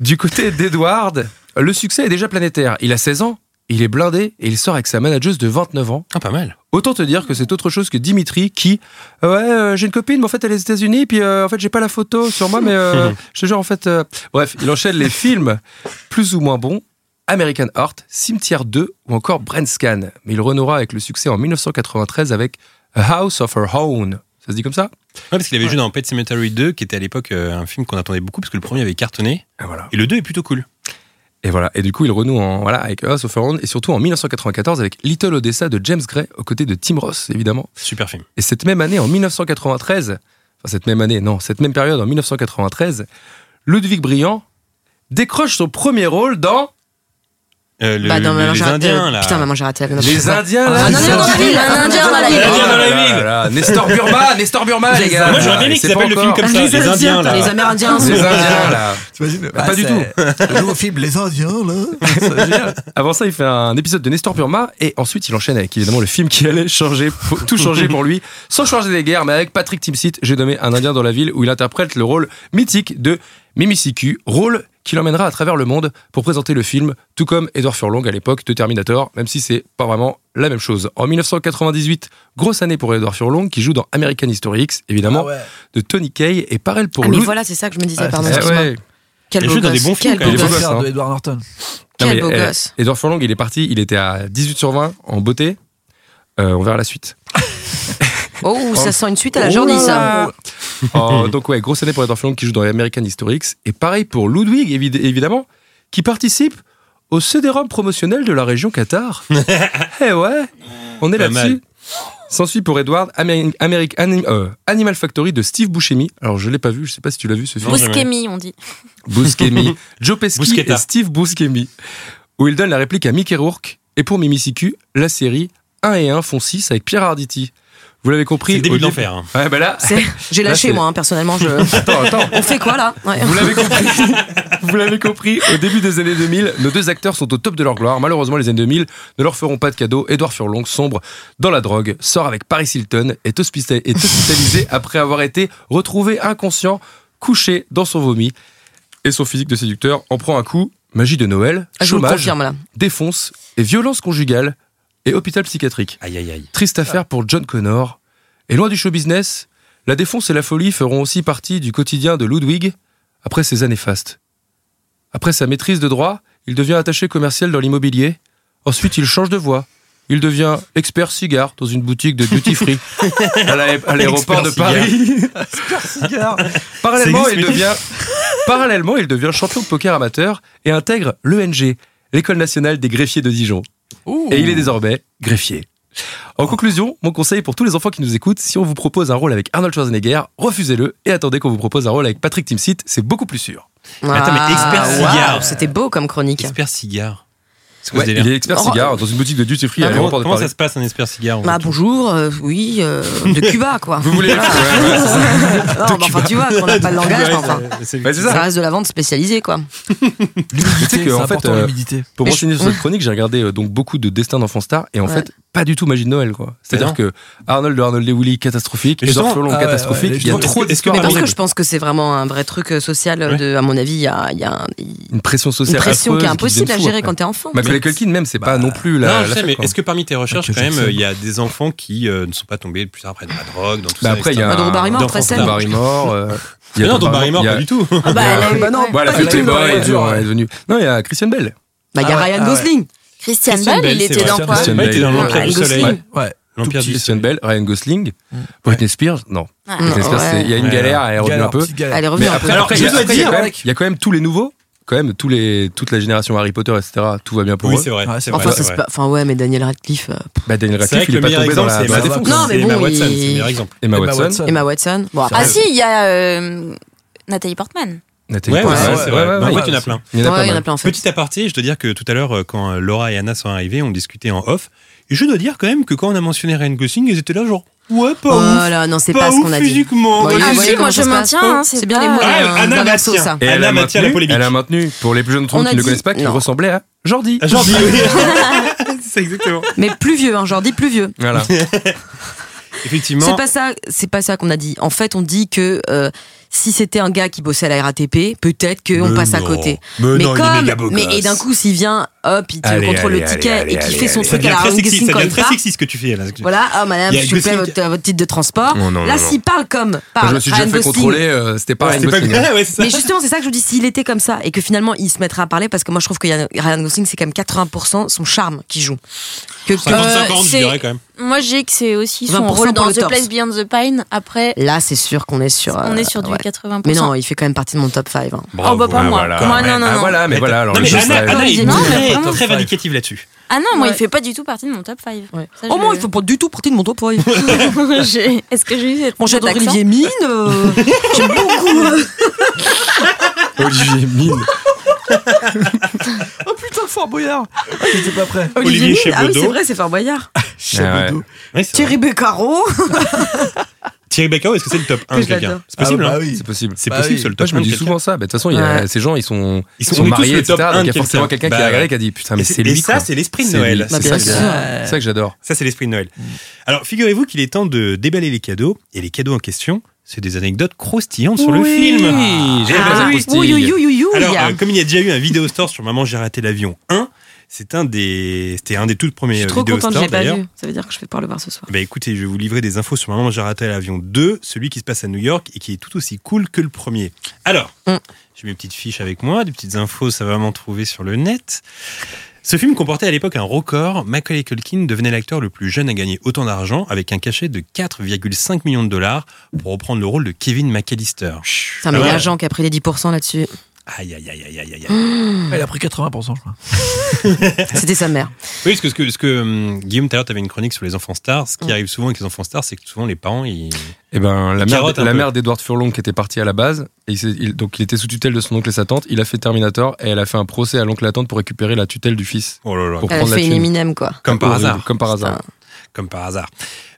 S4: Du côté d'Edward, le succès est déjà planétaire. Il a 16 ans, il est blindé et il sort avec sa manageuse de 29 ans.
S3: Ah, pas mal.
S4: Autant te dire que c'est autre chose que Dimitri qui euh, ouais euh, j'ai une copine mais en fait elle est aux États-Unis puis euh, en fait j'ai pas la photo sur moi mais euh, je te jure en fait euh, bref il enchaîne les films plus ou moins bons American Heart Cimetière 2 ou encore Brain Scan mais il renouera avec le succès en 1993 avec A House of Her Own ça se dit comme ça
S3: Ouais, parce qu'il avait joué dans Pet Cemetery 2, qui était à l'époque euh, un film qu'on attendait beaucoup, parce que le premier avait cartonné.
S4: et voilà
S3: Et le 2 est plutôt cool.
S4: et voilà et du coup il renoue en, voilà avec A House of Her Own et surtout en 1994 avec Little Odessa de James Gray aux côtés de Tim Ross évidemment
S3: Super film.
S4: Et cette même année, en 1993, enfin cette même année, non, cette même période, en 1993, Ludwig Briand décroche son premier rôle dans
S3: Euh, le-
S6: Bah, dans
S3: le-
S6: Maman,
S3: les
S6: j'ai raté-
S3: Indiens, là.
S6: euh, Putain, maman, j'ai raté la
S4: Les Indiens, là.
S6: Ah,
S4: ils
S6: non, non,
S4: sont-
S6: non,
S4: Oh
S6: non,
S7: Un Indien dans la ville.
S4: là
S3: dans la
S4: là
S3: ville.
S4: là là, Nestor Burma, Nestor Burma, les gars.
S3: Moi, j'aurais bien aimé
S4: Ah, Et
S3: qu'ils
S4: c'est pas
S3: appellent le film
S4: encore-
S3: comme ça. Les, Indiens, là.
S6: Ah, Les Amérindiens.
S4: Les Indiens, là.
S5: T'imagines
S4: Ah,
S6: Ah,
S4: pas du Ah
S5: tout. Le nouveau film Les Indiens, là. C'est génial.
S4: Avant ça, il fait un épisode de Nestor Burma et ensuite il enchaîne avec évidemment le film qui allait changer, pour- tout changer pour lui, sans changer des guerres, mais avec Patrick Timsit, j'ai nommé Un Indien dans la ville où il interprète le rôle mythique de Mimisiku, rôle qui l'emmènera à travers le monde pour présenter le film, tout comme Edward Furlong à l'époque de Terminator, même si c'est pas vraiment la même chose. En 1998, grosse année pour Edward Furlong qui joue dans American History X, évidemment,
S6: Ah ouais.
S4: de Tony Kaye et pareil pour
S6: Ah, mais
S4: Lou-
S6: voilà, c'est ça que je me disais,
S4: Ouais,
S6: pardon.
S4: c'est ça.
S6: excuse-moi.
S4: Ouais.
S6: Quel
S4: Il
S6: beau
S4: joue dans des
S6: gosse,
S4: bons films,
S6: quel
S4: quand même.
S6: beau
S4: Il est beau
S6: gosse.
S4: gosse, hein.
S5: de Edward Norton.
S4: Non,
S6: Quel
S4: mais,
S6: beau
S4: eh,
S6: gosse.
S4: Edward Furlong, il est parti, il était à 18 sur 20 en beauté. Euh, on verra la suite.
S6: Oh, ça sent une suite à la hein.
S4: Oh
S6: journée,
S4: là
S6: ça.
S4: là. Oh, donc ouais, grosse année pour Edward Furlong qui joue dans American History X. Et pareil pour Ludwig, évi- évidemment, qui participe au CD-ROM promotionnel de la région Qatar. eh ouais, on est
S3: Pas mal.
S4: là-dessus. S'ensuit pour Edward Ameri- Ameri- Anim- euh, Animal Factory de Steve Buscemi. Alors je l'ai pas vu, je sais pas si tu l'as vu ce film.
S7: Buscemi, on dit.
S4: Buscemi, Joe Pesci
S3: Buscetta.
S4: et Steve Buscemi, où il donne la réplique à Mickey Rourke. Et pour Mimi Siku, la série 1 et 1 font 6 avec Pierre Arditi. Vous l'avez compris.
S3: C'est le début
S4: au
S3: de l'enfer, hein.
S4: Ouais, bah là.
S6: C'est- J'ai
S4: Là,
S6: lâché,
S4: c'est-
S6: moi, hein, personnellement. Je...
S4: Attends, attends.
S6: On fait quoi, là Ouais.
S4: Vous l'avez compris. Vous l'avez compris. Au début des années 2000, nos deux acteurs sont au top de leur gloire. Malheureusement, les années 2000 ne leur feront pas de cadeau. Édouard Furlong sombre dans la drogue, sort avec Paris Hilton, est hospita- est hospitalisé après avoir été retrouvé inconscient, couché dans son vomi. Et son physique de séducteur en prend un coup. Magie de Noël,
S6: Ah, je vous le
S4: chômage,
S6: confirme, là.
S4: défonce et violence conjugale et hôpital psychiatrique.
S3: Aïe, aïe, aïe.
S4: Triste affaire pour John Connor. Et loin du show business, la défonce et la folie feront aussi partie du quotidien de Ludwig après ses années fastes. Après sa maîtrise de droit, il devient attaché commercial dans l'immobilier. Ensuite, il change de voie. Il devient expert cigare dans une boutique de duty free à la- à l'aéroport de
S3: Expert
S4: Paris.
S5: Cigare.
S4: Parallèlement,
S3: Ça existe,
S4: il
S3: mais-
S4: devient Parallèlement, il devient champion de poker amateur et intègre l'ENG, l'École nationale des greffiers de Dijon.
S5: Ouh.
S4: Et il est désormais greffier. En conclusion, mon conseil pour tous les enfants qui nous écoutent, si on vous propose un rôle avec Arnold Schwarzenegger, refusez-le et attendez qu'on vous propose un rôle avec Patrick Timsit, c'est beaucoup plus sûr.
S3: Attends, mais expert
S6: Ah,
S3: cigare.
S6: waouh, C'était beau comme chronique.
S3: Expert cigare. C'est quoi
S4: Ouais,
S3: ce délire
S4: il est expert
S6: Oh,
S4: cigare dans une boutique de duty free à
S3: Ah, Comment,
S4: l'aéroport de
S3: comment
S4: Paris.
S3: ça se passe un expert cigare en
S6: Bah
S3: fait
S6: bonjour, euh, oui, euh, de Cuba quoi.
S4: Vous voulez
S6: Non, mais enfin tu vois qu'on n'a pas le langage, mais enfin.
S3: Ouais, c'est-
S4: Bah, c'est
S6: Ça
S4: ça.
S6: reste de la vente spécialisée quoi.
S4: Tu sais
S5: C'est
S4: que, en fait,
S5: important
S4: euh,
S5: l'humidité.
S4: pour
S6: Mais
S4: m'enseigner sur cette chronique, j'ai regardé euh, donc beaucoup de Destins d'enfants stars et en
S6: Ouais.
S4: fait pas du tout Magie de Noël quoi. C'est-à-dire que Arnold de Arnold et Willy catastrophique,
S3: Mais
S4: Edouard
S3: justement,
S4: Furlong
S5: ah ouais,
S4: catastrophique,
S5: ouais,
S4: il y a
S5: justement,
S3: est-ce que-
S4: trop
S3: est-ce que
S4: d'histoires
S6: Mais parce que
S4: horribles.
S6: je pense que c'est vraiment un vrai truc euh, social
S3: Ouais.
S6: de, à mon avis, il y a, il y a un-
S4: une pression
S6: une
S4: sociale
S6: pression
S4: affreuse
S6: qui est
S4: devient
S6: impossible à
S4: fou
S6: gérer
S4: après.
S6: quand t'es enfant.
S4: Macaulay Culkin même c'est pas non plus la
S3: Non, je
S4: la
S3: sais,
S4: fête,
S3: mais
S4: quoi.
S3: est-ce que parmi tes recherches, quand
S5: Michael
S3: même, euh,
S5: Jackson.
S3: il y a des enfants qui euh, ne sont pas tombés plus tard après dans la drogue, dans tout
S4: Bah
S3: ça
S4: après, il y
S3: etc.
S4: a
S6: Ah, Drew Barrymore,
S4: Dans
S6: très
S4: Drew
S6: saine.
S4: Barrymore, euh, il y
S3: Mais
S4: a
S3: non,
S4: Drew
S3: dans Barrymore,
S4: il y a-
S3: pas du tout.
S6: Ah bah, elle a- bah non,
S4: Ouais, la
S6: pas
S4: fête
S6: du tout.
S4: Playboy
S6: Bah,
S4: est dure, elle est devenue. Non, il y a Christian Bell.
S6: il y a
S5: Ah ouais,
S6: Ryan
S5: ah ouais.
S6: Gosling.
S7: Christian
S3: Christian
S7: Bell,
S3: Bale,
S7: il
S3: c'est
S7: était
S3: vrai.
S7: dans quoi
S4: Christian
S3: Ouais, il était dans Ah,
S4: Bell.
S3: l'Empire
S6: Ryan
S3: du Soleil.
S6: Gosling.
S5: Ouais.
S3: L'Empire du
S4: Christian
S3: Soleil.
S4: Bell, Ryan Gosling, Britney Spears. Non,
S7: Ah,
S4: Britney Spears,
S6: ouais.
S4: c'est- il y a une
S3: Ouais.
S4: galère, elle est revenue
S5: Galère,
S4: un peu.
S5: petite galère.
S6: Elle est revenue
S4: Mais
S6: un peu.
S4: après,
S3: Alors,
S4: après,
S3: je
S4: il y a-
S3: dois
S4: après, il y a
S3: dire-
S4: quand même- il y a quand même tous les nouveaux, quand même tous les toute la génération Harry Potter, etc. Tout va bien pour
S3: Oui,
S4: eux.
S3: c'est vrai.
S5: Ouais,
S3: c'est
S5: enfin,
S3: vrai,
S6: Enfin, ça,
S3: c'est vrai.
S6: c'est pas- enfin, ouais, mais Daniel Radcliffe, euh,
S4: Bah, Daniel
S3: C'est vrai que
S4: Radcliffe, il
S3: le
S4: est pas
S3: meilleur
S4: tombé dans
S3: exemple,
S4: la
S3: c'est
S4: dans
S3: Emma
S4: la hein.
S5: Watson.
S4: défonce.
S6: Non,
S3: Watson. C'est Emma
S6: mais bon,
S3: Watson, c'est le
S6: il-
S3: meilleur exemple.
S4: Emma Watson,
S6: Emma Watson. Bon,
S7: Ah
S6: après,
S7: si, il y a euh, Nathalie Portman.
S4: Nathalie
S3: Ouais, ouais,
S4: Portman.
S3: c'est vrai, c'est vrai.
S4: ouais,
S3: Bah, En
S4: ouais.
S3: fait, il y en a plein.
S4: Il y en a
S6: ouais,
S4: pas
S6: il y en a
S4: mal.
S6: plein en fait.
S3: Petit aparté, je dois dire que tout à l'heure, euh, quand euh, Laura et Anna sont arrivées, on discutait en off. Et je dois dire quand même que quand on a mentionné Ryan Gosling, ils étaient là genre ouais pas
S4: hein.
S3: ouf,
S6: Voilà, non, c'est pas ce
S3: ouf
S6: qu'on a dit.
S3: physiquement.
S6: Bon, il y a-
S7: Ah
S6: vous voyez
S7: si, moi
S6: comment
S7: je
S6: ça se passe
S7: maintiens. hein,
S6: C'est bien les
S7: pas-
S6: mots
S3: Ah,
S6: d'un
S3: Anna
S6: d'un morceau,
S3: maintient.
S6: ça.
S4: Et
S3: Elle
S4: elle
S3: a
S4: a
S3: maintenu la
S4: maintenu,
S3: polémique.
S4: elle a maintenu, pour les plus jeunes d'entre
S6: On
S4: vous
S6: a
S4: qui ne le
S6: dit-
S4: connaissent pas, qu'il
S6: non.
S4: ressemblait à Jordi.
S3: Ah, Jordi, oui. c'est exactement.
S6: Mais plus vieux, hein, Jordi, plus vieux.
S4: Voilà.
S3: Effectivement.
S6: C'est pas ça, c'est pas ça qu'on a dit. En fait, on dit que euh, si c'était un gars qui bossait à la RATP, peut-être qu'on
S3: Mais
S6: passe à
S3: non.
S6: côté.
S3: Mais, non, il est méga beau
S6: mais
S3: gosse.
S6: et d'un coup, s'il vient, hop, il te
S4: Allez,
S6: contrôle
S4: allez,
S6: le ticket
S4: allez,
S6: et qu'il
S4: allez,
S6: fait son
S4: allez,
S3: ça
S6: truc à
S3: devient
S6: la
S3: très
S6: Ryan
S3: sexy,
S6: Gosling
S3: ça
S6: comme
S3: devient très
S6: ça.
S3: sexy ce que tu fais là.
S6: Voilà, ah madame,
S3: Il y a
S6: s'il vous plaît,
S3: Gosling
S6: votre, votre titre de transport.
S4: Non, non,
S6: Là,
S4: non, non.
S6: s'il parle comme par
S4: Moi, je me suis déjà
S6: Ryan
S4: fait
S6: Gosling-
S4: contrôler, euh, c'était pas Ryan
S3: C'était pas-
S4: Gosling. hein.
S3: Ouais, c'est ça.
S6: Mais justement, c'est ça que je vous dis, s'il était comme ça et que finalement il se mettra à parler, parce que moi je trouve que Ryan Ryan Gosling, c'est quand même 80% son charme qui joue. Que quand-
S3: 50-50, je
S7: c'est-
S3: dirais quand même.
S7: Moi je dis que c'est aussi son
S6: 20%
S7: rôle
S6: pour
S7: dans
S6: le
S7: The
S6: torse.
S7: Place Beyond the Pine. Après,
S6: Là, c'est sûr qu'on est sur.
S7: on
S6: euh,
S7: est sur du
S6: ouais.
S7: 80%.
S6: Mais non, il fait quand même partie de mon top hein. 5.
S7: oh bah pas moi. Moi non, non,
S4: Ah
S7: non.
S4: voilà, mais voilà, alors
S3: non,
S4: le
S3: mais
S4: jeu,
S3: Anna,
S4: ça-
S3: Anna est
S7: Non, mais
S3: très,
S7: vraiment.
S3: très vindicative là-dessus.
S7: Ah non, moi
S6: Ouais.
S7: il fait pas du tout partie de mon top 5. Ça,
S6: Au
S7: je-
S6: moins, il ne faut pas du tout partie de mon top 5.
S7: J'ai- Est-ce que j'ai eu cette
S6: Mon
S7: cet
S6: cher
S7: accent
S6: Olivier Mine, euh, j'aime beaucoup. euh.
S4: Olivier Mine.
S5: Oh putain, Fort Boyard. Ah, J'étais pas prêt.
S3: Olivier
S6: Mine, ah oui,
S3: Chebeldo.
S6: c'est vrai, c'est Fort Boyard.
S4: Ah ouais.
S3: Ouais, c'est vrai.
S6: Thierry Beccaro,
S3: Thierry Beccaro, est-ce que c'est le top 1
S6: Que
S3: de
S6: je l'adore.
S3: quelqu'un C'est possible,
S5: Ah bah
S3: hein
S5: oui.
S4: C'est possible.
S3: C'est
S5: Bah
S3: possible,
S5: oui.
S3: c'est le top
S4: Moi, je
S3: 1
S4: me
S3: de
S4: dis
S3: quelqu'un.
S4: souvent ça. Bah, De toute façon, il y a-
S6: Ouais.
S4: ces gens, ils sont,
S3: Ils sont-
S4: sont
S3: on est tous
S4: mariés,
S3: le top
S4: etc.
S3: un
S4: Donc, il y
S3: de
S4: a forcément quelqu'un
S3: quelqu'un.
S4: qui a
S3: Bah,
S4: regardé qui a dit Putain, mais
S3: Et
S4: c'est
S3: c'est-
S4: lui.
S3: et ça,
S4: quoi.
S3: c'est l'esprit de
S4: C'est
S3: Noël.
S4: lui. Mm.
S3: Bah,
S4: C'est
S6: bien
S4: ça,
S6: sûr.
S4: que- c'est ça que j'adore.
S3: Ça, c'est l'esprit de Noël. Alors, figurez-vous qu'il est temps de déballer les cadeaux. Et les cadeaux en question, c'est des anecdotes croustillantes sur le
S7: Oui.
S3: film.
S7: Ah,
S3: J'aime bien
S7: ah,
S3: ça
S7: oui.
S3: croustille.
S7: Oui, oui, oui, oui, oui.
S3: Alors, euh, comme il y a déjà eu un vidéo store sur Maman, j'ai raté l'avion 1, c'est un des, c'était un des tout premiers
S7: Je suis trop
S3: vidéo
S7: contente, je l'ai
S3: stores
S7: pas
S3: euh, d'ailleurs.
S7: vu. Ça veut dire que je vais pouvoir le voir ce soir.
S3: Bah écoutez, je vais vous livrer des infos sur Maman, j'ai raté l'avion 2, celui qui se passe à New York et qui est tout aussi cool que le premier. Alors, j'ai mes petites fiches avec moi, des petites infos, ça va m'en trouver sur le net. Ce film comportait à l'époque un record. Macaulay Culkin devenait l'acteur le plus jeune à gagner autant d'argent avec un cachet de 4,5 millions de dollars pour reprendre le rôle de Kevin McAllister.
S6: Putain, mais
S3: Ah ouais.
S6: l'agent qui a pris les 10% là-dessus.
S3: Aïe, aïe, aïe, aïe, aïe, aïe.
S5: Elle a pris 80%, je crois.
S6: C'était sa mère.
S3: Oui, parce que, ce que, ce que hum, Guillaume, tout à l'heure, tu avais une chronique sur les enfants stars. Ce qui arrive souvent avec les enfants stars, c'est que souvent les parents, ils.
S4: Eh ben, la
S3: Ils
S4: mère,
S3: carottent un
S4: la
S3: peu.
S4: mère d'Edward Furlong qui était partie à la base, et il s'est- il- donc il était sous tutelle de son oncle et sa tante, il a fait Terminator et elle a fait un procès à l'oncle et la tante pour récupérer la tutelle du fils.
S3: Oh là là.
S4: Pour
S6: Elle a
S4: prendre la
S6: fait une
S4: thune.
S6: Eminem, quoi.
S3: Comme par
S4: Horrible,
S3: hasard.
S4: Comme par hasard.
S3: Comme par hasard.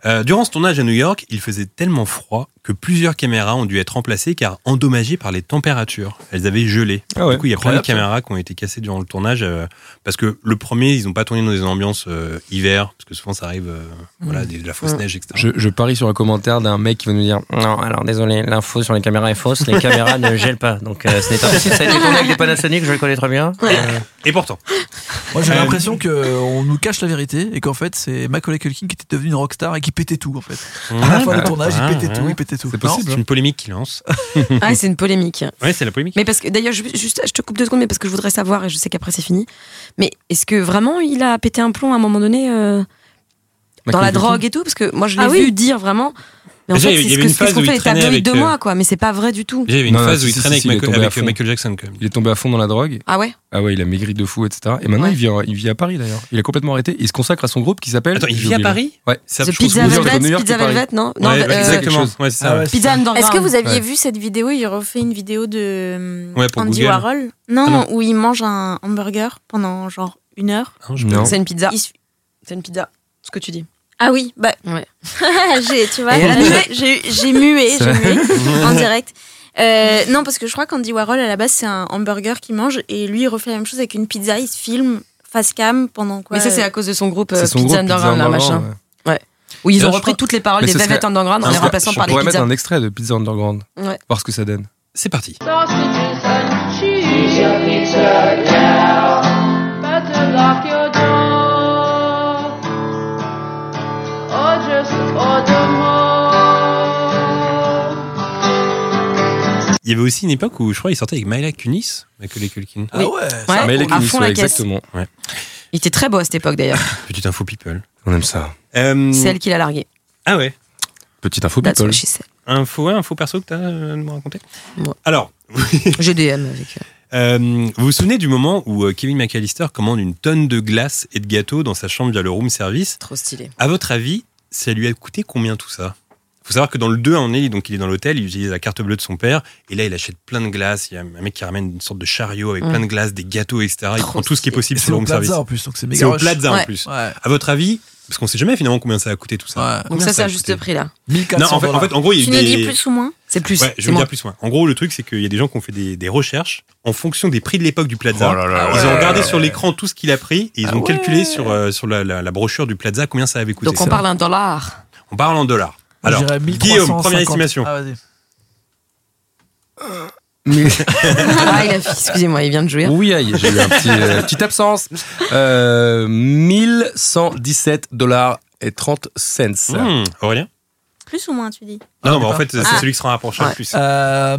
S3: Euh, durant ce tournage à New York, il faisait tellement froid que plusieurs caméras ont dû être remplacées car endommagées par les températures. Elles avaient gelé.
S4: Ah ouais,
S3: du coup, il y a plein de
S4: incroyable, ça.
S3: caméras qui ont été cassées durant le tournage euh, parce que le premier, ils n'ont pas tourné dans des ambiances euh, hiver parce que souvent ça arrive, euh, voilà, des- de la fausse neige, etc.
S4: Je, je parie sur un commentaire d'un mec qui va nous dire Non, alors désolé, l'info sur les caméras est fausse, les caméras ne gèlent pas. Donc euh, ce n'est pas possible, ça a été tourné avec des Panasonic, je les connais très bien. Euh,
S3: Et pourtant.
S5: Moi, j'ai
S3: Euh,
S5: l'impression qu'on nous cache la vérité et qu'en fait, c'est Macaulay Culkin qui était devenu une rockstar et qui pétait tout, en fait. À la
S3: Ouais,
S5: fin
S3: bah,
S5: du tournage,
S3: ouais,
S5: il pétait tout,
S3: ouais.
S5: il pétait tout.
S3: C'est possible, hein.
S5: Non
S3: c'est
S4: hein.
S3: une polémique qui lance.
S6: Ah, c'est une polémique.
S3: Ouais, c'est la polémique.
S6: Mais parce que d'ailleurs, je- juste, je te coupe deux secondes, mais parce que je voudrais savoir, et je sais qu'après c'est fini. Mais est-ce que vraiment il a pété un plomb à un moment donné euh, dans
S4: Michael
S6: la
S4: Keaton.
S6: drogue et tout Parce que moi je l'ai
S7: Ah oui.
S6: vu dire vraiment. Mais en
S3: Déjà,
S6: fait,
S3: il y
S6: c'est ce
S3: avait
S6: que-
S3: une
S6: ce qu'on
S3: phase où il
S6: fait, t'as
S3: traînait
S6: donné
S3: avec,
S6: de
S3: euh,
S6: moi, quoi. Mais c'est pas vrai du tout.
S3: Il y avait une
S4: Non, non,
S3: phase
S4: si,
S3: où il
S4: si,
S3: traînait
S4: si, il est
S3: avec, Michael,
S4: tombé à
S3: avec, euh,
S4: fond.
S3: Michael Jackson quand même.
S4: Il est tombé à fond dans la drogue.
S6: Ah ouais
S4: Ah ouais, il a maigri de fou, etc. Et maintenant,
S6: Ouais.
S4: il, vit, en- il vit à Paris d'ailleurs. Il a complètement arrêté. Il se consacre à son groupe qui s'appelle.
S3: Attends, il
S4: j'ai
S3: vit à
S4: oublié.
S3: Paris
S4: Ouais.
S3: Ça,
S6: The
S3: je trouve que-
S4: c'est
S6: Pizza
S4: entre New
S6: Velvet,
S4: York et
S6: Pizza
S4: Paris.
S6: Velvet, non Non,
S3: Ouais,
S6: euh,
S3: bah, exactement. Ouais, c'est ça.
S5: Ah ouais,
S6: Pizza Underground.
S7: Est-ce que vous aviez
S4: Ouais.
S7: vu cette vidéo Il refait une vidéo de euh,
S3: Ouais, pour
S7: Andy
S3: Google.
S7: Warhol. Non,
S3: Ah non.
S7: où il mange un hamburger pendant genre une heure.
S3: Non, je-
S4: Non.
S6: C'est une pizza.
S7: Il se-
S6: C'est une pizza. Ce que tu dis.
S7: Ah oui, bah
S6: Ouais.
S7: j'ai, tu vois,
S6: Et elle a mué.
S7: j'ai j'ai mué,
S4: Ça-
S7: j'ai mué en direct. Euh, non, parce que je crois qu'Andy Warhol à la base c'est un hamburger qu'il mange et lui il refait la même chose avec une pizza, il se filme face cam pendant quoi
S6: Mais ça, c'est
S7: euh,
S6: à cause de son groupe euh,
S4: C'est son
S6: Pizza
S4: groupe,
S6: Underground, là,
S4: Underground,
S6: machin.
S4: ouais.
S6: Où ils
S3: D'ailleurs,
S6: ont
S3: je
S6: repris
S3: crois-
S6: toutes les paroles
S4: Mais
S6: des
S4: ce
S6: Velvet
S4: serait-
S6: Underground en les
S4: Ah, Parce que
S6: remplaçant par
S4: On
S6: des
S4: pourrait mettre
S6: pizzas.
S4: un extrait de Pizza Underground.
S6: Ouais.
S4: Voir ce que ça donne.
S3: C'est parti.
S11: Sausages and cheese. Pizza, pizza, now. Better lock your door. Or just order more.
S3: Il y avait aussi une époque où je crois il sortait avec Myla Kunis, Macaulay Culkin.
S5: Ah ouais, ça-
S6: Ouais,
S4: Mais les
S6: à
S4: Kinis,
S6: fond
S4: ouais,
S6: la caisse.
S4: exactement.
S6: Il était très beau à cette époque d'ailleurs.
S3: Petite info people.
S4: On aime ça.
S3: Euh,
S6: C'est elle qui l'a largué.
S3: Ah ouais.
S4: Petite info,
S6: That's
S4: people.
S6: what she said.
S3: Info, ouais, info perso que t'as euh, à me raconter.
S6: Ouais.
S3: Alors,
S6: GDM avec. euh,
S3: euh, vous vous souvenez du moment où euh, Kevin McAllister commande une tonne de glace et de gâteaux dans sa chambre via le room service
S6: Trop stylé.
S3: À votre avis, ça lui a coûté combien tout ça faut savoir que dans le 2, on est, donc il est dans l'hôtel, il utilise la carte bleue de son père, et là il achète plein de glaces. Il y a un mec qui ramène une sorte de chariot avec
S6: Mm.
S3: plein de glaces, des gâteaux, etc. Il
S6: Trop
S3: prend tout ce qui est
S6: stylé.
S3: possible
S5: C'est
S3: sur le
S5: au
S3: room service.
S5: Plaza en plus, donc c'est
S3: C'est
S5: méga
S3: au
S5: rush.
S3: Plaza en
S6: Ouais.
S3: plus.
S5: Ouais.
S3: À votre avis, parce qu'on sait jamais finalement combien ça a coûté tout ça.
S5: Ouais.
S6: Donc
S3: Combien
S6: ça, c'est
S3: a
S6: à juste
S3: coûté
S6: prix là.
S3: Non,
S5: 1400
S3: en fait, en fait, en gros, il y a
S7: Tu
S3: eu
S7: nous dis
S3: des-
S7: plus ou moins
S6: C'est plus.
S3: Ouais, je
S6: c'est
S3: vais
S6: moins.
S3: dire plus loin. En gros, le truc, c'est qu'il y a des gens qui ont fait des, des recherches en fonction des prix de l'époque du Plaza. ils ont regardé sur l'écran tout ce qu'il a pris et ils ont calculé sur, euh, sur la, la- la brochure du Plaza combien ça avait coûté.
S6: Donc on parle un dollar.
S3: On parle en dollars.
S5: Moi,
S3: Alors,
S5: j'irais
S3: Guillaume,
S5: 1350.
S3: première estimation.
S5: Ah, vas-y.
S6: ah, il a excusez-moi, il vient de jouer.
S4: Oui, aïe, j'ai eu un petit, euh, petite absence. Euh, 1117 dollars et 30 cents.
S6: Mmh,
S3: Hmm, Aurélien
S7: Plus ou moins, tu dis
S3: Non,
S5: mais
S3: mais en
S5: pas.
S3: fait, c'est
S7: Ah.
S3: celui qui sera rapproché le
S6: Ouais.
S3: plus.
S5: Euh,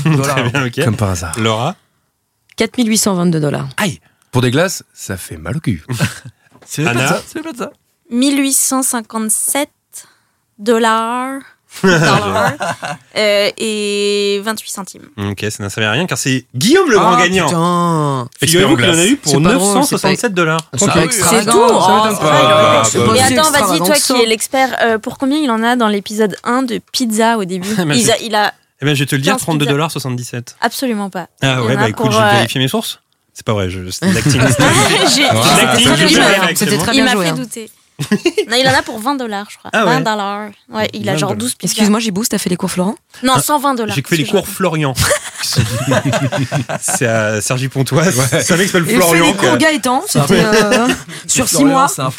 S3: Très
S5: dollars.
S3: bien, ok.
S4: Comme par hasard.
S3: Laura
S6: 4822 dollars.
S4: Pour des glaces, ça fait mal au cul.
S5: C'est le
S3: Anna
S5: Plaza. C'est le Plaza.
S7: 1857 dollars. dollars, euh, et 28 centimes.
S3: Ok, ça ne servait à rien car c'est Guillaume le grand
S6: Ah,
S3: gagnant.
S6: putain.
S3: Figurez-vous qu'il en a eu pour
S6: C'est pas drôle,
S3: 967 dollars.
S6: C'est
S4: Ok.
S6: pas
S7: C'est
S6: extravagant.
S7: tout,
S6: Oh,
S7: ça
S4: m'étonne
S6: c'est
S4: pas.
S6: pas
S4: Ah,
S6: grave.
S4: bah,
S6: C'est
S7: Mais
S6: pas
S7: attends, vas-y, toi
S6: extravagant.
S7: qui es l'expert, euh, pour combien il en a dans l'épisode 1 de pizza au début
S3: Ah, mais
S7: il,
S3: c'est-
S7: a, il a
S3: Eh bien, je vais te le dire,
S7: 15
S3: 32 dollars 77.
S7: absolument pas. Il y
S3: Ah
S7: en
S3: ouais,
S7: a
S3: bah écoute,
S7: pour,
S3: j'ai
S7: euh,
S3: vérifié mes sources. C'est pas vrai, je- c'est de l'acting.
S7: J'ai-
S3: Ah, c'est
S7: C'était très
S3: très bien
S6: C'était
S7: bien joué.
S3: joué.
S6: bien, C'était très
S7: Il
S6: bien
S7: m'a
S6: joué.
S7: fait
S6: hein.
S7: douter. non, il en a pour 20 dollars, je crois.
S3: Ah ouais.
S7: 20 dollars. Ouais, il a
S3: 20
S7: genre
S3: dollars.
S7: 12 pizzas.
S6: Excuse-moi, Gibous, t'as fait les cours Florent
S7: Non,
S3: Ah,
S7: 120 dollars.
S3: J'ai fait les cours Florian. c'est à Sergi Pontoise. C'est avec le
S10: Il fait
S3: Florian.
S10: les cours
S3: que-
S10: Gaëtan,
S3: C'est un
S10: c'était
S3: peu-
S10: euh, sur six
S3: Florian,
S10: mois.
S3: c'est un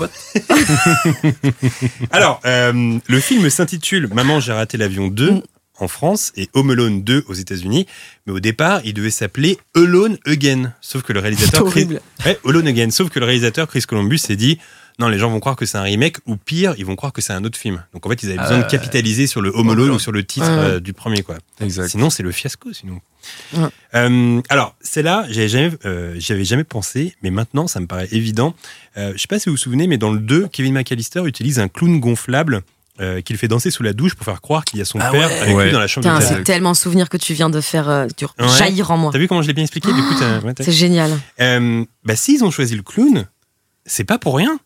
S3: Alors, euh, le film s'intitule Maman, j'ai raté l'avion 2
S12: Mm.
S3: en France et Home Alone 2 aux États-Unis. Mais au départ, il devait s'appeler Alone Again. Sauf que le réalisateur.
S12: C'est
S3: Chris...
S12: horrible.
S3: Ouais, Alone Again. Sauf que le réalisateur Chris Columbus s'est dit. Non, les gens vont croire que c'est un remake, ou pire, ils vont croire que c'est un autre film. Donc en fait, ils avaient besoin
S12: Ah,
S3: de capitaliser sur le Home Alone ou sur le titre
S12: Ouais.
S3: euh, du premier, quoi. Sinon, c'est le fiasco, sinon.
S12: Ouais.
S3: Euh, alors, celle-là, j'avais jamais, euh, j'y avais jamais pensé, mais maintenant, ça me paraît évident. Euh, je sais pas si vous vous souvenez, mais dans le 2, Kevin McAllister utilise un clown gonflable euh, qu'il fait danser sous la douche pour faire croire qu'il y a son
S6: Ah
S3: père
S6: ouais.
S3: avec
S6: Ouais.
S3: lui dans la chambre
S6: Putain,
S3: d'hôtel.
S6: c'est tellement souvenir que tu viens de faire euh, tu
S3: Ouais.
S6: jaillir en moi.
S3: T'as vu comment je l'ai bien expliqué du coup, t'as- ouais, t'as-
S6: C'est génial.
S4: Ah.
S3: Euh, bah, s'ils ont choisi le clown, c'est pas pour rien.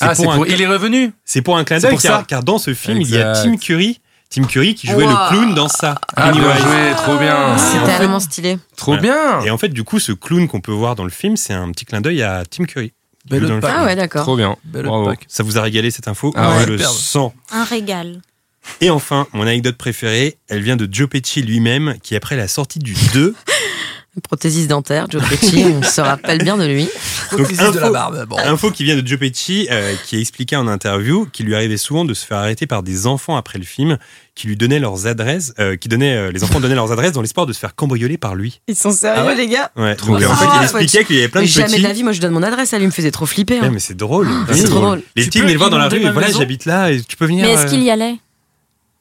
S4: Ah, c'est pour- il est
S3: revenu. C'est pour un clin
S4: C'est
S3: d'œil,
S4: pour ça.
S3: car, car dans ce film, il y a
S4: Exact.
S3: Tim Curry. Tim Curry qui jouait
S6: Ouah.
S3: le clown dans ça.
S4: Ah, bien
S3: Pennywise.
S4: joué, trop bien.
S6: Ah, C'est
S3: Et en fait-
S6: tellement stylé.
S3: Ouais. Et en fait, du coup, ce clown qu'on peut voir dans le film, c'est un petit clin d'œil à Tim Curry.
S6: Belle
S3: Dans le
S6: pack.
S3: film.
S6: Ah ouais, d'accord.
S4: Trop bien.
S3: Belle pack. Ça vous a régalé cette info
S4: Ah
S3: Je
S4: ouais.
S3: le
S4: Superbe.
S3: sens.
S7: Un régal.
S3: Et enfin, mon anecdote préférée, elle vient de Joe Pesci lui-même, qui après la sortie du 2,
S6: Prothésiste dentaire, Joe Pesci, on se rappelle bien de lui.
S3: Donc, info- Info qui vient de Joe Pesci, euh, qui a expliqué en interview qu'il lui arrivait souvent de se faire arrêter par des enfants après le film, qui lui donnaient leurs adresses, euh, qui donnaient, euh, les enfants donnaient leurs adresses dans l'espoir de se faire cambrioler par lui.
S6: Ils sont sérieux,
S3: Ah ouais
S6: les gars
S3: Ouais. Donc, euh, en
S6: Ah,
S3: fait, il expliquait qu'il y avait plein de
S6: Jamais
S3: petits.
S6: de la vie, moi je donne mon adresse, à lui il me faisait trop flipper.
S3: Ouais,
S6: hein.
S3: mais c'est drôle.
S6: C'est trop drôle.
S3: Les
S6: Tu
S3: petits
S6: peux
S3: venaient le voir dans la
S6: inonder
S3: rue.
S6: ma
S3: Voilà,
S6: maison
S3: j'habite là et tu peux venir.
S6: Mais est-ce
S3: euh,
S6: qu'il
S7: Il y allait.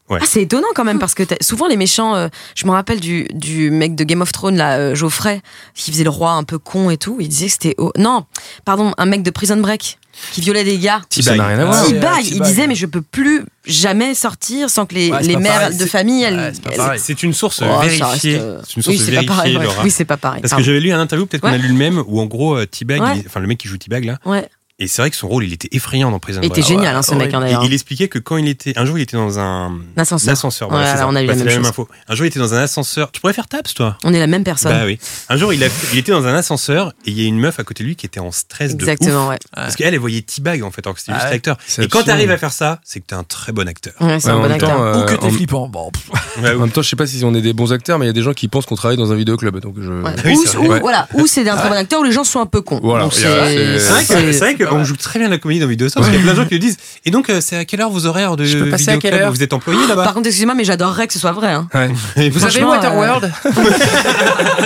S3: Ouais.
S6: Ah, c'est étonnant quand même parce que t'as- souvent les méchants, euh, je me rappelle du, du mec de Game of Thrones, là, euh, Geoffrey, qui faisait le roi un peu con et tout. Il disait que c'était. au- Non, pardon, un mec de Prison Break qui violait des gars.
S4: Ça n'a rien à voir.
S6: T-Bag,
S3: euh,
S6: il disait mais je peux plus jamais sortir sans que les,
S4: Ouais, c'est
S6: les
S4: pas
S6: mères
S4: pareil,
S6: de
S4: c'est-
S6: famille elles,
S3: c'est-
S6: elles-
S3: C'est une source
S6: Oh, ça
S3: vérifiée.
S6: reste, euh,
S3: C'est une source
S6: oui, c'est pas
S3: vérifiée,
S6: pareil, ouais.
S3: Laura.
S6: Oui, c'est pas pareil. Ah.
S3: Parce que
S6: Pardon.
S3: j'avais lu un interview, peut-être qu'on a
S6: Ouais.
S3: lu le même, où en gros, euh, T-Bag,
S6: Ouais.
S3: il- enfin le mec qui joue T-Bag là,
S6: Ouais.
S3: Et c'est vrai que son rôle, il était effrayant dans Prison
S6: Il
S3: Break.
S6: était génial, hein, ce mec, hein, d'ailleurs.
S3: Il, il expliquait que quand il était. Un jour, il était dans un.
S6: ascenseur.
S3: voilà,
S6: Ouais,
S3: c'est
S6: là,
S3: ça.
S6: on a eu
S3: Bah,
S6: la
S3: c'est
S6: même chose.
S3: info. Un jour, il était dans un ascenseur. Tu pourrais faire Taps, toi
S6: On est la même personne.
S3: Bah oui. Un jour, il, a- il était dans un ascenseur et il y a une meuf à côté de lui qui était en stress de
S6: Exactement,
S3: ouf.
S6: ouais.
S3: Parce qu'elle, elle voyait T-Bag, en fait, alors que c'était
S4: Ah
S3: juste
S4: ouais.
S3: l'acteur.
S4: C'est
S3: Et quand
S4: absurde.
S3: t'arrives à faire ça, c'est que t'es un très bon acteur. Bah
S6: Ouais, c'est un
S4: en
S6: bon
S4: même
S6: acteur.
S4: temps,
S5: Oh,
S4: euh,
S6: Ou que t'es
S4: en-
S6: flippant. Bon,
S4: En même temps, je sais pas si on est des bons acteurs, mais il y a des gens qui pensent qu'on travaille dans un vidéoclub. Donc je...
S6: Ouais. Ou, ou- voilà, ou c'est un très bon acteur ou les gens sont un peu cons.
S4: Voilà.
S6: Donc,
S4: Il y a-
S6: c'est-
S3: C'est vrai que-
S6: c'est-
S3: c'est vrai qu'on joue très bien la comédie dans Vidéo Star, parce qu'il y a plein de gens qui le disent. Et donc, euh, c'est à quelle heure vos horaires de
S6: Je peux passer à
S3: vidéoclub
S6: quelle heure
S3: Vous êtes employé
S6: Par
S3: là-bas
S6: contre, excusez-moi, mais j'adorerais que ce soit vrai. hein.
S3: Vous
S6: Franchement,
S4: Waterworld
S6: euh,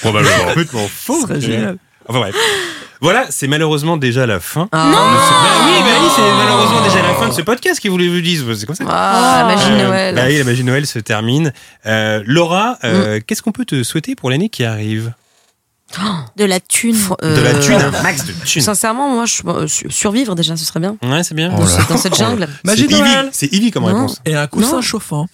S3: Probablement. Complètement faux.
S6: Ce serait génial.
S3: Enfin bref. Voilà, c'est malheureusement déjà la fin.
S6: Ah. Non
S3: De ce- Bah oui, bah oui, c'est malheureusement déjà la fin de ce podcast qui voulait vous dise. C'est comme ça.
S6: Ah, la magie de
S3: Euh,
S6: Noël.
S3: Bah oui, la magie de Noël se termine. Euh, Laura, euh,
S6: Mm.
S3: qu'est-ce qu'on peut te souhaiter pour l'année qui arrive
S6: De la thune.
S3: De la thune, un max de thune.
S6: euh, Sincèrement, moi, je, euh, su- survivre déjà, ce serait bien.
S3: Ouais, c'est bien.
S6: Dans, ce- dans cette jungle.
S3: C'est Ivy, c'est Ivy comme
S6: Non.
S3: réponse.
S5: Et un
S6: coussin Non.
S5: chauffant.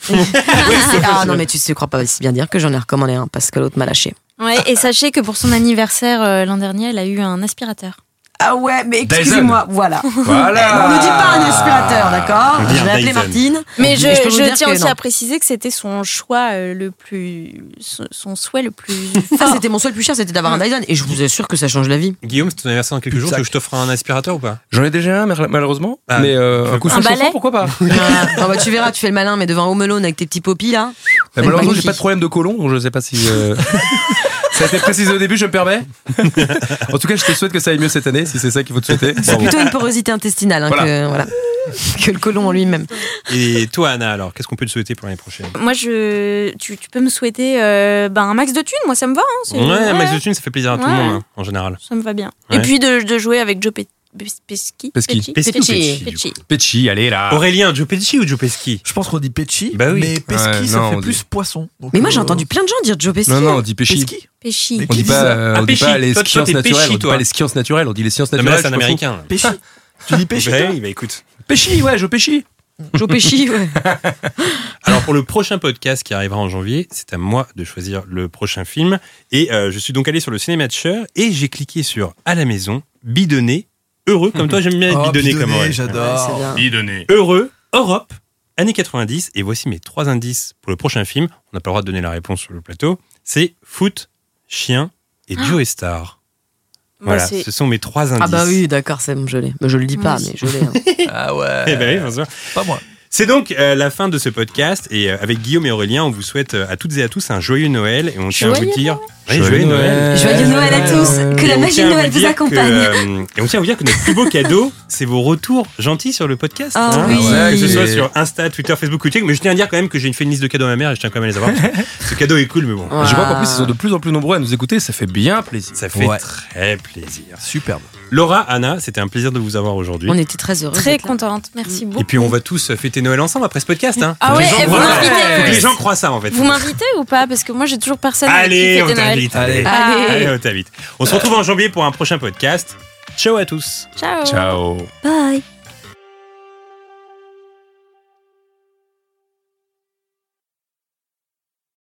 S6: ah non, mais tu sais, crois pas aussi bien dire que j'en ai recommandé un parce que l'autre m'a lâché.
S7: Ouais, et sachez que pour son anniversaire euh, l'an dernier, elle a eu un aspirateur.
S6: Ah ouais, mais
S7: Dyson.
S6: excusez-moi, voilà.
S7: Voilà.
S6: On ne dit pas un aspirateur, d'accord
S7: Bien
S6: Je vais appeler
S7: Dyson.
S6: Martine.
S7: Mais je,
S6: Et peux vous
S7: je
S6: dire
S7: tiens
S6: que
S7: aussi
S6: non.
S7: à préciser que c'était son choix euh, le plus. son- son souhait le plus.
S6: Ah, c'était mon seul plus cher, c'était d'avoir un Dyson. Et je vous assure que ça change la vie.
S3: Guillaume, c'est ton anniversaire dans quelques jours. Tu veux que je t'offre un aspirateur ou pas
S4: J'en ai déjà un, mal- malheureusement. mais euh, un coup
S6: Ah. Un
S4: sur
S6: balai
S4: pourquoi pas
S6: Ah, bah, Tu verras, tu fais le malin, mais devant Home Alone avec tes petits popis là.
S4: Mais
S6: c'est
S4: malheureusement, j'ai
S6: magnifique.
S4: pas de problème de colon, donc je sais pas si. euh, ça a été précisé au début, je me permets. en tout cas, je te souhaite que ça aille mieux cette année, si c'est ça qu'il faut te souhaiter.
S6: C'est plutôt une porosité intestinale hein,
S4: Voilà.
S6: Que, voilà, que le colon en lui-même.
S3: Et toi, Anna, alors, qu'est-ce qu'on peut te souhaiter pour l'année prochaine
S7: Moi, je, tu, tu peux me souhaiter euh, ben, un max de thunes, moi ça me va. hein, c'est-
S3: Ouais, un max de thunes, ça fait plaisir à tout le
S7: Ouais.
S3: monde, hein, en général.
S7: Ça me va bien.
S3: Ouais.
S7: Et puis de, de jouer avec Joe Pe- Pes- Pesci.
S3: Pesci. Pesci ou Pesci, du
S7: Pesci.
S4: Pesci, allez là.
S3: Aurélien, Joe Pesci ou Joe Pesci
S5: Je pense qu'on dit Pesci,
S3: bah oui.
S5: mais Pesci, ça fait plus poisson. Donc,
S6: Mais moi, j'ai
S5: euh,
S6: entendu plein de gens dire Joe Pesci.
S4: Non, non,
S6: hein.
S4: on dit Pesci.
S7: Pesci.
S4: On dit pas, euh,
S3: Ah,
S4: on dit pas
S3: Pesci.
S4: les
S3: Toi, toi,
S4: sciences
S3: t'es Pesci,
S4: naturelles, on dit
S3: toi.
S4: pas les sciences naturelles, on dit les sciences
S3: Non, mais là,
S4: naturelles.
S3: c'est un
S4: je pense.
S3: américain. là.
S5: Pesci. Tu dis Pesci
S3: Ouais, Ah, bah, écoute.
S4: Pesci, ouais, je Pesci.
S6: hein. Joe Pesci, ouais.
S3: Alors pour le prochain podcast qui arrivera en janvier, c'est à moi de choisir le prochain film. Et euh, je suis donc allé sur le Cinématcher et j'ai cliqué sur À la maison, bidonné, heureux, comme toi j'aime bien être
S5: Oh,
S3: bidonné,
S5: bidonné,
S3: Eh, comme moi.
S5: j'adore. Ouais, c'est bien.
S3: Bidonné. Heureux, Europe, années 90. Et voici mes trois indices pour le prochain film. On n'a pas le droit de donner la réponse sur le plateau. C'est foot, chien et
S5: Ah.
S3: Joe et Star.
S6: Moi,
S3: Voilà,
S6: c'est-
S3: ce sont mes trois indices.
S5: bah
S6: Bah, Ah bah oui, d'accord, c'est bon, je l'ai. Mais je le dis pas, mais je l'ai. hein.
S5: Ah ouais.
S3: Eh ben oui, bien sûr.
S5: Pas moi.
S3: C'est donc euh, la fin de ce podcast et euh, avec Guillaume et Aurélien, on vous souhaite euh, à toutes et à tous un joyeux Noël et on tient à
S6: Joyeux
S3: vous dire Ouais,
S4: Joyeux
S3: joyeux Noël.
S4: Noël.
S6: Joyeux Noël à tous, que la
S3: Et on
S6: magie
S3: tient à
S6: de Noël
S3: vous
S6: vous
S3: dire que,
S6: accompagne.
S3: euh, et on tient à vous dire que notre plus beau cadeau, c'est vos retours gentils sur le podcast. Hein,
S6: Ah oui.
S3: que ce soit
S4: Et-
S3: sur Insta, Twitter, Facebook ou Twitter. Mais je tiens à dire quand même que j'ai une- fait une liste de cadeaux à ma mère et je tiens quand même à les avoir. ce cadeau est cool, mais bon.
S4: Je vois qu'en plus, ils sont de plus en plus nombreux à nous écouter. Ça fait bien plaisir.
S3: Ça fait
S4: Ouais.
S3: très plaisir.
S5: Superbe.
S3: Laura, Anna, c'était un plaisir de vous avoir aujourd'hui.
S6: On était très heureux.
S7: Très contente, merci beaucoup.
S3: Mm. Et puis on va tous fêter Noël ensemble après ce podcast. Hein.
S7: Ah
S3: Faut que
S7: ouais,
S3: les gens
S7: et vous
S3: croient ça.
S7: m'invitez.
S3: Faut que les gens croient ça en fait.
S7: Vous m'invitez ou pas Parce que moi j'ai toujours personne avec
S3: Allez,
S7: Ah, qui
S3: on
S7: fêter Noël.
S3: t'invite. Allez.
S7: Allez.
S3: Allez, on t'invite. On se retrouve en janvier pour un prochain podcast. Ciao à tous.
S7: Ciao.
S3: Ciao.
S7: Bye.